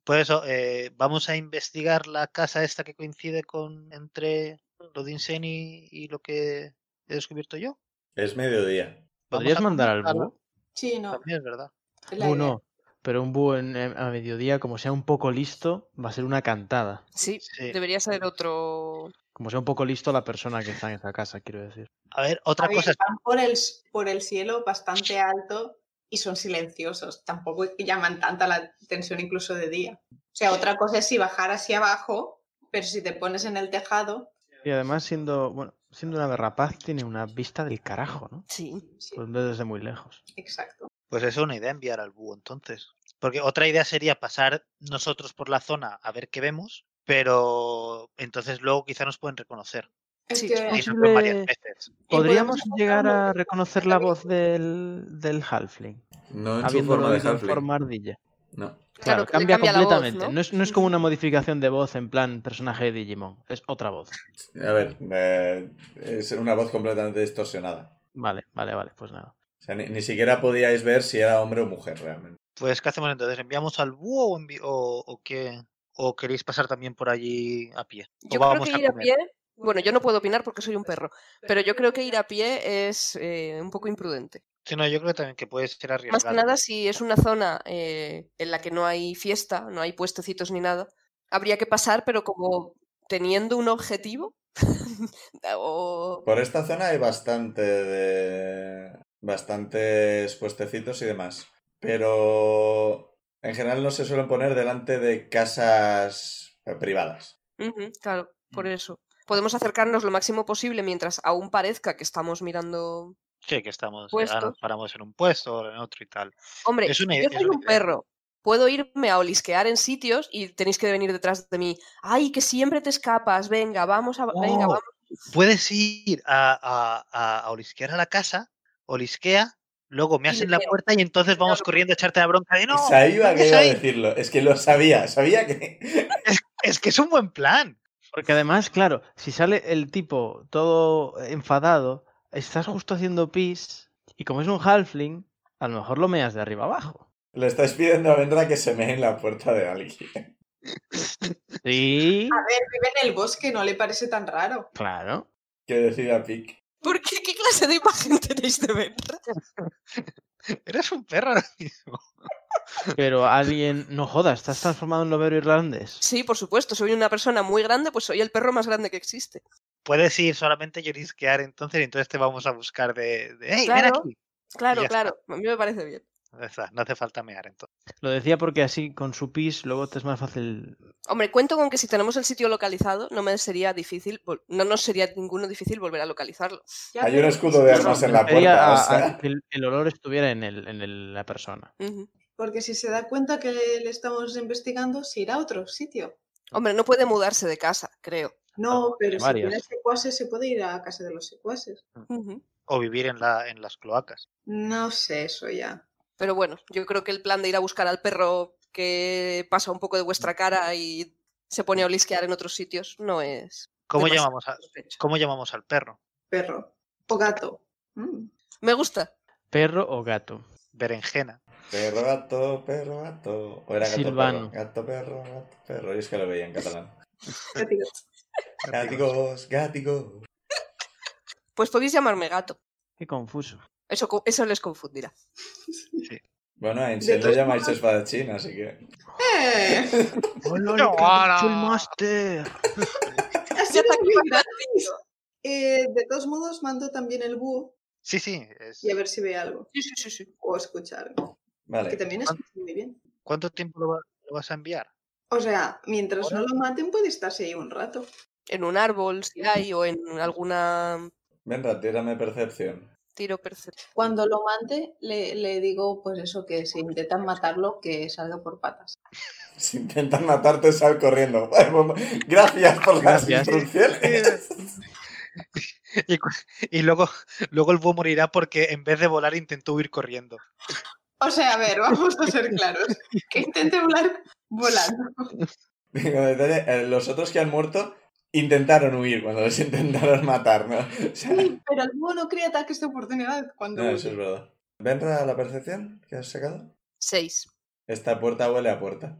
[SPEAKER 4] Por eso, eh, vamos a investigar la casa esta que coincide con entre lo de Insane y, y lo que he descubierto yo.
[SPEAKER 1] Es mediodía.
[SPEAKER 4] Vamos
[SPEAKER 2] ¿Podrías
[SPEAKER 4] a
[SPEAKER 2] mandar al
[SPEAKER 4] comunicarlo.
[SPEAKER 2] búho?
[SPEAKER 5] Sí, no.
[SPEAKER 4] También es verdad.
[SPEAKER 5] es la
[SPEAKER 2] Búho
[SPEAKER 5] idea.
[SPEAKER 2] no, pero un búho en- en- a mediodía, como sea un poco listo, va a ser una cantada.
[SPEAKER 3] Sí,
[SPEAKER 4] Sí.
[SPEAKER 3] debería ser otro.
[SPEAKER 2] Como sea un poco listo la persona que está en esa casa, quiero decir.
[SPEAKER 4] A ver, otra
[SPEAKER 5] A ver,
[SPEAKER 4] cosa. es-
[SPEAKER 5] van por el, por el cielo bastante alto y son silenciosos. Tampoco es que llaman tanta la atención incluso de día. O sea, otra cosa es si bajar hacia abajo, pero si te pones en el tejado,
[SPEAKER 2] Y además, siendo, bueno, siendo una berrapaz, tiene una vista del carajo, ¿no?
[SPEAKER 3] Sí.
[SPEAKER 5] sí,
[SPEAKER 2] Pues ve desde muy lejos.
[SPEAKER 5] exacto.
[SPEAKER 4] Pues es una idea enviar al búho entonces. Porque otra idea sería pasar nosotros por la zona a ver qué vemos, pero entonces luego quizá nos pueden reconocer.
[SPEAKER 5] Es
[SPEAKER 3] Sí,
[SPEAKER 5] que
[SPEAKER 3] es
[SPEAKER 4] Y nos ven varias
[SPEAKER 2] posible-
[SPEAKER 4] veces.
[SPEAKER 2] ¿Podríamos
[SPEAKER 5] podemos
[SPEAKER 2] llegar
[SPEAKER 5] encontrarlo
[SPEAKER 2] a reconocer la voz del, del Halfling?
[SPEAKER 1] No en su
[SPEAKER 2] Habiéndolo
[SPEAKER 1] forma de
[SPEAKER 2] oído en
[SPEAKER 1] halfling.
[SPEAKER 2] forma ardilla.
[SPEAKER 1] No.
[SPEAKER 3] Claro, que
[SPEAKER 2] Claro,
[SPEAKER 3] le
[SPEAKER 2] cambia,
[SPEAKER 3] cambia la voz,
[SPEAKER 2] completamente.
[SPEAKER 3] ¿no?
[SPEAKER 2] es, no es como una modificación de voz en plan personaje de Digimon. Es otra voz.
[SPEAKER 1] A ver, eh, es una voz completamente distorsionada.
[SPEAKER 2] Vale, vale, vale. Pues nada.
[SPEAKER 1] O sea, ni, ni siquiera podíais ver si era hombre o mujer realmente.
[SPEAKER 4] Pues, ¿qué hacemos entonces? ¿Enviamos al búho o, envi- o, o qué? ¿O queréis pasar también por allí a pie? ¿O
[SPEAKER 3] Yo creo
[SPEAKER 4] vamos
[SPEAKER 3] que
[SPEAKER 4] a
[SPEAKER 3] ir a
[SPEAKER 4] comer?
[SPEAKER 3] pie Bueno, yo no puedo opinar porque soy un perro, pero yo creo que ir a pie es eh, un poco imprudente.
[SPEAKER 4] Sí, no, yo creo también que puede ser arriesgado.
[SPEAKER 3] Más que nada, si es una zona eh, en la que no hay fiesta, no hay puestecitos ni nada, habría que pasar, pero como teniendo un objetivo. <laughs> o...
[SPEAKER 1] Por esta zona hay bastante de... bastantes puestecitos y demás. Pero en general no se suelen poner delante de casas eh, privadas.
[SPEAKER 3] Ujú, claro, por
[SPEAKER 4] Mm.
[SPEAKER 3] eso. Podemos acercarnos lo máximo posible mientras aún parezca que estamos mirando.
[SPEAKER 4] Sí, que estamos,
[SPEAKER 3] Puestos.
[SPEAKER 4] ahora nos paramos en un puesto, ahora en otro y tal.
[SPEAKER 3] Hombre,
[SPEAKER 4] Es una-
[SPEAKER 3] yo
[SPEAKER 4] es
[SPEAKER 3] soy
[SPEAKER 4] una
[SPEAKER 3] un
[SPEAKER 4] idea.
[SPEAKER 3] perro. Puedo irme a olisquear en sitios y tenéis que venir detrás de mí. ¡Ay, que siempre te escapas! Venga, vamos a. Venga,
[SPEAKER 4] No.
[SPEAKER 3] vamos.
[SPEAKER 4] Puedes ir a, a- a- a olisquear a la casa, olisquea, luego me
[SPEAKER 3] Y
[SPEAKER 4] hacen
[SPEAKER 3] le
[SPEAKER 4] la
[SPEAKER 3] pego.
[SPEAKER 4] puerta y entonces vamos
[SPEAKER 3] Claro.
[SPEAKER 4] corriendo a echarte la bronca de no.
[SPEAKER 1] Esa iba
[SPEAKER 4] no
[SPEAKER 1] que
[SPEAKER 4] es
[SPEAKER 1] iba a
[SPEAKER 4] ahí".
[SPEAKER 1] decirlo. Es que lo sabía, sabía que.
[SPEAKER 4] Es que es un buen plan. <laughs>
[SPEAKER 2] Porque además, claro, si sale el tipo todo enfadado, estás justo haciendo pis y como es un halfling, a lo mejor lo meas de arriba abajo.
[SPEAKER 1] Le estáis pidiendo a Vendra que se mee en la puerta de alguien. <laughs>
[SPEAKER 2] Sí,
[SPEAKER 5] A ver, vive en el bosque, no le parece tan raro.
[SPEAKER 2] claro.
[SPEAKER 1] Que decida Pic.
[SPEAKER 3] ¿Por qué? ¿Qué clase de imagen tenéis de ver?
[SPEAKER 4] Eres un perro <laughs> ahora mismo.
[SPEAKER 2] Pero alguien, no jodas, estás transformado en lobero irlandés.
[SPEAKER 3] Sí, por supuesto, soy una persona muy grande, pues soy el perro más grande que existe.
[SPEAKER 4] Puedes ir solamente a olisquear entonces y entonces te vamos a buscar de... de, "Ey, ven
[SPEAKER 3] Claro.
[SPEAKER 4] aquí!
[SPEAKER 3] Claro,
[SPEAKER 4] Ya está.
[SPEAKER 3] claro, a mí me parece bien.
[SPEAKER 4] Ya está, no hace falta mear entonces.
[SPEAKER 2] Lo decía porque así con su pis luego te es más fácil.
[SPEAKER 3] Hombre, cuento con que si tenemos el sitio localizado, no me sería difícil, vol- no nos sería ninguno difícil volver a localizarlo.
[SPEAKER 5] Ya,
[SPEAKER 1] Hay un
[SPEAKER 5] pero-
[SPEAKER 1] escudo de armas
[SPEAKER 2] Eso,
[SPEAKER 1] en la
[SPEAKER 2] prefería
[SPEAKER 1] puerta, o
[SPEAKER 2] a- a
[SPEAKER 1] sea.
[SPEAKER 2] que el, el olor estuviera en, el- en el- la persona.
[SPEAKER 3] Ujú.
[SPEAKER 5] Porque si se da cuenta que le, le estamos investigando, se irá a otro sitio.
[SPEAKER 3] Hombre, no puede mudarse de casa, creo. Ah,
[SPEAKER 5] No, pero si
[SPEAKER 2] varios.
[SPEAKER 5] tiene secuaces, se puede ir a la casa de los secuaces.
[SPEAKER 3] Ujú.
[SPEAKER 4] O vivir en, la, en las cloacas.
[SPEAKER 5] No sé eso ya.
[SPEAKER 3] Pero bueno, yo creo que el plan de ir a buscar al perro que pasa un poco de vuestra cara y se pone a olisquear en otros sitios no es.
[SPEAKER 4] ¿Cómo
[SPEAKER 3] demasiado
[SPEAKER 4] llamamos, a-
[SPEAKER 3] sospecho.
[SPEAKER 4] ¿Cómo llamamos al perro?
[SPEAKER 5] Perro. O gato. Mm.
[SPEAKER 3] Me gusta.
[SPEAKER 2] Perro o gato.
[SPEAKER 4] Berenjena.
[SPEAKER 1] Perro, gato, perro, gato. O era gato,
[SPEAKER 2] Silvano.
[SPEAKER 1] perro. Gato, perro, gato, perro. Yo es que lo veía en catalán.
[SPEAKER 3] <laughs>
[SPEAKER 5] Ya te digo.
[SPEAKER 1] Gáticos, gáticos.
[SPEAKER 3] Pues podéis llamarme gato.
[SPEAKER 2] Qué confuso.
[SPEAKER 3] Eso, co- eso les confundirá.
[SPEAKER 1] Bueno, a
[SPEAKER 5] De
[SPEAKER 1] Insel lo
[SPEAKER 5] todos
[SPEAKER 1] llamáis espadachín, así que.
[SPEAKER 5] ¡Eh!
[SPEAKER 2] ¡Hola,
[SPEAKER 4] le caducho el
[SPEAKER 2] máster!
[SPEAKER 5] Ha sido muy gratis. Eh, de todos modos, mando también el búho
[SPEAKER 4] Sí, sí. es-
[SPEAKER 5] y a ver si ve algo
[SPEAKER 3] Sí, sí, sí, sí.
[SPEAKER 5] o escucha algo. Que
[SPEAKER 1] Vale.
[SPEAKER 5] también escucha muy bien.
[SPEAKER 4] ¿Cuánto tiempo lo, va- lo vas a enviar? <laughs>
[SPEAKER 5] O sea, mientras no lo maten, puede estarse ahí un rato.
[SPEAKER 3] En un árbol, si hay, o en alguna
[SPEAKER 1] Venra, tírame percepción. <laughs>
[SPEAKER 3] tiro percepción.
[SPEAKER 5] Cuando lo mande, le, le digo, pues eso, que si intentan matarlo, que salga por patas.
[SPEAKER 1] Si intentan matarte, sal corriendo. <laughs> pues, Gracias por las
[SPEAKER 2] Gracias.
[SPEAKER 1] instrucciones. <laughs>
[SPEAKER 4] Y, cu- y luego, luego el búho morirá porque en vez de volar intentó huir corriendo.
[SPEAKER 5] O sea, a ver, vamos a ser claros. Que intente volar volando.
[SPEAKER 1] Digo, detalle, eh, Los otros que han muerto intentaron huir cuando les <laughs> intentaron matar, ¿no? <laughs> O sea,
[SPEAKER 5] Sí, pero el búho no crea ataques de oportunidad cuando...
[SPEAKER 1] no, Ah, eso es verdad. Venra, la percepción que has sacado.
[SPEAKER 3] Seis.
[SPEAKER 1] Esta puerta huele a puerta.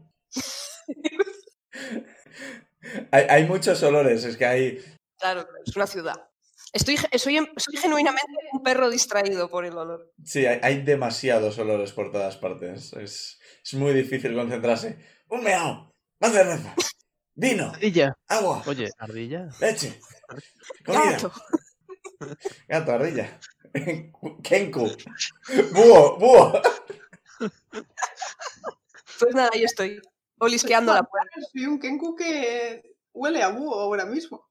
[SPEAKER 1] hay, hay muchos olores, es que hay.
[SPEAKER 3] Claro, es una ciudad. Estoy, ge- soy, en- soy genuinamente un perro distraído por el olor.
[SPEAKER 1] Sí, hay, hay demasiados olores por todas partes. Es, es muy difícil concentrarse. Un meao, más cerveza, vino,
[SPEAKER 2] Ardilla.
[SPEAKER 1] agua,
[SPEAKER 2] Oye, ardilla.
[SPEAKER 1] leche, comida,
[SPEAKER 3] Gato.
[SPEAKER 1] gato, ardilla, <laughs> kenku, búho, búho.
[SPEAKER 3] Pues nada, ahí estoy. Olisqueando la puerta.
[SPEAKER 5] Soy un Kenku que huele a búho ahora mismo.